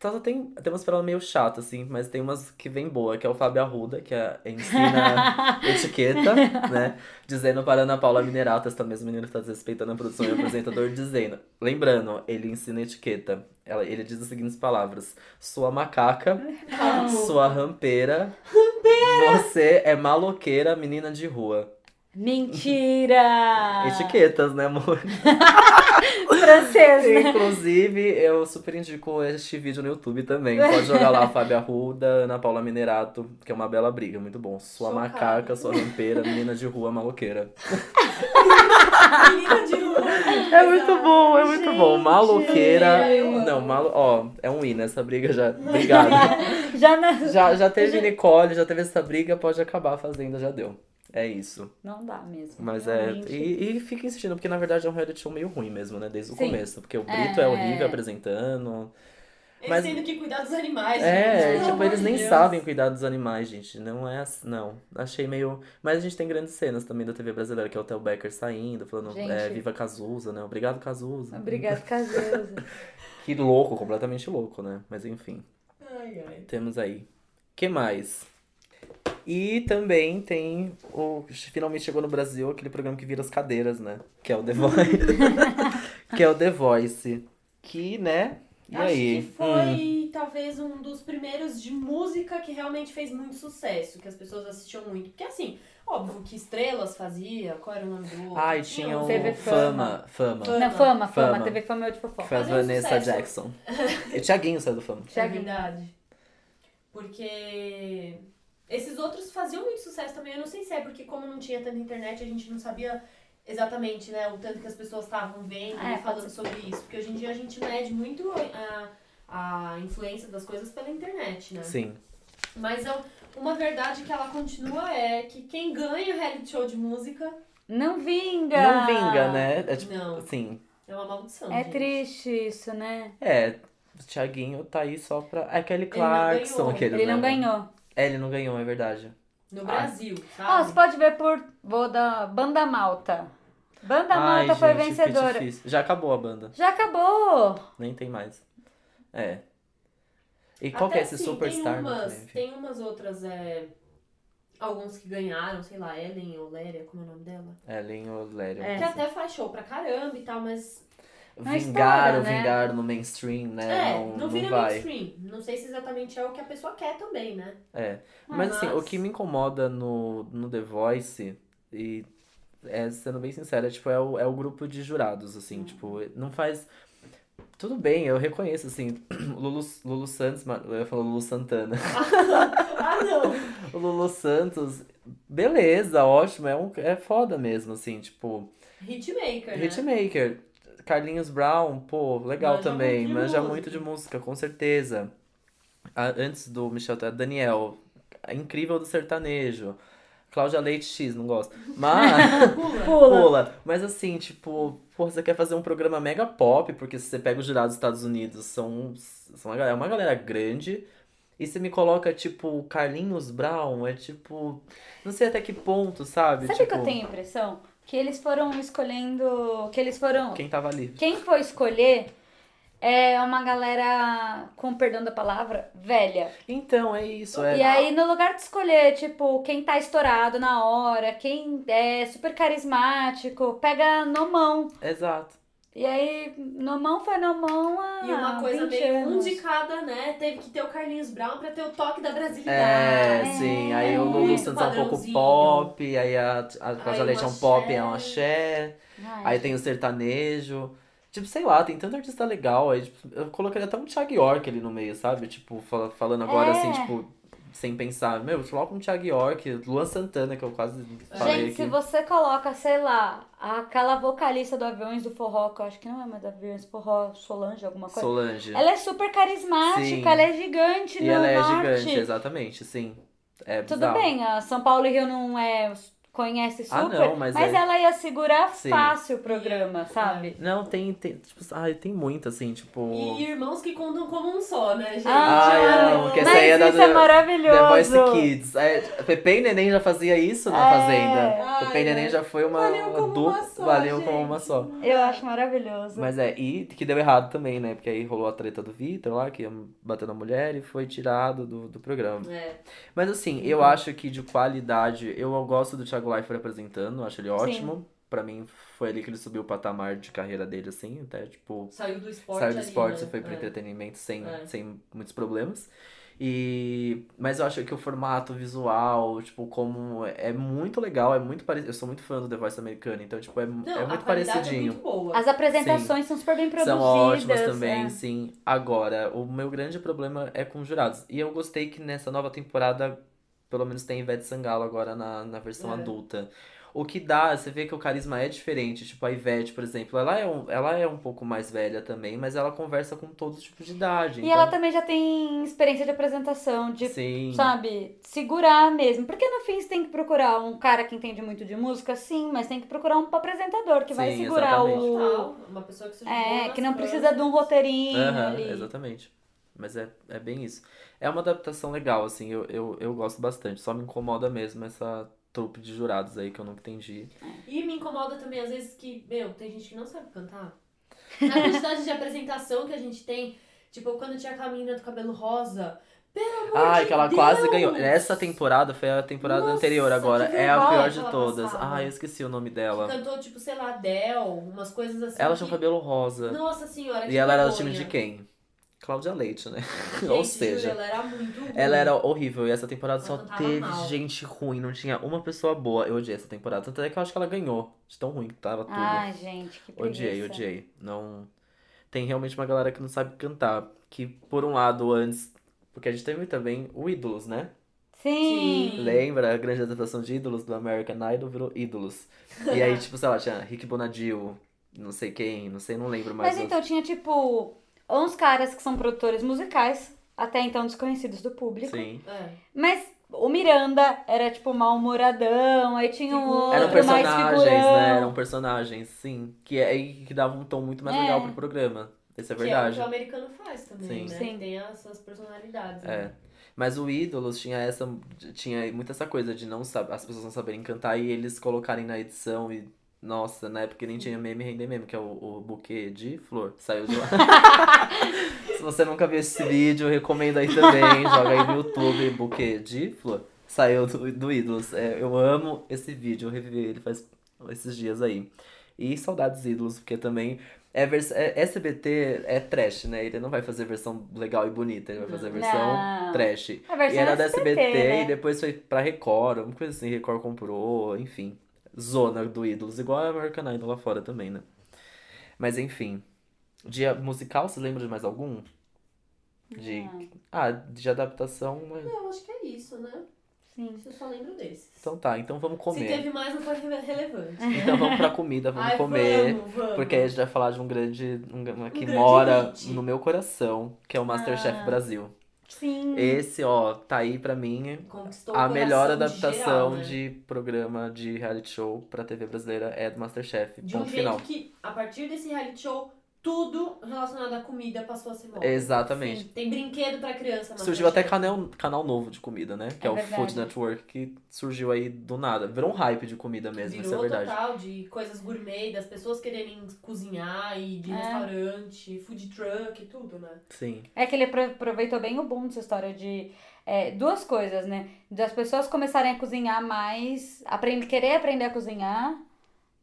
Speaker 1: Só, só tem. Tem umas pérolas meio chatas, assim, mas tem umas que vem boa, que é o Fábio Arruda, que é, ensina etiqueta, né? Dizendo para Ana Paula Minerato, essa mesma menina que tá desrespeitando a produção e o apresentador, dizendo. Lembrando, ele ensina etiqueta. Ela, ele diz as seguintes palavras: sua macaca,
Speaker 2: Cala a boca.
Speaker 1: sua rampeira. Rampeira! Você é maloqueira, menina de rua.
Speaker 3: Mentira!
Speaker 1: Etiquetas, né, amor?
Speaker 3: Francês, né?
Speaker 1: Inclusive, eu super indico este vídeo no YouTube também. Pode jogar lá Fábio Arruda, Ana Paula Minerato, que é uma bela briga, muito bom. Sua
Speaker 2: Chocada.
Speaker 1: macaca, sua rampeira, menina de rua maloqueira.
Speaker 2: Menina de rua.
Speaker 1: É muito bom, é muito bom.
Speaker 3: Gente.
Speaker 1: Maloqueira.
Speaker 2: Eu amo.
Speaker 1: Não, malo... ó, é um i nessa briga já. Obrigado.
Speaker 3: né? Já não...
Speaker 1: já, já teve Nicole, já teve essa briga, pode acabar a fazenda, já deu. É isso.
Speaker 3: não dá mesmo.
Speaker 1: Mas
Speaker 3: realmente.
Speaker 1: é. E, e fica insistindo, porque na verdade é um reality show meio ruim mesmo, né? Desde o
Speaker 3: Sim.
Speaker 1: começo. Porque o Brito é
Speaker 3: É.
Speaker 1: horrível apresentando.
Speaker 2: Eles
Speaker 1: Mas-
Speaker 2: tendo que cuidar dos animais.
Speaker 1: É,
Speaker 2: gente. Pelo
Speaker 1: tipo,
Speaker 2: amor
Speaker 1: eles
Speaker 2: de
Speaker 1: nem
Speaker 2: Deus.
Speaker 1: sabem cuidar dos animais, gente. Não é assim, não. Achei meio. Mas a gente tem grandes cenas também da TV brasileira, que é o Theo Becker saindo, falando
Speaker 3: Gente.
Speaker 1: é, Viva Cazuza, né? Obrigado, Cazuza.
Speaker 3: Obrigada, Cazuza.
Speaker 1: Que louco, completamente louco, né? Mas enfim,
Speaker 2: Ai, ai.
Speaker 1: temos aí. que mais? E também tem o. Finalmente chegou no Brasil aquele programa que vira as cadeiras, né? Que é o The Voice. que é o The Voice. Que, né? E
Speaker 2: Acho
Speaker 1: aí?
Speaker 2: que
Speaker 1: Hum.
Speaker 2: foi talvez um dos primeiros de música que realmente fez muito sucesso, que as pessoas assistiam muito. Porque assim, óbvio que Estrelas fazia, qual era o nome do outro?
Speaker 1: Ai, tinha o
Speaker 3: TV
Speaker 1: Fama.
Speaker 3: Fama.
Speaker 1: Fama.
Speaker 2: Fama.
Speaker 3: Não, fama, fama,
Speaker 1: Fama.
Speaker 3: TV Fama é o de fofoca.
Speaker 1: Que faz
Speaker 2: Fazer um
Speaker 1: Vanessa
Speaker 2: sucesso.
Speaker 1: Jackson. E o Thiaguinho saiu do fama.
Speaker 2: É
Speaker 3: Thiaguinho.
Speaker 2: verdade. Porque esses outros faziam muito sucesso também. Eu não sei se é porque como não tinha tanta internet, a gente não sabia exatamente, né, o tanto que as pessoas estavam vendo
Speaker 3: É,
Speaker 2: e
Speaker 3: pode
Speaker 2: falando sobre isso. Porque hoje em dia a gente mede muito a, a influência das coisas pela internet, né?
Speaker 1: Sim.
Speaker 2: Mas é uma verdade que ela continua é que quem ganha reality show de música
Speaker 3: Não vinga!
Speaker 1: Não vinga, né? É tipo,
Speaker 2: Não.
Speaker 1: assim,
Speaker 2: é uma maldição.
Speaker 3: É
Speaker 2: gente.
Speaker 3: triste isso, né?
Speaker 1: é, o Thiaguinho tá aí só pra... É Kelly
Speaker 2: não ganhou.
Speaker 1: Clarkson que
Speaker 3: Ele não ganhou.
Speaker 1: É, ele não ganhou, é verdade.
Speaker 2: No
Speaker 1: Ah.
Speaker 2: Brasil,
Speaker 3: Ó,
Speaker 2: sabe?
Speaker 3: você pode ver por. Vou dar. Banda Malta. Banda
Speaker 1: Ai,
Speaker 3: Malta foi
Speaker 1: gente, que
Speaker 3: vencedora.
Speaker 1: difícil. Já acabou a banda,
Speaker 3: Já acabou!
Speaker 1: nem tem mais. É. E qual que é esse
Speaker 2: assim,
Speaker 1: superstar?
Speaker 2: Tem
Speaker 1: né,
Speaker 2: umas,
Speaker 1: também, enfim?
Speaker 2: tem umas outras, é, alguns que ganharam, sei lá, Ellen ou Léria, como é o nome dela?
Speaker 1: Ellen O'Leary.
Speaker 3: É.
Speaker 2: Que até faz show pra caramba e tal, mas
Speaker 3: Mas
Speaker 1: Vingaram,
Speaker 3: estoura, né?
Speaker 1: vingaram no mainstream, né?
Speaker 2: é,
Speaker 1: não, não
Speaker 2: vira
Speaker 1: vai.
Speaker 2: mainstream. Não sei se exatamente é o que a pessoa quer também, né?
Speaker 1: É. Mas assim, o
Speaker 2: Mas-
Speaker 1: que me incomoda no, no The Voice, e é, sendo bem sincera, tipo, é o, é o grupo de jurados,
Speaker 2: Hum.
Speaker 1: assim, tipo, não faz. Tudo bem, eu reconheço, assim, Lulu, Lulu Santos, ma- eu ia falar Lulu Santana.
Speaker 2: Ah, não!
Speaker 1: O Lulu Santos, beleza, ótimo, é, um, é foda mesmo, assim, tipo,
Speaker 2: Hitmaker, né?
Speaker 1: hitmaker. Carlinhos Brown, pô, legal
Speaker 2: Manja
Speaker 1: também.
Speaker 2: muito de
Speaker 1: manja
Speaker 2: música.
Speaker 1: muito de música, com certeza. A- antes do Michel, tá? Daniel, a incrível do sertanejo. Cláudia Leite X, não gosto. Mas.
Speaker 2: Pula.
Speaker 1: Pula.
Speaker 3: Pula.
Speaker 1: Mas assim, tipo, pô, você quer fazer um programa mega pop, porque se você pega os jurados dos Estados Unidos, são, são uma, galera, é uma galera grande. E você me coloca, tipo, Carlinhos Brown, é tipo. Não sei até que ponto, sabe?
Speaker 3: Sabe o
Speaker 1: tipo,
Speaker 3: que eu tenho a impressão? Que eles foram escolhendo. Que eles foram.
Speaker 1: Quem tava ali.
Speaker 3: Quem foi escolher é uma galera, com perdão da palavra, velha.
Speaker 1: Então, é isso. É...
Speaker 3: E aí, no lugar de escolher, tipo, quem tá estourado na hora, quem é super carismático, pega no mão.
Speaker 1: Exato.
Speaker 3: E aí, no mão foi no mão há
Speaker 2: E uma coisa
Speaker 3: 20
Speaker 2: meio um
Speaker 3: Ah, anos.
Speaker 2: de cada, né? Teve que ter o Carlinhos Brown pra ter o toque da
Speaker 3: Ah,
Speaker 1: É,
Speaker 2: brasilidade.
Speaker 1: sim. Aí o Lulu
Speaker 2: muito
Speaker 1: Santos é um pouco
Speaker 2: padrãozinho.
Speaker 1: pop, aí a, a Cláudia
Speaker 2: Aí
Speaker 1: Leite é
Speaker 2: o
Speaker 1: um pop, é um
Speaker 2: axé.
Speaker 1: axé.
Speaker 3: Ai,
Speaker 1: Aí tem o sertanejo. Tipo, sei lá, tem tanto artista legal. Aí, tipo, eu colocaria até um Thiago York ali no meio, sabe? Tipo, fala- falando agora
Speaker 3: É.
Speaker 1: assim, tipo, sem pensar. Meu, coloca um Thiago York, Luan Santana, que eu quase falei
Speaker 3: Gente, se
Speaker 1: aqui.
Speaker 3: você coloca, sei lá, aquela vocalista do Aviões do Forró, que eu acho que não é mais do Aviões do Forró, Solange, alguma coisa.
Speaker 1: Solange.
Speaker 3: Ela é super carismática,
Speaker 1: Sim.
Speaker 3: ela é gigante
Speaker 1: E
Speaker 3: no
Speaker 1: ela é
Speaker 3: norte.
Speaker 1: gigante, exatamente, sim. É
Speaker 3: Tudo
Speaker 1: bizarro.
Speaker 3: bem, a São Paulo e Rio não é conhece super,
Speaker 1: Ah, não, mas é-
Speaker 3: ela ia segurar
Speaker 1: Sim.
Speaker 3: fácil o programa, sabe?
Speaker 1: Não, tem, tem, tipo, ai, tem muito, assim, tipo...
Speaker 2: E irmãos que contam como um só, né, gente?
Speaker 3: Ah,
Speaker 1: Ai,
Speaker 2: Ai,
Speaker 1: amo, que
Speaker 2: eu-
Speaker 1: essa
Speaker 3: mas
Speaker 1: aí é da
Speaker 3: isso é
Speaker 1: The- The
Speaker 3: maravilhoso.
Speaker 1: Voice Kids. É, Pepe e Neném já fazia isso na
Speaker 3: É. né?
Speaker 1: Fazenda.
Speaker 2: Ai,
Speaker 1: Pepe e Neném
Speaker 2: é.
Speaker 1: já foi uma
Speaker 2: Valeu como uma
Speaker 1: dupla,
Speaker 2: só,
Speaker 1: valeu como
Speaker 2: gente.
Speaker 1: uma só.
Speaker 3: Eu acho maravilhoso.
Speaker 1: Mas é, e que deu errado também, né? Porque aí rolou a treta do Vitor lá, que bateu na mulher e foi tirado do, do programa.
Speaker 2: É.
Speaker 1: Mas assim, eu acho que de qualidade, eu gosto do Thiago Leifert apresentando, acho ele ótimo. Pra mim, foi ali que ele subiu o patamar de carreira dele, assim, até tipo,
Speaker 2: Saiu do esporte
Speaker 1: saiu do
Speaker 2: ali,
Speaker 1: esporte
Speaker 2: né?
Speaker 1: e foi pro
Speaker 2: É.
Speaker 1: entretenimento sem,
Speaker 2: É.
Speaker 1: sem muitos problemas. E... Mas eu acho que o formato visual, tipo, como é muito legal, é muito parecido. Eu sou muito fã do The Voice americano, então, tipo, é,
Speaker 2: Não,
Speaker 1: é
Speaker 2: a
Speaker 1: muito
Speaker 2: qualidade
Speaker 1: parecidinho.
Speaker 2: É muito boa.
Speaker 3: As apresentações são super bem produzidas.
Speaker 1: São ótimas também,
Speaker 3: é.
Speaker 1: sim. Agora, o meu grande problema é com os jurados. E eu gostei que nessa nova temporada, pelo menos tem Ivete Sangalo agora na, na versão
Speaker 2: É.
Speaker 1: adulta. O que dá, você vê que o carisma é diferente. Tipo, a Ivete, por exemplo, ela é um, ela é um pouco mais velha também, mas ela conversa com todo tipo de idade.
Speaker 3: E ela também já tem experiência de apresentação, de
Speaker 1: Sim.
Speaker 3: sabe, segurar mesmo. Porque no fim você tem que procurar um cara que entende muito de música, sim, mas tem que procurar um apresentador que vai
Speaker 1: Sim,
Speaker 3: segurar o.
Speaker 2: Total, Uma pessoa que assim, seja boa
Speaker 3: É,
Speaker 2: nas
Speaker 3: que não
Speaker 2: coisas.
Speaker 3: precisa de um roteirinho
Speaker 1: Aham,
Speaker 3: ali.
Speaker 1: exatamente. Mas é, é bem isso. É uma adaptação legal, assim, eu, eu, eu gosto bastante. Só me incomoda mesmo essa trupe de jurados aí que eu nunca entendi.
Speaker 2: E me incomoda também, às vezes, que, meu, tem gente que não sabe cantar. Na quantidade de apresentação que a gente tem, tipo, quando tinha a Camila do cabelo rosa, pelo amor
Speaker 1: Ai,
Speaker 2: de
Speaker 1: que ela
Speaker 2: Deus!
Speaker 1: quase ganhou. Essa temporada foi a temporada
Speaker 2: Nossa,
Speaker 1: anterior agora.
Speaker 2: que
Speaker 1: É a
Speaker 2: vergonha
Speaker 1: pior
Speaker 2: que
Speaker 1: de
Speaker 2: ela
Speaker 1: todas.
Speaker 2: passava.
Speaker 1: Ai, eu esqueci o nome dela.
Speaker 2: Cantou, tipo, sei lá, Del, umas coisas assim.
Speaker 1: Ela
Speaker 2: que-
Speaker 1: tinha o cabelo rosa.
Speaker 2: Nossa senhora,
Speaker 1: E
Speaker 2: que
Speaker 1: ela era do
Speaker 2: vergonha.
Speaker 1: time de quem? Cláudia Leite, né?
Speaker 2: Gente,
Speaker 1: Ou
Speaker 2: juro,
Speaker 1: seja,
Speaker 2: ela era muito ruim.
Speaker 1: ela era horrível. E essa temporada
Speaker 2: Ela
Speaker 1: só
Speaker 2: cantava
Speaker 1: teve
Speaker 2: mal.
Speaker 1: gente ruim. Não tinha uma pessoa boa. Eu odiei essa temporada. Tanto é que eu acho que ela ganhou. De tão ruim que tava tudo.
Speaker 3: Ai, gente, que preguiça.
Speaker 1: Odiei, odiei. Não. Tem realmente uma galera que não sabe cantar. Que, por um lado, antes. Porque a gente teve também o Ídolos, né?
Speaker 3: Sim.
Speaker 2: Sim.
Speaker 1: Lembra a grande adaptação de Ídolos do American Idol virou Ídolos. E aí, tipo, sei lá, tinha Rick Bonadil, não sei quem, não sei, não lembro mais.
Speaker 3: Mas
Speaker 1: os-
Speaker 3: então tinha, tipo, uns caras que são produtores musicais, até então desconhecidos do público.
Speaker 1: Sim.
Speaker 2: É.
Speaker 3: Mas o Miranda era, tipo, mal-humoradão, aí tinha um
Speaker 2: Figura.
Speaker 3: outro
Speaker 1: Eram
Speaker 2: Era
Speaker 3: mais
Speaker 1: personagens,
Speaker 3: figurão.
Speaker 1: né? Eram personagens, sim. Que aí que dava um tom muito mais
Speaker 3: É.
Speaker 1: legal pro programa. Isso é
Speaker 2: Que é o
Speaker 1: verdade.
Speaker 2: que o americano faz também,
Speaker 1: Sim.
Speaker 2: né?
Speaker 3: Sim.
Speaker 2: Tem as suas personalidades.
Speaker 1: É.
Speaker 2: né?
Speaker 1: Mas o Ídolos tinha essa. Tinha muito essa coisa de não saber. As pessoas não saberem cantar e eles colocarem na edição e. Nossa, na época nem tinha meme render meme, que é o, o buquê de flor. Saiu de lá. Se você nunca viu esse vídeo, eu recomendo aí também. Joga aí no YouTube, buquê de flor. Saiu do, do Ídolos. É, eu amo esse vídeo, eu revivi ele faz esses dias aí. E saudades Ídolos, porque também. É vers... é- SBT é trash, né? Ele não vai fazer versão legal e bonita, ele vai fazer a versão
Speaker 3: Não.
Speaker 1: trash.
Speaker 3: A versão
Speaker 1: E era da
Speaker 3: SBT,
Speaker 1: SBT e
Speaker 3: né?
Speaker 1: depois foi pra Record, uma coisa assim, Record comprou, enfim. Zona do Ídolos, igual a American Idol lá fora também, né? Mas enfim. Dia musical, você lembra de mais algum? De.
Speaker 3: Não.
Speaker 1: Ah, de adaptação, mas.
Speaker 2: Eu acho que é isso, né?
Speaker 3: Sim.
Speaker 2: Eu só lembro desses.
Speaker 1: Então tá, então vamos
Speaker 2: Se
Speaker 1: comer.
Speaker 2: teve mais, não foi rele- relevante.
Speaker 1: Então vamos pra comida, vamos
Speaker 2: Ai,
Speaker 1: comer.
Speaker 2: vamos, vamos.
Speaker 1: Porque aí a gente vai falar de um grande. Um, uma que
Speaker 2: grande
Speaker 1: mora
Speaker 2: hit.
Speaker 1: no meu coração, que é o Masterchef
Speaker 3: Ah.
Speaker 1: Brasil.
Speaker 3: Sim.
Speaker 1: Esse, ó, tá aí pra mim.
Speaker 2: Conquistou
Speaker 1: a
Speaker 2: o
Speaker 1: melhor
Speaker 2: coração
Speaker 1: adaptação
Speaker 2: de, geral, né?
Speaker 1: de programa de reality show pra TV brasileira é do Masterchef.
Speaker 2: De um
Speaker 1: ponto
Speaker 2: jeito
Speaker 1: final.
Speaker 2: que, a partir desse reality show, tudo relacionado à comida passou a ser bom.
Speaker 1: Exatamente.
Speaker 2: Tem brinquedo pra criança. mas
Speaker 1: Surgiu até
Speaker 2: Masterchef.
Speaker 1: canal, canal novo de comida, né? Que
Speaker 3: É
Speaker 1: é, o
Speaker 3: verdade.
Speaker 1: Food Network, que surgiu aí do nada. Virou um hype de comida mesmo, isso é
Speaker 2: Virou
Speaker 1: verdade.
Speaker 2: total de coisas gourmet, das pessoas quererem cozinhar e de
Speaker 3: É.
Speaker 2: restaurante, food truck e tudo, né?
Speaker 1: Sim.
Speaker 3: É que ele apro- aproveitou bem o boom dessa história de é, duas coisas, né? Das pessoas começarem a cozinhar mais, aprend- querer aprender a cozinhar,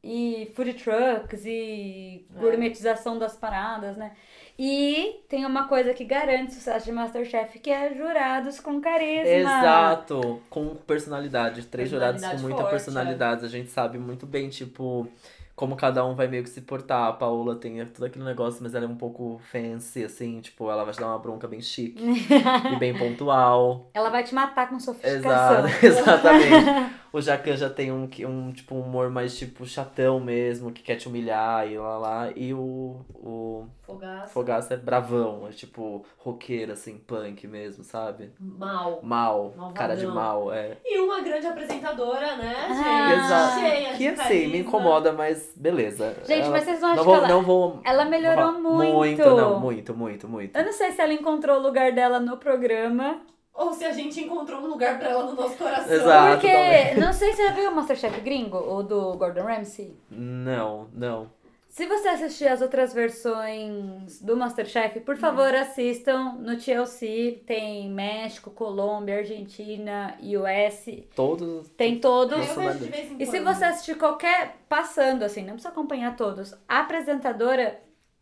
Speaker 3: e food trucks e
Speaker 2: É.
Speaker 3: gourmetização das paradas, né? E tem uma coisa que garante o sucesso de Masterchef, que é jurados com carisma.
Speaker 1: Exato, com personalidade. Três jurados com
Speaker 2: Personalidade
Speaker 1: muita
Speaker 2: forte, é.
Speaker 1: personalidade. A gente sabe muito bem, tipo, como cada um vai meio que se portar. A Paola tem todo aquele negócio, mas ela é um pouco fancy, assim, tipo, ela vai te dar uma bronca bem chique e bem pontual.
Speaker 3: Ela vai te matar com sofisticação.
Speaker 1: Exato, exatamente. O Jacan já tem um, que- um, tipo, um humor mais, tipo, chatão mesmo, que quer te humilhar e lá lá. E o, o
Speaker 2: Fogaço.
Speaker 1: Fogaça é bravão, é tipo, roqueiro, assim, punk mesmo, sabe?
Speaker 2: Mal.
Speaker 1: Mal, cara de
Speaker 2: Malvadão.
Speaker 1: mal, é.
Speaker 2: E uma grande apresentadora, né, gente?
Speaker 3: Ah. Exato.
Speaker 2: Cheia
Speaker 1: Que
Speaker 2: de
Speaker 1: assim, me
Speaker 2: carisma.
Speaker 1: incomoda, mas beleza.
Speaker 3: Gente,
Speaker 1: Ela-
Speaker 3: mas vocês não acham
Speaker 1: não vou,
Speaker 3: que ela...
Speaker 1: não vou.
Speaker 3: ela melhorou
Speaker 1: vou falar.
Speaker 3: muito.
Speaker 1: não, muito, muito, muito.
Speaker 3: Eu não sei se ela encontrou o lugar dela no programa.
Speaker 2: Ou se a gente encontrou um lugar pra ela no nosso coração.
Speaker 1: Exato.
Speaker 3: Porque,
Speaker 1: também.
Speaker 3: não sei se você já viu o Masterchef gringo, ou do Gordon Ramsay.
Speaker 1: Não, não.
Speaker 3: Se você assistir as outras versões do Masterchef, por favor, assistam no TLC. Tem México, Colômbia, Argentina, US.
Speaker 1: Todos. tipo,
Speaker 3: Tem todos.
Speaker 2: Eu vejo de vez em
Speaker 3: E se
Speaker 2: quando.
Speaker 3: você assistir qualquer passando, assim, não precisa acompanhar todos, a apresentadora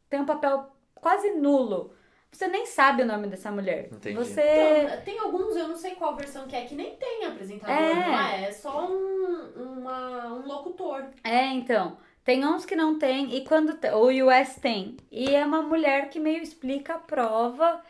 Speaker 3: tem um papel quase nulo. Você nem sabe o nome dessa mulher.
Speaker 1: Entendi.
Speaker 3: Você.
Speaker 2: Então, tem alguns, eu não sei qual versão que é, que nem tem apresentador,
Speaker 3: É.
Speaker 2: não é? É só um, uma- um locutor.
Speaker 3: É, então. Tem uns que não tem, e quando. te- O US tem. E é uma mulher que meio explica a prova.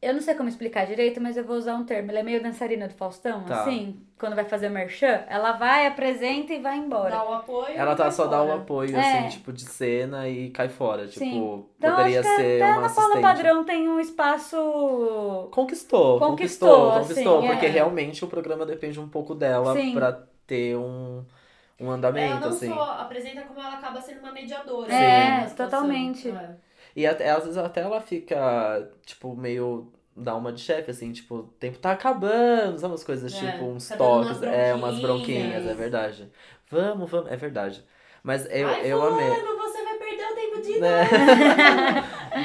Speaker 3: Eu não sei como explicar direito, mas eu vou usar um termo. Ela é meio dançarina do Faustão,
Speaker 1: Tá.
Speaker 3: assim. Quando vai fazer o merchan, ela vai, apresenta e vai embora.
Speaker 2: Dá o apoio.
Speaker 1: Ela
Speaker 2: e
Speaker 1: tá
Speaker 2: vai
Speaker 1: só dá
Speaker 2: fora.
Speaker 1: um apoio,
Speaker 3: É.
Speaker 1: assim, tipo, de cena e cai fora. Tipo,
Speaker 3: Sim. Então
Speaker 1: poderia
Speaker 3: acho que
Speaker 1: ser
Speaker 3: até
Speaker 1: uma
Speaker 3: na Paula
Speaker 1: assistente.
Speaker 3: Padrão tem um espaço.
Speaker 1: Conquistou,
Speaker 3: Conquistou,
Speaker 1: conquistou,
Speaker 3: assim,
Speaker 1: conquistou.
Speaker 3: é.
Speaker 1: porque realmente o programa depende um pouco dela
Speaker 3: Sim.
Speaker 1: pra ter um, um
Speaker 2: Ela
Speaker 1: andamento,
Speaker 2: não
Speaker 1: assim.
Speaker 2: só apresenta como ela acaba sendo uma mediadora.
Speaker 3: É,
Speaker 2: né, na situação.
Speaker 3: totalmente.
Speaker 2: É.
Speaker 1: E até, às vezes até ela fica, tipo, meio. Dá uma de chefe, assim, tipo, o tempo tá acabando, sabe umas coisas,
Speaker 2: É,
Speaker 1: tipo, uns
Speaker 2: tá dando
Speaker 1: toques,
Speaker 2: umas
Speaker 1: é, umas
Speaker 2: bronquinhas.
Speaker 1: bronquinhas, é verdade. Vamos, vamos, é verdade. Mas eu,
Speaker 2: Ai,
Speaker 1: eu
Speaker 2: fulano,
Speaker 1: amei.
Speaker 2: você vai perder o tempo de
Speaker 1: Né?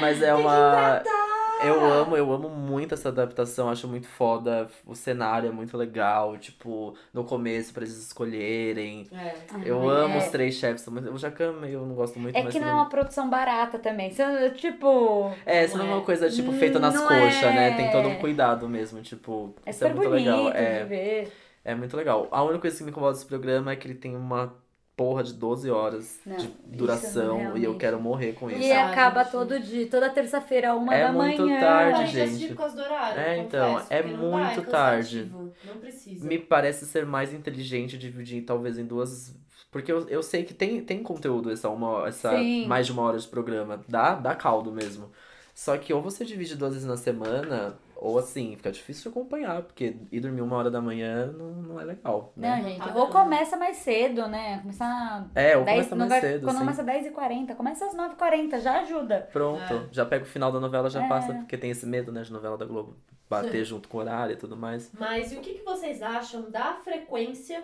Speaker 1: Mas é uma.
Speaker 2: hidratar.
Speaker 1: Eu amo, eu amo muito essa adaptação, acho muito foda. O cenário é muito legal, tipo, no começo pra eles escolherem.
Speaker 2: É.
Speaker 1: Eu
Speaker 3: Ai,
Speaker 1: amo
Speaker 3: é.
Speaker 1: os três chefes, são muito- o Jacan eu não gosto muito,
Speaker 3: É
Speaker 1: mas
Speaker 3: que não é
Speaker 1: também-
Speaker 3: uma produção barata também. Você, tipo.
Speaker 1: É, isso não é
Speaker 2: Não é.
Speaker 1: uma coisa, tipo, feita nas
Speaker 3: Não
Speaker 1: coxas, né? Tem todo
Speaker 3: é.
Speaker 1: um cuidado mesmo, tipo,
Speaker 3: É
Speaker 1: isso é
Speaker 3: super
Speaker 1: muito
Speaker 3: bonito
Speaker 1: legal.
Speaker 3: de
Speaker 1: É,
Speaker 3: ver.
Speaker 1: é muito legal. A única coisa que me incomoda desse programa é que ele tem uma porra de 12 horas
Speaker 3: Não,
Speaker 1: de
Speaker 3: isso é
Speaker 1: duração e eu
Speaker 3: realmente.
Speaker 1: quero morrer com tipo isso.
Speaker 3: né? E é
Speaker 2: Ah,
Speaker 3: acaba
Speaker 2: gente.
Speaker 3: todo dia, toda terça-feira, uma
Speaker 1: É
Speaker 3: da
Speaker 1: muito
Speaker 3: manhã.
Speaker 1: tarde,
Speaker 2: Parei de assistir
Speaker 1: gente.
Speaker 2: por causa do horário.
Speaker 1: É,
Speaker 2: confesso,
Speaker 1: então, é
Speaker 2: porque não dá,
Speaker 1: muito
Speaker 2: cansativo,
Speaker 1: tarde.
Speaker 2: Não precisa.
Speaker 1: Me parece ser mais inteligente dividir talvez em duas. Porque eu, eu sei que tem, tem conteúdo essa, uma, essa
Speaker 3: Sim.
Speaker 1: mais de uma hora de programa. Dá, dá caldo mesmo. Só que ou você divide duas vezes na semana, ou assim, fica difícil de acompanhar, porque ir dormir uma hora da manhã não, não é legal.
Speaker 3: Não,
Speaker 1: Né?
Speaker 3: gente,
Speaker 2: Tá
Speaker 3: ou
Speaker 2: dando.
Speaker 3: começa mais cedo, né? Começar
Speaker 1: É, ou
Speaker 3: 10,
Speaker 1: começa
Speaker 3: não
Speaker 1: mais
Speaker 3: vai-
Speaker 1: cedo,
Speaker 3: quando
Speaker 1: assim.
Speaker 3: começa 10h40, começa às 9h40, já ajuda.
Speaker 1: Pronto,
Speaker 2: É.
Speaker 1: já pega o final da novela, já
Speaker 3: É.
Speaker 1: passa, porque tem esse medo, né, de novela da Globo bater junto com o horário e tudo mais.
Speaker 2: Mas e o que, que vocês acham da frequência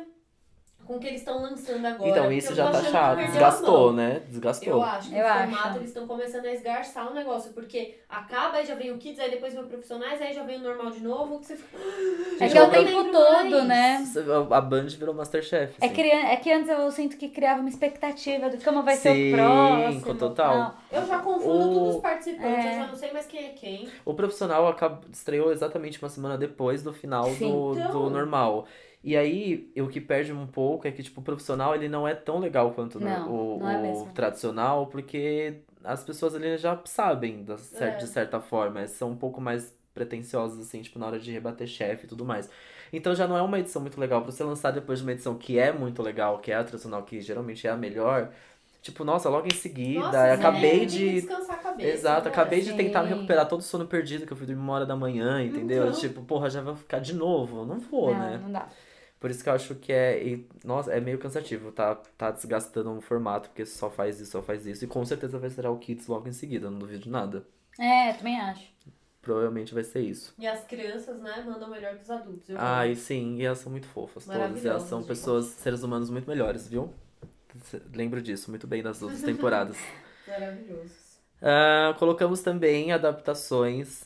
Speaker 2: com que eles estão lançando agora?
Speaker 1: então,
Speaker 2: Porque
Speaker 1: isso
Speaker 2: eu
Speaker 1: já
Speaker 2: tô
Speaker 1: tá
Speaker 2: achando que
Speaker 1: chato,
Speaker 2: perdeu a
Speaker 1: desgastou,
Speaker 2: mão.
Speaker 1: né? Desgastou.
Speaker 2: Eu acho que
Speaker 3: Eu
Speaker 2: o
Speaker 3: acho.
Speaker 2: formato eles estão começando a esgarçar o negócio, porque acaba, aí já vem o Kids, aí depois vem o Profissionais, aí já vem o Normal de novo, que você fica... "Ah,
Speaker 3: É
Speaker 1: Gente,
Speaker 3: que é o
Speaker 1: eu não
Speaker 3: tempo
Speaker 2: lembro
Speaker 3: todo,
Speaker 2: mais.
Speaker 3: né?
Speaker 1: A Band virou Masterchef.
Speaker 3: É,
Speaker 1: assim.
Speaker 3: crian- é que antes eu sinto que criava uma expectativa do como vai ser
Speaker 1: Sim,
Speaker 3: o próximo.
Speaker 1: com total.
Speaker 3: Não,
Speaker 2: Eu já confundo
Speaker 1: O-
Speaker 2: todos os participantes,
Speaker 3: É.
Speaker 2: eu já não sei mais quem é quem.
Speaker 1: O profissional acab- estreou exatamente uma semana depois do final
Speaker 3: Sim.
Speaker 1: do,
Speaker 2: Então.
Speaker 1: do normal. E aí, o que perde um pouco é que, tipo, o profissional ele não é tão legal quanto no-
Speaker 3: Não,
Speaker 1: o,
Speaker 3: não é
Speaker 1: o
Speaker 3: mesmo.
Speaker 1: tradicional, porque as pessoas ali já sabem, da cer-
Speaker 2: É.
Speaker 1: de certa forma. São um pouco mais pretenciosas, assim, tipo, na hora de rebater chefe e tudo mais. Então já não é uma edição muito legal. Pra você lançar depois de uma edição que é muito legal, que é a tradicional, que geralmente é a melhor. Tipo, nossa, logo em seguida,
Speaker 2: Nossa,
Speaker 1: eu
Speaker 2: sim,
Speaker 1: acabei
Speaker 3: né?
Speaker 2: tem que
Speaker 1: de
Speaker 2: descansar a cabeça.
Speaker 1: Exato,
Speaker 2: né?
Speaker 1: acabei de tentar
Speaker 3: Sim.
Speaker 1: recuperar todo o sono perdido que eu fui dormir uma hora da manhã, entendeu?
Speaker 2: Então.
Speaker 1: Tipo, porra, já vou ficar de novo. Não vou,
Speaker 3: não,
Speaker 1: né?
Speaker 3: não dá.
Speaker 1: Por isso que eu acho que é. e, nossa, é meio cansativo, tá, tá desgastando um formato, porque só faz isso, só faz isso. E com certeza vai ser o Kids logo em seguida, não duvido de nada.
Speaker 3: É, também acho.
Speaker 1: Provavelmente vai ser isso.
Speaker 2: E as crianças, né, mandam melhor que os adultos. Eu
Speaker 1: Ai, sim, e elas são muito fofas todas. Elas
Speaker 2: Maravilhosas,
Speaker 1: são
Speaker 2: gente.
Speaker 1: pessoas, seres humanos muito melhores, viu? C- Lembro disso muito bem das outras temporadas.
Speaker 2: Maravilhosos.
Speaker 1: Ah, colocamos também adaptações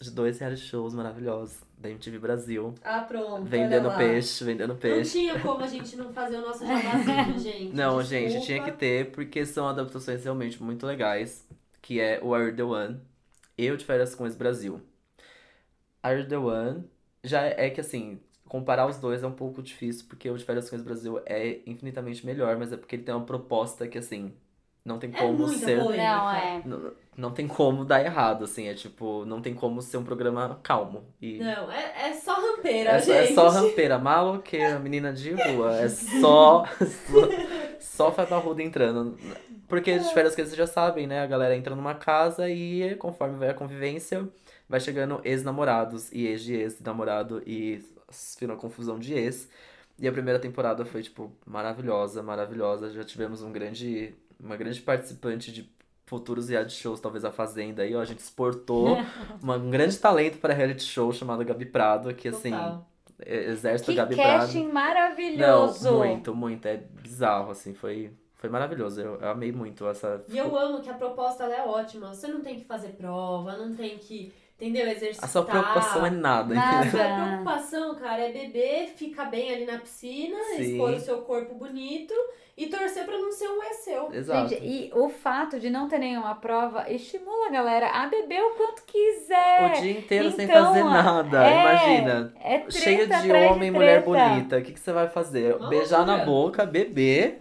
Speaker 1: de dois reality shows maravilhosos da MTV Brasil.
Speaker 2: Ah, pronto. olha
Speaker 1: Vendendo
Speaker 2: lá.
Speaker 1: peixe, vendendo
Speaker 2: Não
Speaker 1: peixe.
Speaker 2: tinha como a gente não fazer o nosso jabazinho, gente.
Speaker 1: Não,
Speaker 2: Desculpa.
Speaker 1: gente, tinha que ter, porque são adaptações realmente muito legais. Que é o Are You The One, Eu de Férias com esse Brasil. Are You The One, já é que assim, comparar os dois é um pouco difícil, porque o de Férias com esse Brasil é infinitamente melhor, mas é porque ele tem uma proposta que assim, não tem
Speaker 2: É
Speaker 1: como
Speaker 2: muita
Speaker 1: ser...
Speaker 2: polêmica.
Speaker 3: Não, é.
Speaker 1: Não, não tem como dar errado, assim, é tipo, não tem como ser um programa calmo. E
Speaker 2: Não, é, é só rampeira,
Speaker 1: É só, é
Speaker 2: gente.
Speaker 1: só rampeira, maloqueira, menina de rua. É só. só, só farruda entrando. Porque de férias que vocês já sabem, né? A galera entra numa casa e conforme vai a convivência, vai chegando ex-namorados e ex de ex-namorado e vira uma confusão de ex. E a primeira temporada foi, tipo, maravilhosa, maravilhosa. Já tivemos um grande, uma grande participante de futuros reality shows, talvez a Fazenda aí, ó. A gente exportou uma- um grande talento para reality show chamado Gabi Prado, que assim,
Speaker 2: Total.
Speaker 1: é- exército
Speaker 3: Que
Speaker 1: Gabi Prado.
Speaker 3: casting maravilhoso.
Speaker 1: Não, muito, muito. É bizarro, assim, foi, foi maravilhoso. Eu, eu amei muito essa.
Speaker 2: E eu amo que a proposta ela é ótima. Você não tem que fazer prova, não tem que, entendeu? Exercitar.
Speaker 1: A sua preocupação é nada,
Speaker 3: Nada.
Speaker 1: entendeu?
Speaker 2: A sua preocupação, cara, é beber, ficar bem ali na piscina,
Speaker 1: Sim.
Speaker 2: expor o seu corpo bonito e torcer pra não ser um é seu.
Speaker 1: Exato.
Speaker 3: Gente, e o fato de não ter nenhuma prova estimula a galera a beber o quanto quiser.
Speaker 1: o dia inteiro sem
Speaker 3: então,
Speaker 1: fazer
Speaker 3: ó,
Speaker 1: nada,
Speaker 3: é,
Speaker 1: imagina.
Speaker 3: É treta
Speaker 1: Cheia de
Speaker 3: atrás
Speaker 1: homem e mulher
Speaker 3: treta.
Speaker 1: bonita. O que, que você vai fazer?
Speaker 2: Uma
Speaker 1: Beijar na
Speaker 2: loucura.
Speaker 1: boca, beber.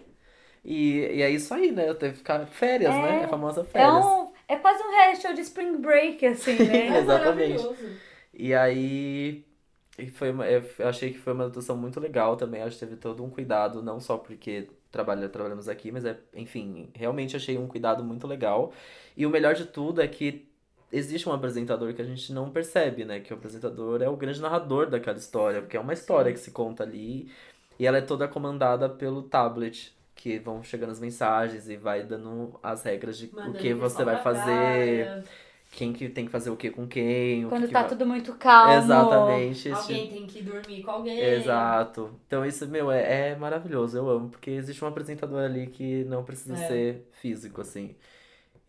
Speaker 1: E, e é isso aí, né? Eu tenho que ficar férias,
Speaker 3: É.
Speaker 1: né? A famosa
Speaker 3: É,
Speaker 1: férias.
Speaker 3: um, é quase um reality show de spring break, assim, né?
Speaker 2: É
Speaker 1: Exatamente.
Speaker 2: maravilhoso.
Speaker 1: E aí. e Foi uma- eu f- eu achei que foi uma atuação muito legal também. Acho que teve todo um cuidado, não só porque trabalha, trabalhamos aqui, mas é, enfim, realmente achei um cuidado muito legal. E o melhor de tudo é que existe um apresentador que a gente não percebe, né? Que o apresentador é o grande narrador daquela história, porque é uma história que se conta ali. E ela é toda comandada pelo tablet, que vão chegando as mensagens e vai dando as regras de o
Speaker 2: Mandando
Speaker 1: que você
Speaker 2: pessoal
Speaker 1: vai
Speaker 2: pra
Speaker 1: fazer,
Speaker 2: praia,
Speaker 1: quem que tem que fazer o que com quem, o que
Speaker 3: Quando
Speaker 1: que
Speaker 3: tá
Speaker 1: vai-
Speaker 3: tudo muito calmo.
Speaker 1: Exatamente. esse
Speaker 2: Alguém tem que dormir com alguém.
Speaker 1: Exato. Então isso, meu, é, é maravilhoso, eu amo, porque existe um apresentador ali que não precisa
Speaker 2: É.
Speaker 1: ser físico, assim.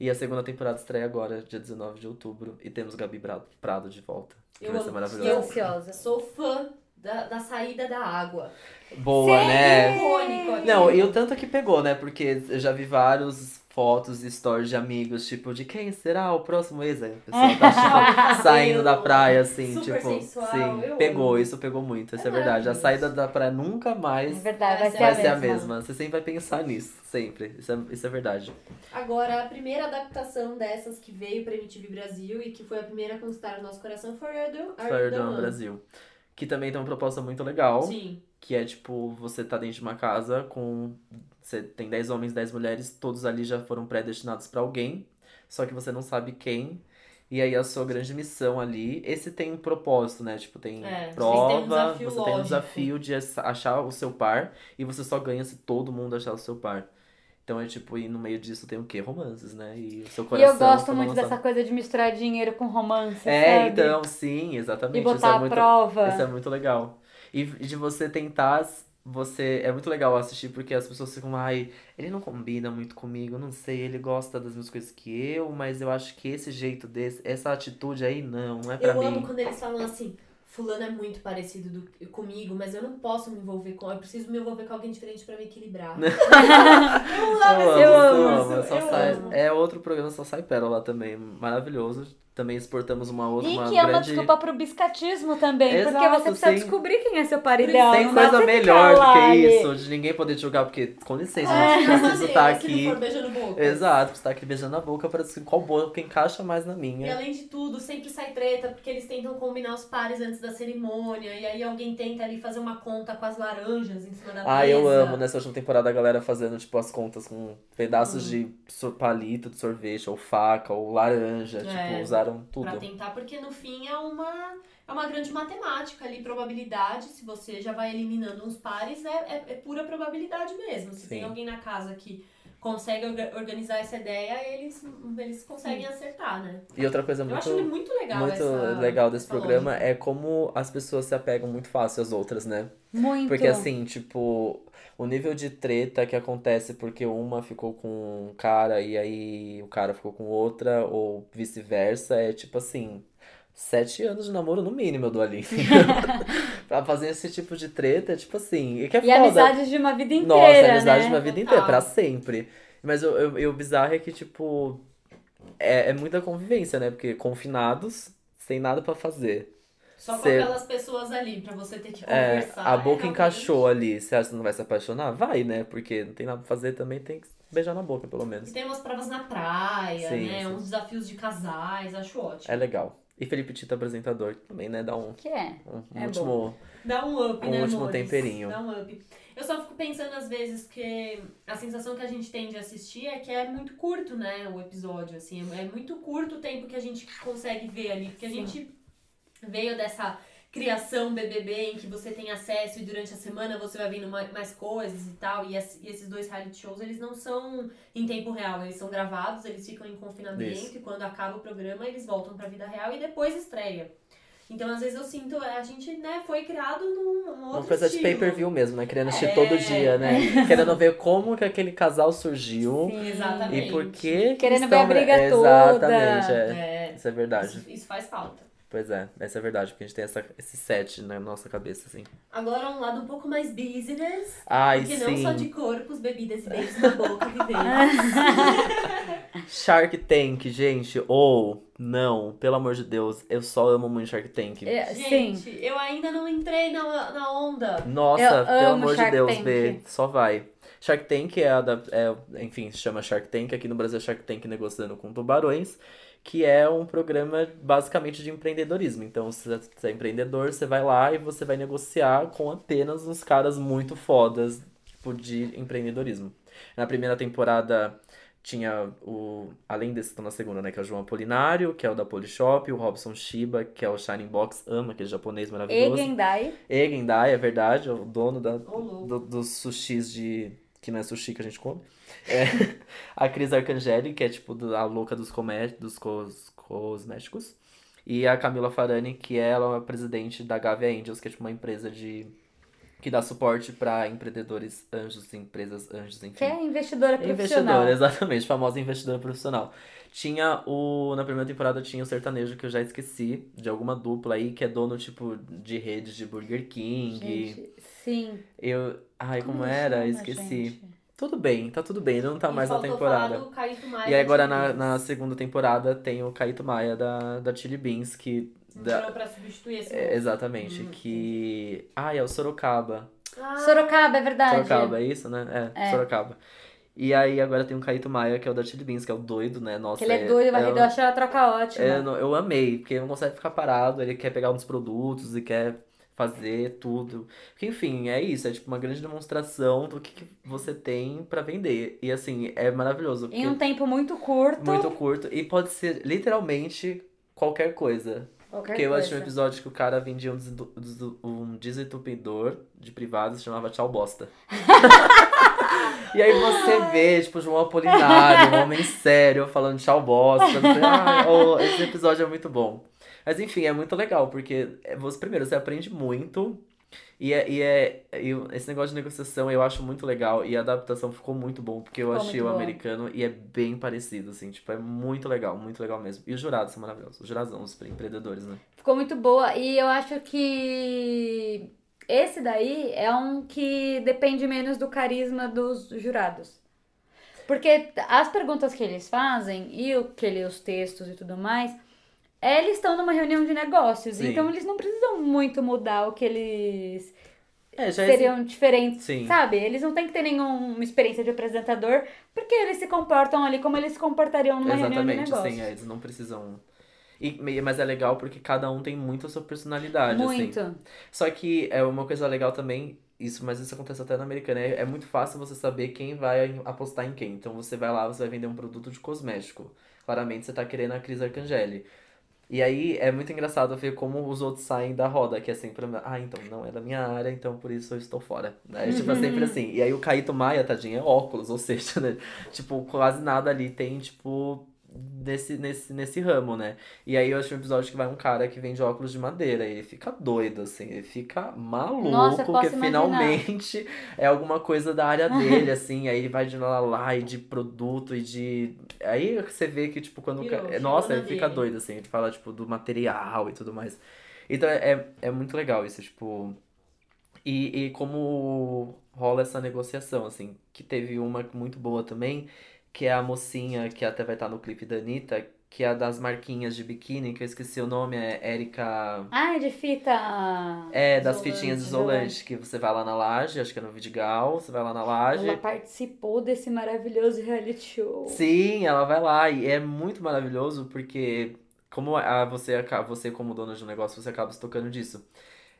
Speaker 1: E a segunda temporada estreia agora, dia 19 de outubro, e temos Gabi Bra- Prado de volta. Que
Speaker 2: Eu
Speaker 1: vai ser
Speaker 2: amo.
Speaker 3: Tô
Speaker 1: maravilhoso.
Speaker 3: ansiosa.
Speaker 2: Sou fã da, da saída da água.
Speaker 1: Boa, né?
Speaker 2: Icônico aqui.
Speaker 1: Não, e o tanto que pegou, né? Porque eu já vi vários fotos e stories de amigos, tipo, de quem será o próximo ex? Aí a pessoa tá tipo, saindo da praia, assim,
Speaker 2: Super
Speaker 1: tipo.
Speaker 2: sensual,
Speaker 1: sim,
Speaker 2: eu
Speaker 1: pegou,
Speaker 2: amo.
Speaker 1: isso pegou muito, isso é,
Speaker 2: É
Speaker 1: verdade. A
Speaker 2: maravilhoso.
Speaker 1: saída da praia nunca
Speaker 3: É
Speaker 1: mais
Speaker 3: verdade, vai,
Speaker 2: Vai
Speaker 1: Vai
Speaker 3: ser,
Speaker 1: ser a mesma. Você sempre vai pensar nisso, sempre. Isso é, isso é verdade.
Speaker 2: Agora, a primeira adaptação dessas que veio pra MTV Brasil e que foi a primeira a conquistar o nosso coração foi a do
Speaker 1: Fire Dawn Brasil. Que também tem uma proposta muito legal.
Speaker 2: Sim.
Speaker 1: Que é tipo, você tá dentro de uma casa com. Você tem 10 homens, 10 mulheres, todos ali já foram predestinados pra alguém. Só que você não sabe quem. E aí a sua grande missão ali. Esse tem um propósito, né? Tipo, tem
Speaker 2: É, tem um
Speaker 1: prova.
Speaker 2: desafio
Speaker 1: você tem um
Speaker 2: lógico.
Speaker 1: desafio de ach- achar o seu par. E você só ganha se todo mundo achar o seu par. Então é tipo, e no meio disso tem o quê? Romances, né? E o seu
Speaker 3: E
Speaker 1: coração.
Speaker 3: eu gosto
Speaker 1: sua
Speaker 3: muito
Speaker 1: balançada.
Speaker 3: dessa coisa de misturar dinheiro com romance,
Speaker 1: É,
Speaker 3: sabe?
Speaker 1: então, sim, exatamente.
Speaker 3: E
Speaker 1: isso
Speaker 3: botar
Speaker 1: é
Speaker 3: a
Speaker 1: muito,
Speaker 3: prova.
Speaker 1: Isso é muito legal. E e de você tentar. s- Você. É muito legal assistir, porque as pessoas ficam, ai, ele não combina muito comigo, não sei, ele gosta das mesmas coisas que eu, mas eu acho que esse jeito desse, essa atitude aí não, não é pra
Speaker 2: Eu
Speaker 1: mim.
Speaker 2: amo quando eles falam assim, fulano é muito parecido do- comigo, mas eu não posso me envolver com. Eu preciso me envolver com alguém diferente pra me equilibrar. eu amo
Speaker 1: Eu
Speaker 2: esse
Speaker 1: amo,
Speaker 2: discurso,
Speaker 1: eu amo, só
Speaker 2: eu
Speaker 1: sai-
Speaker 2: amo.
Speaker 1: É outro programa, só sai pérola também, maravilhoso. Também exportamos uma outra
Speaker 3: E
Speaker 1: uma
Speaker 3: que é
Speaker 1: grande...
Speaker 3: uma desculpa pro biscatismo também, porque
Speaker 1: Exato,
Speaker 3: você precisa
Speaker 1: sim.
Speaker 3: descobrir quem é seu par ideal.
Speaker 1: Tem
Speaker 3: não
Speaker 1: coisa
Speaker 3: basta ficar
Speaker 1: melhor do
Speaker 3: lá,
Speaker 1: que
Speaker 3: ali.
Speaker 1: isso, de ninguém poder julgar, porque, com licença,
Speaker 2: Ah,
Speaker 1: gente, preciso
Speaker 2: se
Speaker 1: estar
Speaker 2: não
Speaker 1: aqui.
Speaker 2: for beijando boca.
Speaker 1: Exato, preciso estar aqui beijando a boca para descobrir qual boca encaixa mais na
Speaker 2: E
Speaker 1: minha.
Speaker 2: além de tudo, sempre sai treta, porque eles tentam combinar os pares antes da cerimônia, e aí alguém tenta ali fazer uma conta com as laranjas em cima da mesa.
Speaker 1: Ah, eu amo nessa última temporada a galera fazendo, tipo, as contas com pedaços
Speaker 2: Hum.
Speaker 1: de so- palito de sorvete, ou faca, ou laranja. Tipo,
Speaker 2: É.
Speaker 1: usaram
Speaker 2: Pra
Speaker 1: tudo.
Speaker 2: tentar, porque no fim é uma, é uma grande matemática ali, probabilidade. Se você já vai eliminando uns pares, é, é, é pura probabilidade mesmo. Se tem
Speaker 1: Sim.
Speaker 2: alguém na casa que consegue orga- organizar essa ideia, eles, eles conseguem acertar, né?
Speaker 1: E outra coisa
Speaker 2: eu
Speaker 1: muito.
Speaker 2: acho ele muito legal
Speaker 1: muito
Speaker 2: essa-
Speaker 1: legal desse
Speaker 2: essa
Speaker 1: programa
Speaker 2: lógica.
Speaker 1: é como as pessoas se apegam muito fácil às outras, né?
Speaker 3: Muito.
Speaker 1: Porque assim, tipo, o nível de treta que acontece porque uma ficou com um cara e aí o cara ficou com outra, ou vice-versa, é tipo assim. Sete anos de namoro no mínimo eu dou ali. pra fazer esse tipo de treta, é tipo assim. E que é
Speaker 3: E
Speaker 1: foda.
Speaker 3: amizades de uma vida inteira,
Speaker 1: Nossa, amizade
Speaker 3: né?
Speaker 1: de uma vida
Speaker 2: Total.
Speaker 1: inteira, pra sempre. Mas o- eu, eu, o bizarro é que, tipo, é, é muita convivência, né? Porque confinados, sem nada pra fazer.
Speaker 2: Só com
Speaker 1: Cê-
Speaker 2: aquelas pessoas ali, pra você ter que
Speaker 1: É,
Speaker 2: conversar.
Speaker 1: a boca
Speaker 2: realmente.
Speaker 1: encaixou ali. Você acha que não vai se apaixonar? Vai, né? Porque não tem nada pra fazer também, tem que beijar na boca, pelo
Speaker 2: E
Speaker 1: menos.
Speaker 2: tem umas provas na praia,
Speaker 1: Sim,
Speaker 2: né?
Speaker 1: sim.
Speaker 2: Uns desafios de casais, acho ótimo.
Speaker 1: É legal. E Felipe Tito, apresentador, também, né? Dá um,
Speaker 3: Que é.
Speaker 1: um, um
Speaker 3: É
Speaker 1: último.
Speaker 2: Dá um up,
Speaker 1: Um
Speaker 2: né,
Speaker 1: último
Speaker 2: amores?
Speaker 1: temperinho.
Speaker 2: Dá um up. Eu só fico pensando às vezes que a sensação que a gente tem de assistir é que é muito curto, né, o episódio, assim. É muito curto o tempo que a gente consegue ver ali, porque a gente veio dessa criação BBB em que você tem acesso e durante a semana você vai vendo mai- mais coisas e tal. E, as- e esses dois reality shows, eles não são em tempo real, eles são gravados, eles ficam em confinamento
Speaker 1: Isso.
Speaker 2: e quando acaba o programa eles voltam pra vida real e depois estreia. Então, às vezes eu sinto, é, a gente, né, foi criado num, num outro
Speaker 1: Uma coisa de
Speaker 2: estilo.
Speaker 1: pay-per-view mesmo, né? Querendo assistir
Speaker 2: É.
Speaker 1: todo dia, né? Querendo ver como que aquele casal surgiu
Speaker 3: Sim.
Speaker 2: Exatamente.
Speaker 1: e por que. que
Speaker 3: Querendo
Speaker 1: eles
Speaker 3: ver a
Speaker 1: tão-
Speaker 3: briga
Speaker 1: é,
Speaker 3: toda.
Speaker 1: Exatamente, é.
Speaker 2: É,
Speaker 1: Isso é verdade.
Speaker 2: isso, isso faz falta.
Speaker 1: Pois é, essa é a verdade, porque a gente tem essa, esse set na nossa cabeça, assim.
Speaker 2: Agora um lado um pouco mais business,
Speaker 1: Ai,
Speaker 2: porque não
Speaker 1: sim.
Speaker 2: só de corpos, bebidas e beijos na boca que vem.
Speaker 1: Shark Tank, gente. Ou, não, pelo amor de Deus, eu só amo muito Shark Tank.
Speaker 3: É,
Speaker 2: Gente,
Speaker 3: Sim.
Speaker 2: eu ainda não entrei na, na onda.
Speaker 1: Nossa,
Speaker 3: Eu
Speaker 1: pelo
Speaker 3: amo
Speaker 1: amor de
Speaker 3: Shark
Speaker 1: Deus,
Speaker 3: Tank.
Speaker 1: B, só vai. Shark Tank é, a da, é, enfim, se chama Shark Tank. Aqui no Brasil é Shark Tank negociando com tubarões, que é um programa basicamente de empreendedorismo. Então, se você é empreendedor, você vai lá e você vai negociar com apenas uns caras muito fodas, tipo, de empreendedorismo. Na primeira temporada tinha o. Além desse, estão na segunda, né? Que é o João Apolinário, que é o da Polishop, o Robson Shiba, que é o Shining Box, ama aquele japonês maravilhoso.
Speaker 3: Egendai.
Speaker 1: Egendai, é verdade, é o dono da,
Speaker 2: Ô, louco.
Speaker 1: do- dos sushis de. que não é sushi que a gente come. É, a Cris Arcangeli, que é tipo do- a louca dos, comé dos cos- cosméticos. E a Camila Farani, que ela é a presidente da Gavia Angels, que é tipo uma empresa de. que dá suporte pra empreendedores anjos, empresas anjos, enfim.
Speaker 3: Que é investidora profissional.
Speaker 1: Investidora, exatamente, famosa investidora profissional. Tinha o. Na primeira temporada tinha o sertanejo que eu já esqueci, de alguma dupla aí, que é dono, tipo, de redes de Burger King.
Speaker 3: Gente, sim.
Speaker 1: Eu. Ai, assim, como, era?
Speaker 3: chama,
Speaker 1: esqueci.
Speaker 3: gente?
Speaker 1: Tudo bem, tá tudo bem, não tá mais
Speaker 2: e
Speaker 1: na
Speaker 2: faltou
Speaker 1: temporada.
Speaker 2: falar do tipo, Caíto Maia
Speaker 1: E aí
Speaker 2: da
Speaker 1: agora
Speaker 2: Chile
Speaker 1: na,
Speaker 2: Beans.
Speaker 1: na segunda temporada tem o Caíto Maia da, da Chili Beans, que. da-
Speaker 2: Entrou pra substituir esse
Speaker 1: é, exatamente, que. Ai, é o Sorocaba.
Speaker 2: Ah,
Speaker 3: Sorocaba, é verdade.
Speaker 1: Sorocaba, é isso, né? É,
Speaker 3: É.
Speaker 1: Sorocaba. E aí agora tem o Caíto Maia, que é o da Chili Beans, que é o doido, né? Nossa,
Speaker 3: Que ele é doido, varrido, eu
Speaker 1: é,
Speaker 3: acho ela troca ótima.
Speaker 1: é, não, eu amei, porque ele não consegue ficar parado, ele quer pegar uns produtos e quer fazer tudo. Porque, enfim, é isso, é tipo uma grande demonstração do que, que você tem pra vender. E assim, é maravilhoso, porque
Speaker 3: Em um
Speaker 1: é
Speaker 3: tempo muito curto.
Speaker 1: muito curto e pode ser literalmente qualquer coisa.
Speaker 3: qualquer
Speaker 1: Porque eu
Speaker 3: coisa.
Speaker 1: achei um episódio que o cara vendia um, desendu- desendu- um desentupidor de privado, se chamava Tchau Bosta. e aí você vê, tipo, João Apolinário, um homem sério, falando Tchau Bosta. Você, "Ah, oh, esse episódio é muito bom. Mas enfim, é muito legal, porque é, você, primeiro, você aprende muito. E, é, e, é, e o- esse negócio de negociação eu acho muito legal. E a adaptação ficou muito bom, porque eu
Speaker 3: Ficou
Speaker 1: achei
Speaker 3: muito
Speaker 1: o
Speaker 3: bom.
Speaker 1: americano e é bem parecido, assim. Tipo, é muito legal, muito legal mesmo. E os jurados são maravilhosos. Os jurados são os empreendedores, né?
Speaker 3: Ficou muito boa. E eu acho que esse daí é um que depende menos do carisma dos jurados. Porque as perguntas que eles fazem e o que ele, os textos e tudo mais eles estão numa reunião de negócios,
Speaker 1: Sim.
Speaker 3: então eles não precisam muito mudar o que eles
Speaker 1: É, já esse-
Speaker 3: seriam diferentes,
Speaker 1: Sim.
Speaker 3: sabe? Eles não têm que ter nenhuma experiência de apresentador, porque eles se comportam ali como eles se comportariam numa reunião de
Speaker 1: Exatamente,
Speaker 3: negócios.
Speaker 1: sim, é, eles não precisam. E, me- mas é legal porque cada um tem muito a sua personalidade,
Speaker 3: Muito.
Speaker 1: assim. Só que é uma coisa legal também, isso, mas isso acontece até na americana, é, é muito fácil você saber quem vai apostar em quem. Então você vai lá, você vai vender um produto de cosmético. Claramente você tá querendo a Cris Arcangeli. E aí é muito engraçado ver como os outros saem da roda, que é sempre, ah, então não é da minha área, então por isso eu estou fora. Né? Tipo, é sempre assim. E aí o Caíto Maia, tadinho, é óculos, ou seja, né? tipo, quase nada ali tem, tipo, nesse, nesse, nesse ramo, né? E aí eu achei um episódio que vai um cara que vende óculos de madeira. e Ele fica doido, assim, ele fica maluco,
Speaker 3: Nossa, eu
Speaker 1: porque
Speaker 3: posso imaginar.
Speaker 1: finalmente é alguma coisa da área dele, assim. Aí ele vai de lá lá e de produto e de. Aí você vê que, tipo, quando. o
Speaker 2: Pirou,
Speaker 1: ca-
Speaker 2: chegou
Speaker 1: Nossa,
Speaker 2: na
Speaker 1: ele fica
Speaker 2: dele.
Speaker 1: doido, assim, ele fala, tipo, do material e tudo mais. Então é, é muito legal isso, tipo. E, e como rola essa negociação, assim, que teve uma muito boa também, que é a mocinha que até vai estar no clipe da Anitta, que é a das marquinhas de biquíni, que eu esqueci o nome, é Érica.
Speaker 3: Ah, é de fita.
Speaker 1: É, das
Speaker 2: Isolante,
Speaker 1: fitinhas de
Speaker 3: isolante.
Speaker 1: isolante, que você vai lá na laje, acho que é no Vidigal, você vai lá na laje.
Speaker 3: Ela participou desse maravilhoso reality show.
Speaker 1: Sim, ela vai lá e é muito maravilhoso porque como a, você, aca- você como dona de um negócio, você acaba se tocando disso.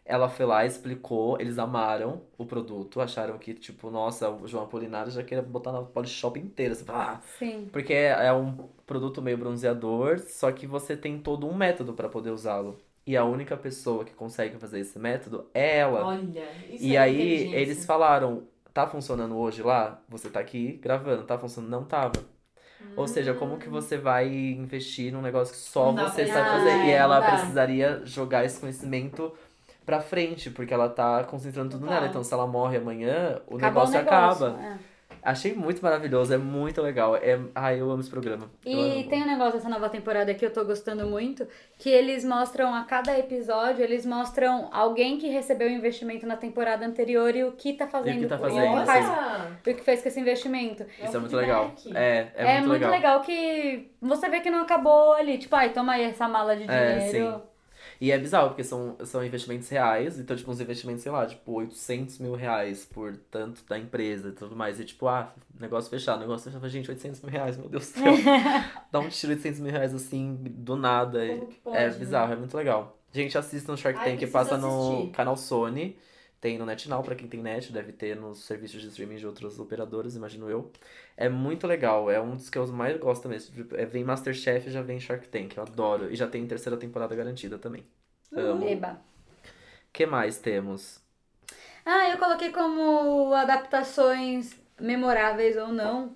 Speaker 1: Ela foi lá, explicou, eles amaram o produto, acharam que, tipo, nossa, o João Apolinário já queria botar na Polishop inteira. Você fala, "Ah,
Speaker 3: Sim.
Speaker 1: porque é é um produto meio bronzeador, só que você tem todo um método pra poder usá-lo. E a única pessoa que consegue fazer esse método é ela.
Speaker 2: Olha, isso
Speaker 1: E
Speaker 2: é
Speaker 1: aí
Speaker 2: inteligência.
Speaker 1: eles falaram, tá funcionando hoje lá? Você tá aqui gravando, tá funcionando? Não tava. Ou seja, como que você vai investir num negócio que só
Speaker 2: Não dá
Speaker 1: você
Speaker 2: pra-
Speaker 1: sabe
Speaker 2: Ah,
Speaker 1: fazer? E
Speaker 3: é,
Speaker 1: ela
Speaker 3: não dá.
Speaker 1: precisaria jogar esse conhecimento pra frente, porque ela tá concentrando tudo
Speaker 3: Total.
Speaker 1: nela. Então, se ela morre amanhã, o
Speaker 3: Acabou
Speaker 1: negócio,
Speaker 3: negócio,
Speaker 1: acaba.
Speaker 3: é.
Speaker 1: Achei muito maravilhoso, é muito legal. É... Ai, eu amo esse programa. Eu
Speaker 3: E
Speaker 1: amo.
Speaker 3: tem um negócio dessa nova temporada que eu tô gostando muito, que eles mostram a cada episódio, eles mostram alguém que recebeu investimento na temporada anterior e o que tá fazendo,
Speaker 1: tá
Speaker 3: com-
Speaker 1: fazendo,
Speaker 3: o
Speaker 2: Olha!
Speaker 3: que, faz, o que fez com esse investimento.
Speaker 2: um
Speaker 1: Isso é muito legal.
Speaker 2: feedback.
Speaker 1: É, é, muito, legal.
Speaker 3: que você vê que não acabou ali, tipo, ai, toma aí essa mala de
Speaker 1: É,
Speaker 3: dinheiro.
Speaker 1: E é bizarro, porque são, são investimentos reais, então, tipo, uns investimentos, sei lá, tipo, 800 mil reais por tanto da empresa e tudo mais. E, tipo, ah, negócio fechado, negócio fechado. Gente, 800 mil reais, meu Deus do céu. Dá um tiro de 800 mil reais assim, do nada.
Speaker 2: Como que pode,
Speaker 1: é
Speaker 2: né?
Speaker 1: bizarro, é muito legal. Gente, assistam Shark
Speaker 2: Ai,
Speaker 1: Tank, que
Speaker 2: preciso
Speaker 1: passa no
Speaker 2: assistir.
Speaker 1: canal Sony. Tem no NetNow, pra quem tem net, deve ter nos serviços de streaming de outras operadoras, imagino eu. É muito legal, é um dos que eu mais gosto mesmo. É, vem Masterchef e já vem Shark Tank, eu adoro. E já tem terceira temporada garantida também. Amo. O
Speaker 3: Eba.
Speaker 1: que mais temos?
Speaker 3: Ah, eu coloquei como adaptações memoráveis ou não.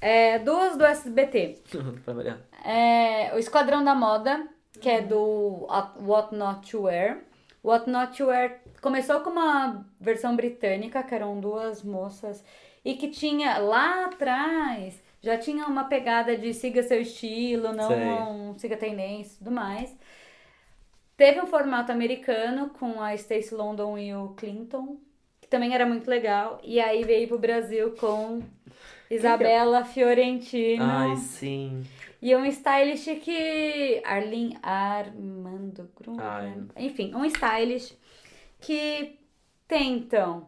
Speaker 3: é, duas do SBT.
Speaker 1: pra variar.
Speaker 3: É, o Esquadrão da Moda, que é do At- What Not to Wear. What Not to Wear começou com uma versão britânica, que eram duas moças, e que tinha lá atrás, já tinha uma pegada de siga seu estilo, não, um
Speaker 1: Sei.
Speaker 3: siga tendência e tudo mais. Teve um formato americano com a Stacy London e o Clinton, que também era muito legal. E aí veio pro Brasil com Isabela Fiorentino.
Speaker 1: é? Ai, sim.
Speaker 3: E um stylist que. Arlin Armando Grun.
Speaker 1: Ai.
Speaker 3: Enfim, um stylist que então, tentam.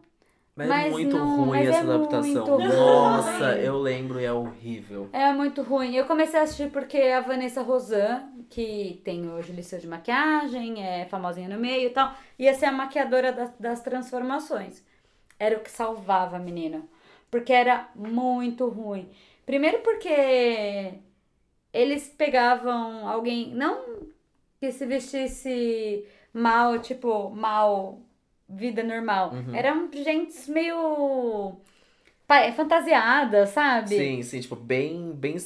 Speaker 1: Mas, é
Speaker 3: Mas
Speaker 1: muito
Speaker 3: não-
Speaker 1: ruim
Speaker 3: mas
Speaker 1: essa
Speaker 3: é
Speaker 1: adaptação.
Speaker 3: muito ruim.
Speaker 1: Nossa, eu lembro e é horrível.
Speaker 3: É muito ruim. Eu comecei a assistir porque a Vanessa Rosan, que tem hoje lição de maquiagem, é famosinha no meio e tal, ia ser a maquiadora das, das transformações. Era o que salvava a menina. Porque era muito ruim. Primeiro porque eles pegavam alguém, não que se vestisse mal, tipo, mal, vida normal.
Speaker 1: Uhum.
Speaker 3: Eram gente meio pa- fantasiada, sabe?
Speaker 1: Sim, sim, tipo, bem, bem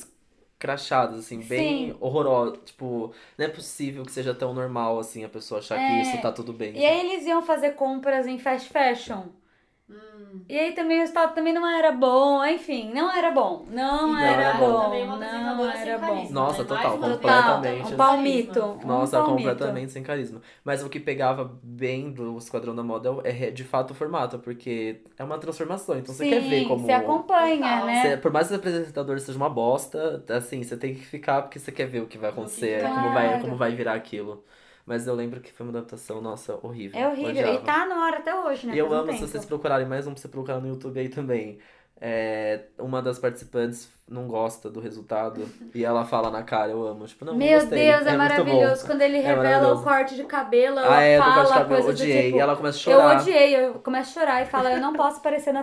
Speaker 1: escrachados, assim, bem
Speaker 3: Sim.
Speaker 1: horrorosos. Tipo, não é possível que seja tão normal, assim, a pessoa achar
Speaker 3: É.
Speaker 1: que isso tá tudo bem.
Speaker 3: E aí eles iam fazer compras em fast fashion.
Speaker 2: Hum.
Speaker 3: E aí também o resultado também não era bom, enfim, não era bom. Não,
Speaker 1: Não
Speaker 3: era,
Speaker 1: era
Speaker 3: bom.
Speaker 1: bom.
Speaker 2: Então, Também é uma
Speaker 3: Não
Speaker 2: apresentadora sem
Speaker 3: era bom.
Speaker 2: carisma,
Speaker 1: Nossa,
Speaker 2: né?
Speaker 1: total, assim.
Speaker 2: Mais uma
Speaker 1: completamente.
Speaker 3: Total,
Speaker 2: apresentadora
Speaker 3: um palmito.
Speaker 2: sem carisma.
Speaker 3: um
Speaker 1: Nossa,
Speaker 3: palmito.
Speaker 1: completamente sem carisma. Mas o que pegava bem do Esquadrão da Model é de fato o formato, porque é uma transformação. Então você
Speaker 3: Sim,
Speaker 1: quer ver como.
Speaker 3: Você acompanha,
Speaker 2: Total.
Speaker 3: né?
Speaker 1: Você- por mais que os apresentadores sejam uma bosta, assim, você tem que ficar porque você quer ver o que vai acontecer,
Speaker 3: Claro.
Speaker 1: como, vai, como vai virar aquilo. Mas eu lembro que foi uma adaptação, nossa, horrível.
Speaker 3: É horrível.
Speaker 1: Odiava.
Speaker 3: E tá na hora até hoje, né?
Speaker 1: E eu
Speaker 3: Faz um
Speaker 1: amo, se
Speaker 3: tempo.
Speaker 1: vocês procurarem mais um pra você procurar no YouTube aí também. É, uma das participantes não gosta do resultado e ela fala na cara, eu amo. Tipo, não,
Speaker 3: Meu
Speaker 1: não gostei.
Speaker 3: Deus, é,
Speaker 1: muito
Speaker 3: maravilhoso.
Speaker 1: bom.
Speaker 3: Quando ele
Speaker 1: É
Speaker 3: revela
Speaker 1: maravilhoso.
Speaker 3: o corte de cabelo, ela
Speaker 1: Ah, é, do
Speaker 3: fala
Speaker 1: corte de cabelo,
Speaker 3: coisa do
Speaker 1: odiei.
Speaker 3: tipo.
Speaker 1: E ela começa a
Speaker 3: Eu
Speaker 1: chorar.
Speaker 3: odiei, eu começo a chorar e falo, eu não posso aparecer na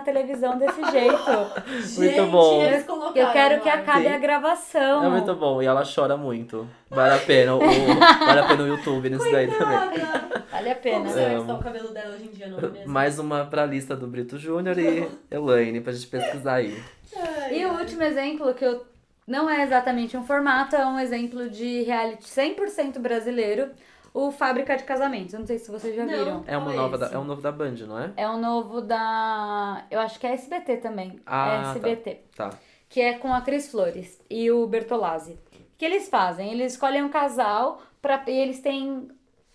Speaker 3: televisão desse jeito.
Speaker 1: Muito
Speaker 2: Gente,
Speaker 1: bom.
Speaker 2: eles colocaram
Speaker 3: Eu quero que
Speaker 2: lá.
Speaker 3: acabe
Speaker 1: Sim.
Speaker 3: a gravação.
Speaker 1: É muito bom. E ela chora muito. Vale a pena o, vale a pena o YouTube nisso daí também.
Speaker 2: Coitada.
Speaker 3: Vale a
Speaker 2: Como
Speaker 3: pena.
Speaker 1: É.
Speaker 2: será que
Speaker 1: Amo.
Speaker 2: está o cabelo dela hoje em dia, não é mesmo?
Speaker 1: Mais uma pra lista do Brito Júnior e Elaine, pra gente pesquisar aí.
Speaker 2: Ai,
Speaker 3: E o último exemplo, que eu não é exatamente um formato, é um exemplo de reality 100% brasileiro, o Fábrica de Casamentos. Eu Não sei se vocês já
Speaker 2: Não.
Speaker 3: viram.
Speaker 1: É, uma
Speaker 2: Qual é
Speaker 1: nova da-
Speaker 2: esse?
Speaker 1: é um novo da Band, não é?
Speaker 3: É um novo da. Eu acho que é SBT também.
Speaker 1: Ah, tá.
Speaker 3: é SBT.
Speaker 1: Tá.
Speaker 3: que é com a Cris Flores e o Bertolazzi. O que eles fazem? Eles escolhem um casal pra, e eles têm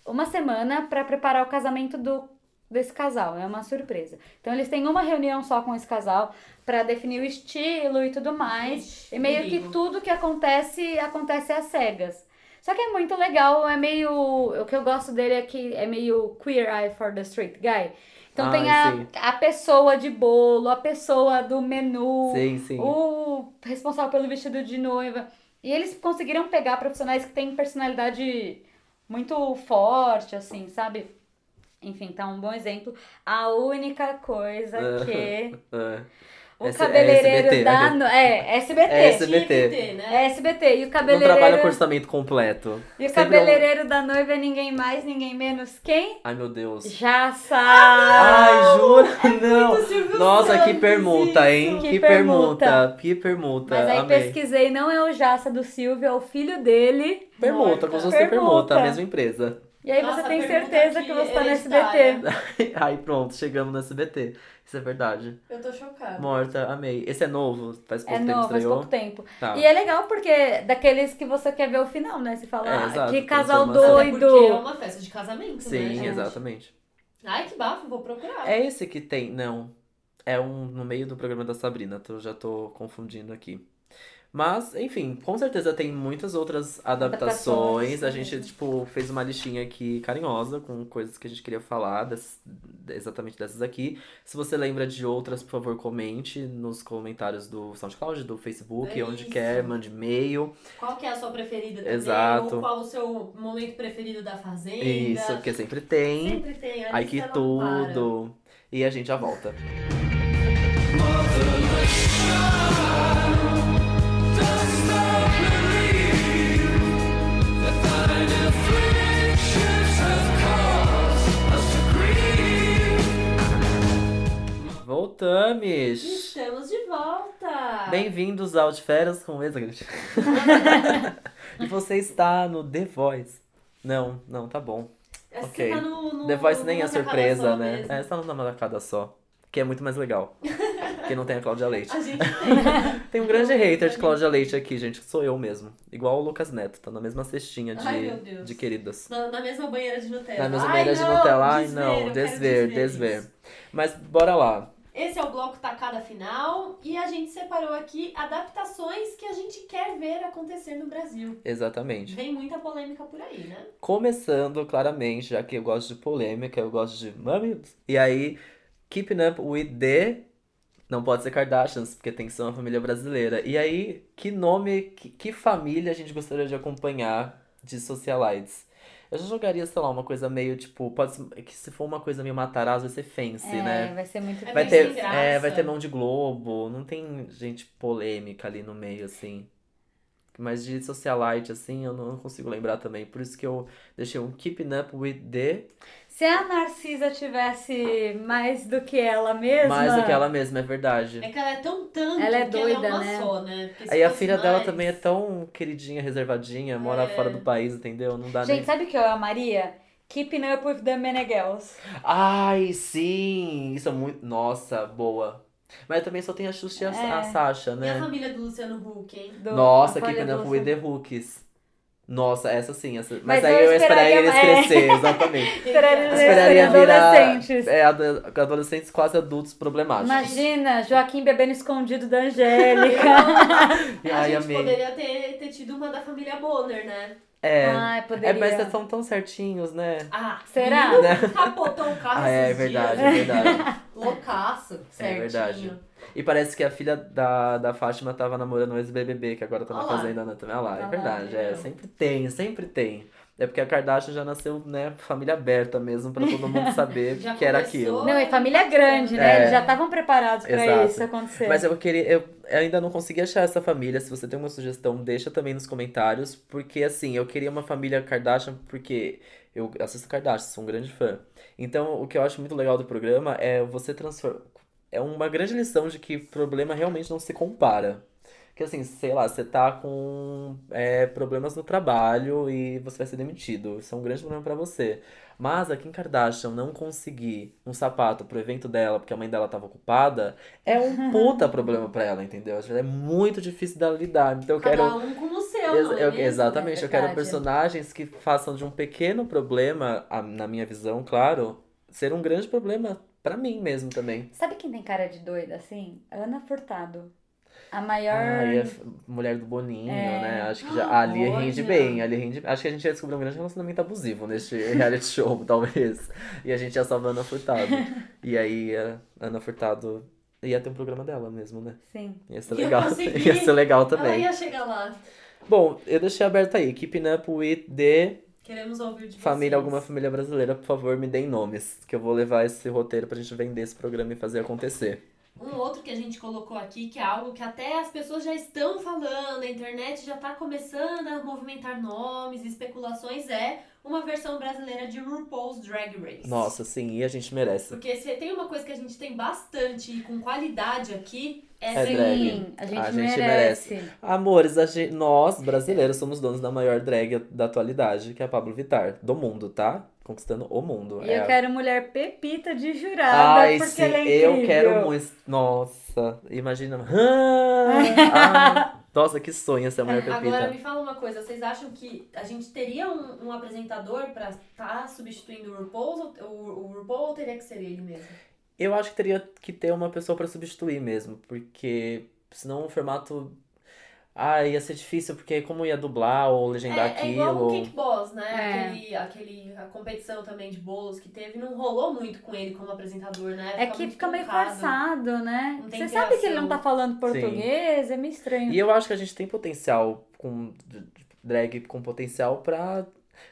Speaker 3: uma semana pra preparar o casamento do, desse casal. É uma surpresa. Então eles têm uma reunião só com esse casal pra definir o estilo e tudo mais.
Speaker 2: Ixi,
Speaker 3: e meio que
Speaker 2: perigo.
Speaker 3: tudo que acontece acontece às cegas. Só que é muito legal, é meio. O que eu gosto dele é que é meio queer eye for the straight guy. Então
Speaker 1: Ah,
Speaker 3: tem a,
Speaker 1: sim.
Speaker 3: a pessoa de bolo, a pessoa do menu,
Speaker 1: Sim, sim.
Speaker 3: o responsável pelo vestido de noiva. E eles conseguiram pegar profissionais que têm personalidade muito forte, assim, sabe? Enfim, tá um bom exemplo. A única coisa que
Speaker 1: É.
Speaker 3: o
Speaker 1: Ah. S- é
Speaker 3: cabeleireiro
Speaker 1: SBT, né?
Speaker 3: dá no... É, SBT.
Speaker 1: É
Speaker 2: tinha
Speaker 1: SBT.
Speaker 2: que ter, né?
Speaker 3: É SBT. E o
Speaker 1: Não trabalha com
Speaker 3: cabeleireiro,
Speaker 1: orçamento completo. Sempre
Speaker 3: e o
Speaker 1: é um-
Speaker 3: cabeleireiro da noiva é ninguém mais, ninguém menos. Quem?
Speaker 1: Ai, meu Deus.
Speaker 3: Já sabe.
Speaker 1: Ai, jura? não.
Speaker 2: muito Silvio
Speaker 1: Nossa, que
Speaker 2: Santos
Speaker 1: permuta, hein?
Speaker 3: isso.
Speaker 1: Que,
Speaker 3: Que
Speaker 1: permuta.
Speaker 3: permuta.
Speaker 1: Que permuta.
Speaker 3: Mas aí
Speaker 1: Tá, Amei.
Speaker 3: pesquisei, não é o Jaça do Silvio, é o filho dele.
Speaker 1: Permuta, como se fosse
Speaker 3: Permuta.
Speaker 1: permuta, a mesma empresa.
Speaker 3: E aí
Speaker 2: Nossa,
Speaker 3: você tem
Speaker 2: pergunta
Speaker 3: certeza
Speaker 2: de
Speaker 3: que você tá no
Speaker 2: hereditária.
Speaker 3: SBT.
Speaker 1: Ai, pronto, chegamos no SBT. Isso é verdade.
Speaker 2: Eu tô chocada.
Speaker 1: Morta, amei. Esse é novo? Faz pouco
Speaker 3: É
Speaker 1: tempo que
Speaker 3: novo, faz
Speaker 1: estreou?
Speaker 3: pouco tempo.
Speaker 1: Tá.
Speaker 3: E é legal porque daqueles que você quer ver o final, né? Você fala,
Speaker 1: É,
Speaker 3: ah,
Speaker 1: exato,
Speaker 3: que
Speaker 1: tem
Speaker 3: casal
Speaker 1: que ser uma-
Speaker 2: Até Porque é
Speaker 3: doido.
Speaker 2: uma festa de casamento, né?
Speaker 1: Sim,
Speaker 2: gente?
Speaker 1: exatamente.
Speaker 2: Ai, que bafo, vou procurar.
Speaker 1: É esse que tem. Não. É um no meio do programa da Sabrina. tô- já tô confundindo aqui. Mas, enfim, com certeza tem muitas outras adaptações.
Speaker 3: Adaptações,
Speaker 1: A gente, tipo, fez uma listinha aqui carinhosa com coisas que a gente queria falar, dessas- exatamente dessas aqui. Se você lembra de outras, por favor, comente nos comentários do SoundCloud, do Facebook,
Speaker 2: É
Speaker 1: onde
Speaker 2: isso.
Speaker 1: quer, mande e-mail.
Speaker 2: Qual que é a sua preferida também?
Speaker 1: Exato.
Speaker 2: Ou qual o seu momento preferido da fazenda?
Speaker 1: Isso, porque sempre tem.
Speaker 2: Sempre tem. a
Speaker 1: Ai,
Speaker 2: lista
Speaker 1: que
Speaker 2: não para.
Speaker 1: tudo! E a gente já volta. Voltamos!
Speaker 2: Estamos de volta.
Speaker 1: Bem-vindos ao De Férias com Exa. e você está no The Voice. Não, não, tá bom.
Speaker 2: Acho que
Speaker 1: ok.
Speaker 2: Você tá no, no,
Speaker 1: The Voice nem é
Speaker 2: numa tacada
Speaker 1: surpresa,
Speaker 2: só
Speaker 1: né?
Speaker 2: mesmo.
Speaker 1: É, só numa maracada só. Que é muito mais legal. Porque não tem a Cláudia Leite.
Speaker 2: A gente tem. né?
Speaker 1: Tem um grande hater de Cláudia Leite aqui, gente, que sou eu mesmo. Igual o Lucas Neto, tá na mesma cestinha de,
Speaker 2: Ai, meu Deus.
Speaker 1: de queridas.
Speaker 2: Na, na mesma banheira de Nutella.
Speaker 1: Na mesma
Speaker 2: Ai,
Speaker 1: banheira de
Speaker 2: não,
Speaker 1: Nutella. Ai,
Speaker 2: desver, eu
Speaker 1: não,
Speaker 2: quero
Speaker 1: desver, desver.
Speaker 2: isso.
Speaker 1: Mas bora lá.
Speaker 2: Esse é o bloco tacada final e a gente separou aqui adaptações que a gente quer ver acontecer no Brasil.
Speaker 1: Exatamente.
Speaker 2: Vem muita polêmica por aí, né?
Speaker 1: Começando, claramente, já que eu gosto de polêmica, eu gosto de mamilos. E aí, Keeping Up with the. Não pode ser Kardashians, porque tem que ser uma família brasileira. E aí, que nome, que, que família a gente gostaria de acompanhar de socialites? Eu já jogaria, sei lá, uma coisa meio tipo. Pode ser, que se for uma coisa meio matarazzo, vai ser fancy,
Speaker 3: é,
Speaker 1: né?
Speaker 3: vai ser muito
Speaker 2: Vai
Speaker 1: Vai
Speaker 2: bem
Speaker 1: ter,
Speaker 2: sem graça.
Speaker 1: é, vai ter mão de Globo, não tem gente polêmica ali no meio, assim. Mas de socialite, assim, eu não consigo lembrar também. Por isso que eu deixei um Keeping Up with the.
Speaker 3: Se a Narcisa tivesse mais do que ela mesma.
Speaker 1: Mais do que ela mesma, é verdade.
Speaker 2: É que ela é tão tanto
Speaker 3: Ela é
Speaker 2: que ela
Speaker 3: doida,
Speaker 2: é uma
Speaker 3: né?
Speaker 2: só, né? Porque se
Speaker 1: Aí a
Speaker 2: fosse
Speaker 1: filha dela
Speaker 2: mais-
Speaker 1: também é tão queridinha, reservadinha, mora
Speaker 2: É.
Speaker 1: fora do país, entendeu? Não dá
Speaker 3: Gente, sabe o que eu amaria? Keeping Up with the Meneghels.
Speaker 1: Ai, sim! Isso é muito. Nossa, boa. Mas também só tem a Xuxa e a, a
Speaker 3: É.
Speaker 1: Sasha,
Speaker 2: E a
Speaker 1: né?
Speaker 2: família do Luciano Huck, hein?
Speaker 3: do-
Speaker 1: Nossa,
Speaker 3: da Folha
Speaker 1: Keeping Up
Speaker 3: Doce.
Speaker 1: with the Hooks. Nossa, essa sim. Essa... Mas,
Speaker 3: Mas
Speaker 1: aí
Speaker 3: eu
Speaker 1: eu esperaria
Speaker 3: esperaria
Speaker 1: eles
Speaker 3: mais-
Speaker 1: crescer, exatamente.
Speaker 3: Esperaria-
Speaker 2: Ele-
Speaker 1: esperaria virar.
Speaker 3: adolescentes.
Speaker 1: É, ado- adolescentes quase adultos problemáticos.
Speaker 3: Imagina, Joaquim bebendo escondido da Angélica.
Speaker 1: E
Speaker 2: A
Speaker 1: Ai,
Speaker 2: gente
Speaker 1: amei.
Speaker 2: poderia ter, ter tido uma da família Bonner, né?
Speaker 1: É.
Speaker 3: Ai,
Speaker 1: É, mas
Speaker 3: poderia.
Speaker 1: vocês são tão certinhos, né?
Speaker 2: Ah,
Speaker 3: Será?
Speaker 2: menino Capotou o carro
Speaker 1: Ah, é, é
Speaker 2: esses
Speaker 1: verdade, é
Speaker 2: dias.
Speaker 1: verdade.
Speaker 2: Loucaço, certinho.
Speaker 1: É verdade. E parece que a filha da, da Fátima tava namorando um ex-BBB, que agora tá na
Speaker 2: Olha lá.
Speaker 1: fazenda Ana também. Olha lá,
Speaker 3: Olha
Speaker 1: é
Speaker 3: lá,
Speaker 1: verdade, é.
Speaker 2: entendeu?
Speaker 1: Sempre tem, sempre tem. É porque a Kardashian já nasceu, né, família aberta mesmo, pra todo mundo saber
Speaker 2: Já
Speaker 1: que era
Speaker 2: começou.
Speaker 1: aquilo.
Speaker 3: Não, e família grande, né?
Speaker 1: É.
Speaker 3: Eles já estavam preparados pra
Speaker 1: Exato.
Speaker 3: isso acontecer.
Speaker 1: Mas eu queria. Eu ainda não consegui achar essa família. Se você tem uma sugestão, deixa também nos comentários. Porque assim, eu queria uma família Kardashian, porque eu assisto Kardashian, sou um grande fã. Então, o que eu acho muito legal do programa é você transformar. É uma grande lição de que problema realmente não se compara. Porque assim, sei lá, você tá com é, problemas no trabalho e você vai ser demitido. Isso é um grande problema pra você. Mas a Kim Kardashian não conseguir um sapato pro evento dela, porque a mãe dela tava ocupada, é um puta problema pra ela, entendeu? É muito difícil dela lidar. Então eu
Speaker 2: Cada
Speaker 1: quero.
Speaker 2: um com o seu,
Speaker 1: Ex-
Speaker 2: não é
Speaker 1: eu-
Speaker 2: mesmo?
Speaker 1: exatamente,
Speaker 3: É
Speaker 1: eu quero
Speaker 3: verdade.
Speaker 1: personagens que façam de um pequeno problema, a- na minha visão, claro, ser um grande problema pra mim mesmo também.
Speaker 3: Sabe quem tem cara de doida, assim? Ana Furtado. A maior...
Speaker 1: Ai, Ah, a f- mulher do Boninho,
Speaker 3: É.
Speaker 1: né? Acho que já. Ali
Speaker 2: Olha!
Speaker 1: rende bem, ali rende. Acho que a gente ia descobrir um grande relacionamento abusivo neste reality show, talvez. E a gente ia salvar a Ana Furtado. e aí a Ana Furtado ia ter um programa dela mesmo, né?
Speaker 3: Sim.
Speaker 1: Ia ser
Speaker 2: Ia
Speaker 1: legal.
Speaker 2: conseguir.
Speaker 1: Ia ser legal
Speaker 2: Ela
Speaker 1: também.
Speaker 2: ia chegar lá.
Speaker 1: Bom, eu deixei aberto aí. Keeping up with the.
Speaker 2: Queremos ouvir de
Speaker 1: Família,
Speaker 2: vocês.
Speaker 1: alguma família brasileira, por favor, me deem nomes. Que eu vou levar esse roteiro pra gente vender esse programa e fazer acontecer.
Speaker 2: Um outro que a gente colocou aqui, que é algo que até as pessoas já estão falando, a internet já tá começando a movimentar nomes, especulações, é uma versão brasileira de RuPaul's Drag Race.
Speaker 1: Nossa, sim, e a gente merece.
Speaker 2: Porque se tem uma coisa que a gente tem bastante e com qualidade aqui, é,
Speaker 1: É
Speaker 2: ser-
Speaker 1: drag.
Speaker 3: Sim, a gente,
Speaker 1: A gente
Speaker 3: merece.
Speaker 1: Amores, a gente- nós, brasileiros, somos donos da maior drag da atualidade, que é a Pablo Vittar. Do mundo, tá? Conquistando o mundo.
Speaker 3: E
Speaker 1: é
Speaker 3: eu
Speaker 1: a-
Speaker 3: quero mulher pepita de jurada,
Speaker 1: Ai,
Speaker 3: porque
Speaker 1: sim,
Speaker 3: ela é incrível.
Speaker 1: eu quero muito. Nossa, imagina. Ah, ah, nossa, que sonho essa mulher
Speaker 2: É, Agora
Speaker 1: pepita.
Speaker 2: me fala uma coisa, vocês acham que a gente teria um, um apresentador pra estar substituindo o RuPaul? ou- O, o RuPaul ou teria que ser ele mesmo?
Speaker 1: Eu acho que teria que ter uma pessoa pra substituir mesmo, porque senão o formato. Ah, ia ser difícil, porque como ia dublar ou legendar
Speaker 2: é, é
Speaker 1: aquilo.
Speaker 2: igual o Kick Boss, né?
Speaker 3: É.
Speaker 2: Aquele, aquele, a competição também de bolos que teve, não rolou muito com ele como apresentador, né?
Speaker 3: É que
Speaker 2: muito
Speaker 3: fica meio
Speaker 2: truncado.
Speaker 3: forçado, né?
Speaker 2: Não tem
Speaker 3: Você sabe que ele
Speaker 2: criação.
Speaker 3: não tá falando português, é meio estranho.
Speaker 1: E eu acho que a gente tem potencial com d- d- drag com potencial pra.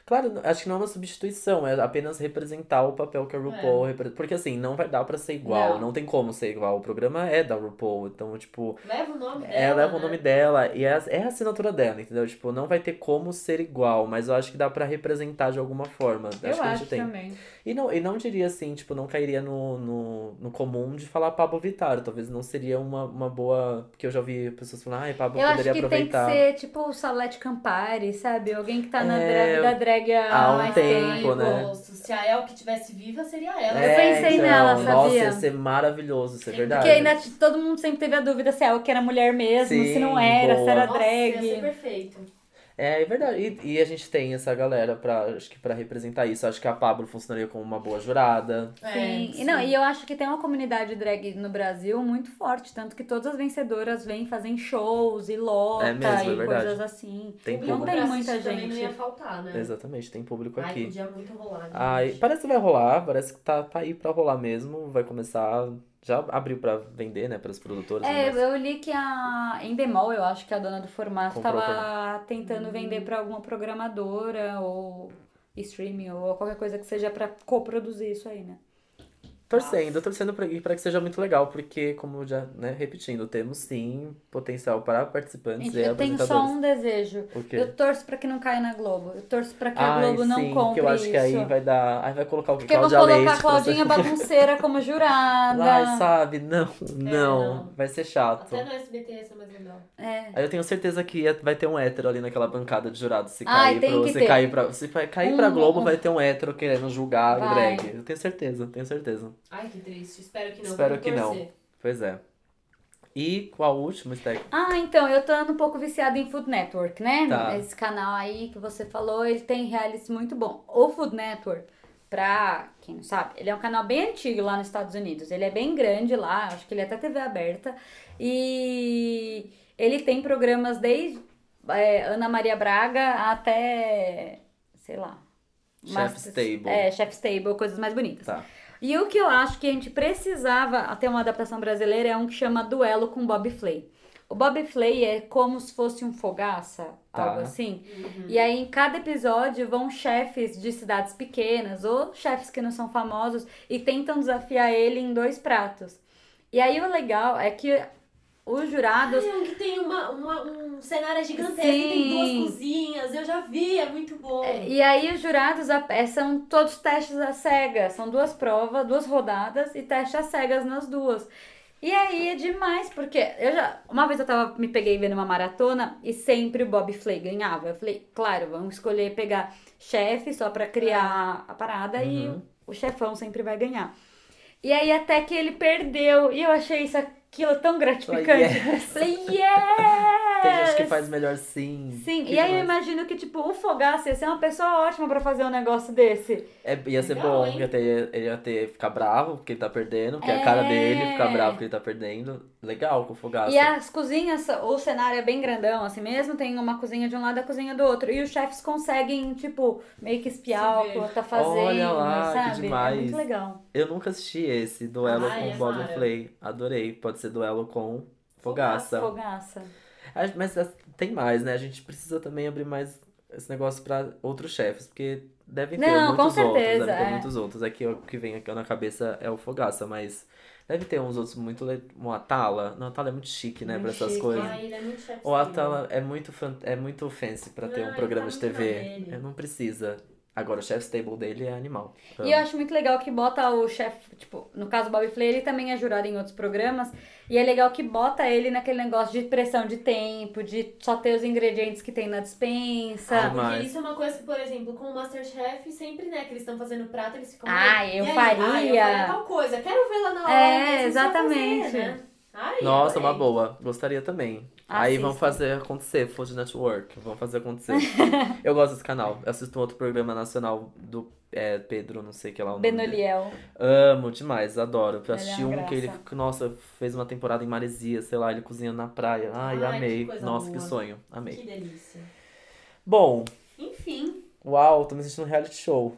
Speaker 1: Claro, n- acho que não é uma substituição, é apenas representar o papel que a RuPaul representa. Porque assim, não vai dar pra ser igual,
Speaker 3: É. Não.
Speaker 1: não tem como ser igual. O programa é da RuPaul, então, tipo,
Speaker 2: Leva o nome dela.
Speaker 1: É, leva o
Speaker 2: né?
Speaker 1: nome dela e é a, é a assinatura dela, entendeu? Tipo, não vai ter como ser igual, mas eu acho que dá pra representar de alguma forma.
Speaker 3: Eu
Speaker 1: acho que a gente tem.
Speaker 3: também.
Speaker 1: E não, e não diria assim, tipo, não cairia no, no, no comum de falar Pablo Vittar. Talvez não seria uma, uma boa. Porque eu já ouvi pessoas falando, ai, Pablo
Speaker 3: Eu acho que
Speaker 1: poderia aproveitar.
Speaker 3: tem que ser tipo o Salete Campari, sabe? Alguém que tá na
Speaker 1: É,
Speaker 3: drag, da drag há,
Speaker 1: há um
Speaker 3: mais
Speaker 1: tempo, né?
Speaker 2: Ai, moço, se a El que tivesse viva, seria ela.
Speaker 3: Eu
Speaker 1: É,
Speaker 3: pensei
Speaker 1: então,
Speaker 3: nela,
Speaker 1: Nossa,
Speaker 3: sabia?
Speaker 1: ia ser maravilhoso, isso é
Speaker 2: Sim,
Speaker 1: verdade.
Speaker 3: Porque ainda t- todo mundo sempre teve a dúvida se ela que era mulher mesmo, se não
Speaker 1: Sim,
Speaker 3: era, se
Speaker 1: boa.
Speaker 3: era
Speaker 2: Nossa, ia ser
Speaker 3: drag.
Speaker 2: perfeito.
Speaker 1: É, é verdade. E, e a gente tem essa galera pra, acho que pra representar isso. Acho que a Pablo funcionaria como uma boa jurada.
Speaker 2: É,
Speaker 3: Sim. E não, e eu acho que tem uma comunidade drag no Brasil muito forte, tanto que todas as vencedoras vêm fazem shows e lota
Speaker 1: É mesmo, é
Speaker 3: e
Speaker 1: verdade.
Speaker 3: coisas assim.
Speaker 1: Tem
Speaker 2: Público
Speaker 3: não
Speaker 1: público.
Speaker 3: tem
Speaker 2: pra
Speaker 3: muita
Speaker 2: assistir também
Speaker 3: gente.
Speaker 2: Não ia faltar, né?
Speaker 1: Exatamente, tem público
Speaker 2: Ai,
Speaker 1: aqui.
Speaker 2: podia muito rolar. né?
Speaker 1: Ai,
Speaker 2: gente.
Speaker 1: parece que vai rolar, parece que tá, tá aí pra rolar mesmo. Vai começar. Já abriu pra vender, né? Para os produtores.
Speaker 3: É, eu li que a Endemol, eu acho que a dona do formato,
Speaker 1: Comprou o
Speaker 3: tava tentando vender pra alguma programadora ou streaming ou qualquer coisa que seja pra coproduzir isso aí, né?
Speaker 1: Torcendo, torcendo pra, e pra que seja muito legal, porque, como já, né, repetindo, temos sim potencial para participantes
Speaker 3: Gente,
Speaker 1: e
Speaker 3: eu tenho só
Speaker 1: é apresentadores.
Speaker 3: um desejo.
Speaker 1: O quê?
Speaker 3: Eu torço pra que não caia na Globo. Eu torço pra que a
Speaker 1: Ai,
Speaker 3: Globo não
Speaker 1: sim,
Speaker 3: compre
Speaker 1: que eu acho
Speaker 3: isso.
Speaker 1: que aí vai dar. Aí vai colocar o
Speaker 3: Porque vão
Speaker 1: Cláudia
Speaker 3: colocar
Speaker 1: Leite.
Speaker 3: a
Speaker 1: pra
Speaker 3: Claudinha É,
Speaker 1: ser-
Speaker 3: bagunceira como
Speaker 1: Ai,
Speaker 3: jurada.
Speaker 1: sabe? Não, não.
Speaker 2: não.
Speaker 1: Vai ser chato.
Speaker 3: né?
Speaker 2: Até no SBT essa é mais legal.
Speaker 3: É.
Speaker 1: Aí eu tenho certeza que ia- vai ter um hétero ali naquela bancada de jurado. Se cair,
Speaker 3: Ai, tem
Speaker 1: pra,
Speaker 3: que
Speaker 1: se
Speaker 3: ter.
Speaker 1: cair pra. Se vai cair pra
Speaker 3: Um-
Speaker 1: Globo,
Speaker 3: um-
Speaker 1: vai ter um hétero querendo julgar o
Speaker 3: Vai.
Speaker 1: drag. Eu tenho certeza, tenho certeza.
Speaker 2: Ai, que triste. Espero que não.
Speaker 1: Espero
Speaker 2: vamos
Speaker 1: que não.
Speaker 2: torcer.
Speaker 1: Pois é. E qual o último, Stack?
Speaker 3: Ah, então, eu tô andando um pouco viciada em Food Network, né?
Speaker 1: Tá.
Speaker 3: Esse canal aí que você falou, ele tem realities muito bom. O Food Network, pra quem não sabe, ele é um canal bem antigo lá nos Estados Unidos. Ele é bem grande lá, acho que ele é até TV aberta. E ele tem programas desde é, Ana Maria Braga até, sei lá...
Speaker 1: Chef's
Speaker 3: Masters-
Speaker 1: Table.
Speaker 3: É, Chef's Table, coisas mais bonitas.
Speaker 1: Tá.
Speaker 3: E o que eu acho que a gente precisava ter uma adaptação brasileira é um que chama Duelo com Bob Flay. O Bob Flay é como se fosse um fogaça,
Speaker 1: Tá.
Speaker 3: algo assim.
Speaker 2: Uhum.
Speaker 3: E aí, em cada episódio, vão chefes de cidades pequenas ou chefes que não são famosos e tentam desafiar ele em dois pratos. E aí, o legal é que os jurados.
Speaker 2: Ai, é um que tem uma, uma- um cenário gigantesco,
Speaker 3: Sim.
Speaker 2: tem duas cozinhas, eu já vi, é muito bom.
Speaker 3: E aí, os jurados a- é, são todos testes à cega. São duas provas, duas rodadas e testes às cegas nas duas. E aí é demais, porque eu já. Uma vez eu tava, me peguei vendo uma maratona e sempre o Bob Flay ganhava. Eu falei, claro, vamos escolher pegar chefe só pra criar a parada
Speaker 1: Uhum.
Speaker 3: e o chefão sempre vai ganhar. E aí até que ele perdeu. E eu achei isso aquilo tão gratificante. Falei, yeah!
Speaker 1: Oh, Tem gente que faz melhor sim.
Speaker 3: É, Sim,
Speaker 1: Que
Speaker 3: e aí eu
Speaker 1: demais.
Speaker 3: imagino que, tipo, o Fogaça ia ser uma pessoa ótima pra fazer um negócio desse.
Speaker 1: É, ia ser
Speaker 2: Legal,
Speaker 1: bom,
Speaker 2: hein?
Speaker 1: ia ter, ele ia ter ficar bravo porque ele tá perdendo, porque a
Speaker 3: É.
Speaker 1: cara dele fica bravo porque ele tá perdendo. Legal com o Fogaça.
Speaker 3: E as cozinhas, o cenário é bem grandão, assim mesmo, tem uma cozinha de um lado e a cozinha do outro. E os chefes conseguem, tipo, meio que espiar
Speaker 2: Se
Speaker 3: o que o
Speaker 2: ver.
Speaker 3: outro tá fazendo,
Speaker 1: Olha lá, que
Speaker 3: sabe?
Speaker 1: demais.
Speaker 3: É muito legal.
Speaker 1: Eu nunca assisti esse duelo
Speaker 2: Ai,
Speaker 1: com
Speaker 2: é
Speaker 1: Bob
Speaker 2: mara.
Speaker 1: Flay. Adorei. Pode ser duelo com Fogaça.
Speaker 3: Fogaça.
Speaker 1: Ah, Mas as- tem mais, né? A gente precisa também abrir mais esse negócio pra outros chefes, porque devem ter
Speaker 3: Não,
Speaker 1: muitos
Speaker 3: com certeza,
Speaker 1: outros. Deve ter
Speaker 3: é.
Speaker 1: muitos outros. Aqui o que vem aqui na cabeça é o Fogaça, mas deve ter uns outros muito. Le... Um Atala. Não, Atala é muito chique, né?
Speaker 3: Muito
Speaker 1: pra essas
Speaker 3: chique.
Speaker 1: coisas.
Speaker 2: Ai, ele é muito chefe.
Speaker 1: O Atala é muito, fan... é muito fancy pra ter
Speaker 2: Ah,
Speaker 1: um
Speaker 2: ele
Speaker 1: programa de
Speaker 2: tá muito na
Speaker 1: TV.
Speaker 2: dele.
Speaker 1: Eu não precisa. Agora, o chef's table dele é animal.
Speaker 3: E eu acho muito legal que bota o chefe, tipo, no caso o Bob Flay, ele também é jurado em outros programas, e é legal que bota ele naquele negócio de pressão de tempo, de só ter os ingredientes que tem na
Speaker 1: Ai,
Speaker 3: dispensa.
Speaker 1: mas-
Speaker 2: Porque isso é uma coisa que, por exemplo, com o Masterchef, sempre, né, que eles estão fazendo prato, eles ficam...
Speaker 3: Ah,
Speaker 2: "Ai,
Speaker 3: eu
Speaker 2: e aí?
Speaker 3: faria."
Speaker 2: Ai, eu faria tal coisa, quero ver lá na hora.
Speaker 3: É,
Speaker 2: mas isso vai
Speaker 3: exatamente.
Speaker 2: fazer, né? Ai,
Speaker 1: Nossa,
Speaker 2: adorei.
Speaker 1: uma boa. Gostaria também. Aí vão
Speaker 3: Assista.
Speaker 1: fazer acontecer, Food Network. Vão fazer acontecer. eu gosto desse canal. Eu assisto um outro programa nacional do é, Pedro, não sei o que lá o nome dele.
Speaker 3: Benoliel.
Speaker 1: Amo demais, adoro. Eu
Speaker 3: é
Speaker 1: assisti
Speaker 3: uma
Speaker 1: um que ele,
Speaker 3: graça.
Speaker 1: nossa, fez uma temporada em Maresia, sei lá, ele cozinhando na praia. Ai,
Speaker 2: Ai, que
Speaker 1: amei.
Speaker 2: coisa
Speaker 1: nossa, que
Speaker 2: boa.
Speaker 1: sonho. Amei.
Speaker 2: Que delícia.
Speaker 1: Bom,
Speaker 2: Enfim,
Speaker 1: uau, tô me sentindo um reality show.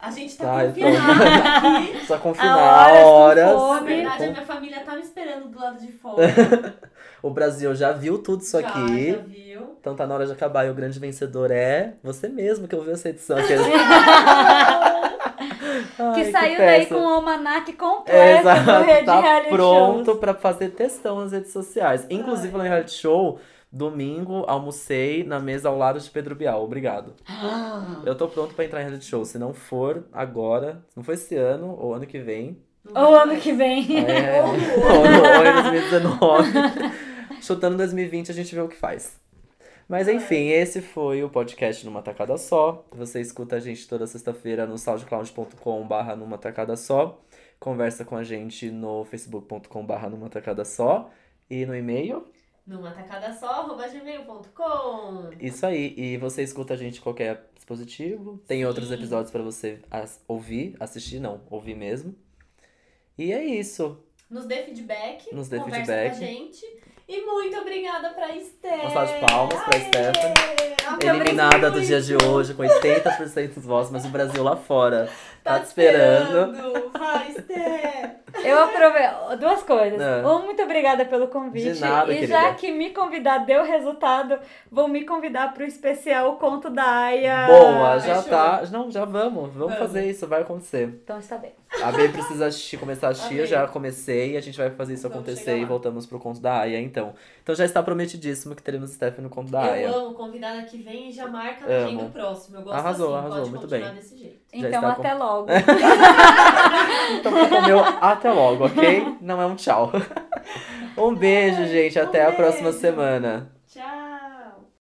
Speaker 2: a gente tá
Speaker 1: Tá, então.
Speaker 2: confinada aqui.
Speaker 1: Só confinar
Speaker 3: A horas
Speaker 1: horas.
Speaker 3: com
Speaker 2: Na
Speaker 3: fome.
Speaker 2: verdade, a minha família tá me esperando do lado de fora.
Speaker 1: O Brasil já viu tudo isso
Speaker 2: Já,
Speaker 1: aqui.
Speaker 2: já viu?
Speaker 1: Então tá na hora de acabar. E o grande vencedor é você mesmo que ouviu essa edição. Que, Ai,
Speaker 3: que saiu daí
Speaker 1: peça.
Speaker 3: com o almanac
Speaker 1: É,
Speaker 3: completo do Red
Speaker 1: exato, tá
Speaker 3: Reality
Speaker 1: pronto
Speaker 3: Shows.
Speaker 1: pra fazer testão nas redes sociais. Inclusive, lá em reality show, domingo, almocei na mesa ao lado de Pedro Bial. Obrigado. Eu tô pronto pra entrar em reality show. Se não for agora, se não for esse ano ou ano que vem,
Speaker 3: Ou ano que vem.
Speaker 1: é, ou, ou em 2019, chutando 2020, a gente vê o que faz. Mas enfim, esse foi o podcast Numa Tacada Só. Você escuta a gente toda sexta-feira no soundcloud.com.br Numa Tacada Só. Conversa com a gente no facebook.com.br Numa Tacada Só. E no e-mail.
Speaker 2: Numa tacada só, arroba gmail.com.
Speaker 1: Isso aí. E você escuta a gente em qualquer dispositivo. Tem outros episódios pra você as- ouvir, assistir, não, ouvir mesmo. E é isso.
Speaker 2: Nos dê feedback.
Speaker 1: Nos dê
Speaker 2: conversa
Speaker 1: feedback.
Speaker 2: com a gente. E muito obrigada pra Esther.
Speaker 1: Uma salva de palmas pra
Speaker 2: Aê!
Speaker 1: Stephanie.
Speaker 2: Aplausos
Speaker 1: Eliminada do
Speaker 2: muito.
Speaker 1: dia de hoje, com 80% dos votos, mas o Brasil lá fora
Speaker 2: Tá,
Speaker 1: tá
Speaker 2: te
Speaker 1: te esperando.
Speaker 2: esperando. Vai, Esther.
Speaker 3: Eu aprovei duas coisas.
Speaker 1: É.
Speaker 3: Um, muito obrigada pelo convite.
Speaker 1: De nada,
Speaker 3: e
Speaker 1: querida.
Speaker 3: já que me convidar deu resultado, vou me convidar pro especial O Conto da
Speaker 2: Ah,
Speaker 3: Aya.
Speaker 1: Boa, já
Speaker 2: fechou.
Speaker 1: tá. Não, já vamos. Vamos
Speaker 2: Vamos.
Speaker 1: fazer isso, vai acontecer.
Speaker 3: Então está bem.
Speaker 1: A Bey precisa assistir- começar a assistir,
Speaker 2: A
Speaker 1: eu já
Speaker 2: Bey.
Speaker 1: comecei. A gente vai fazer isso
Speaker 2: Vamos
Speaker 1: acontecer
Speaker 2: chegar
Speaker 1: e
Speaker 2: lá.
Speaker 1: voltamos pro conto da Aya, então. Então já está prometidíssimo que teremos Steph no conto da
Speaker 2: eu
Speaker 1: Aya.
Speaker 2: amo convidada que vem e já marca na agenda
Speaker 1: Amo.
Speaker 2: o próximo. Eu gosto
Speaker 1: Arrasou,
Speaker 2: assim,
Speaker 1: arrasou,
Speaker 2: pode
Speaker 1: muito
Speaker 2: continuar
Speaker 1: bem.
Speaker 2: desse jeito.
Speaker 1: Já
Speaker 3: Então
Speaker 1: está com-
Speaker 3: até logo.
Speaker 1: Então fica com o meu até logo, ok? Não é um tchau. Um beijo, gente. Até a próxima
Speaker 3: beijo.
Speaker 1: semana.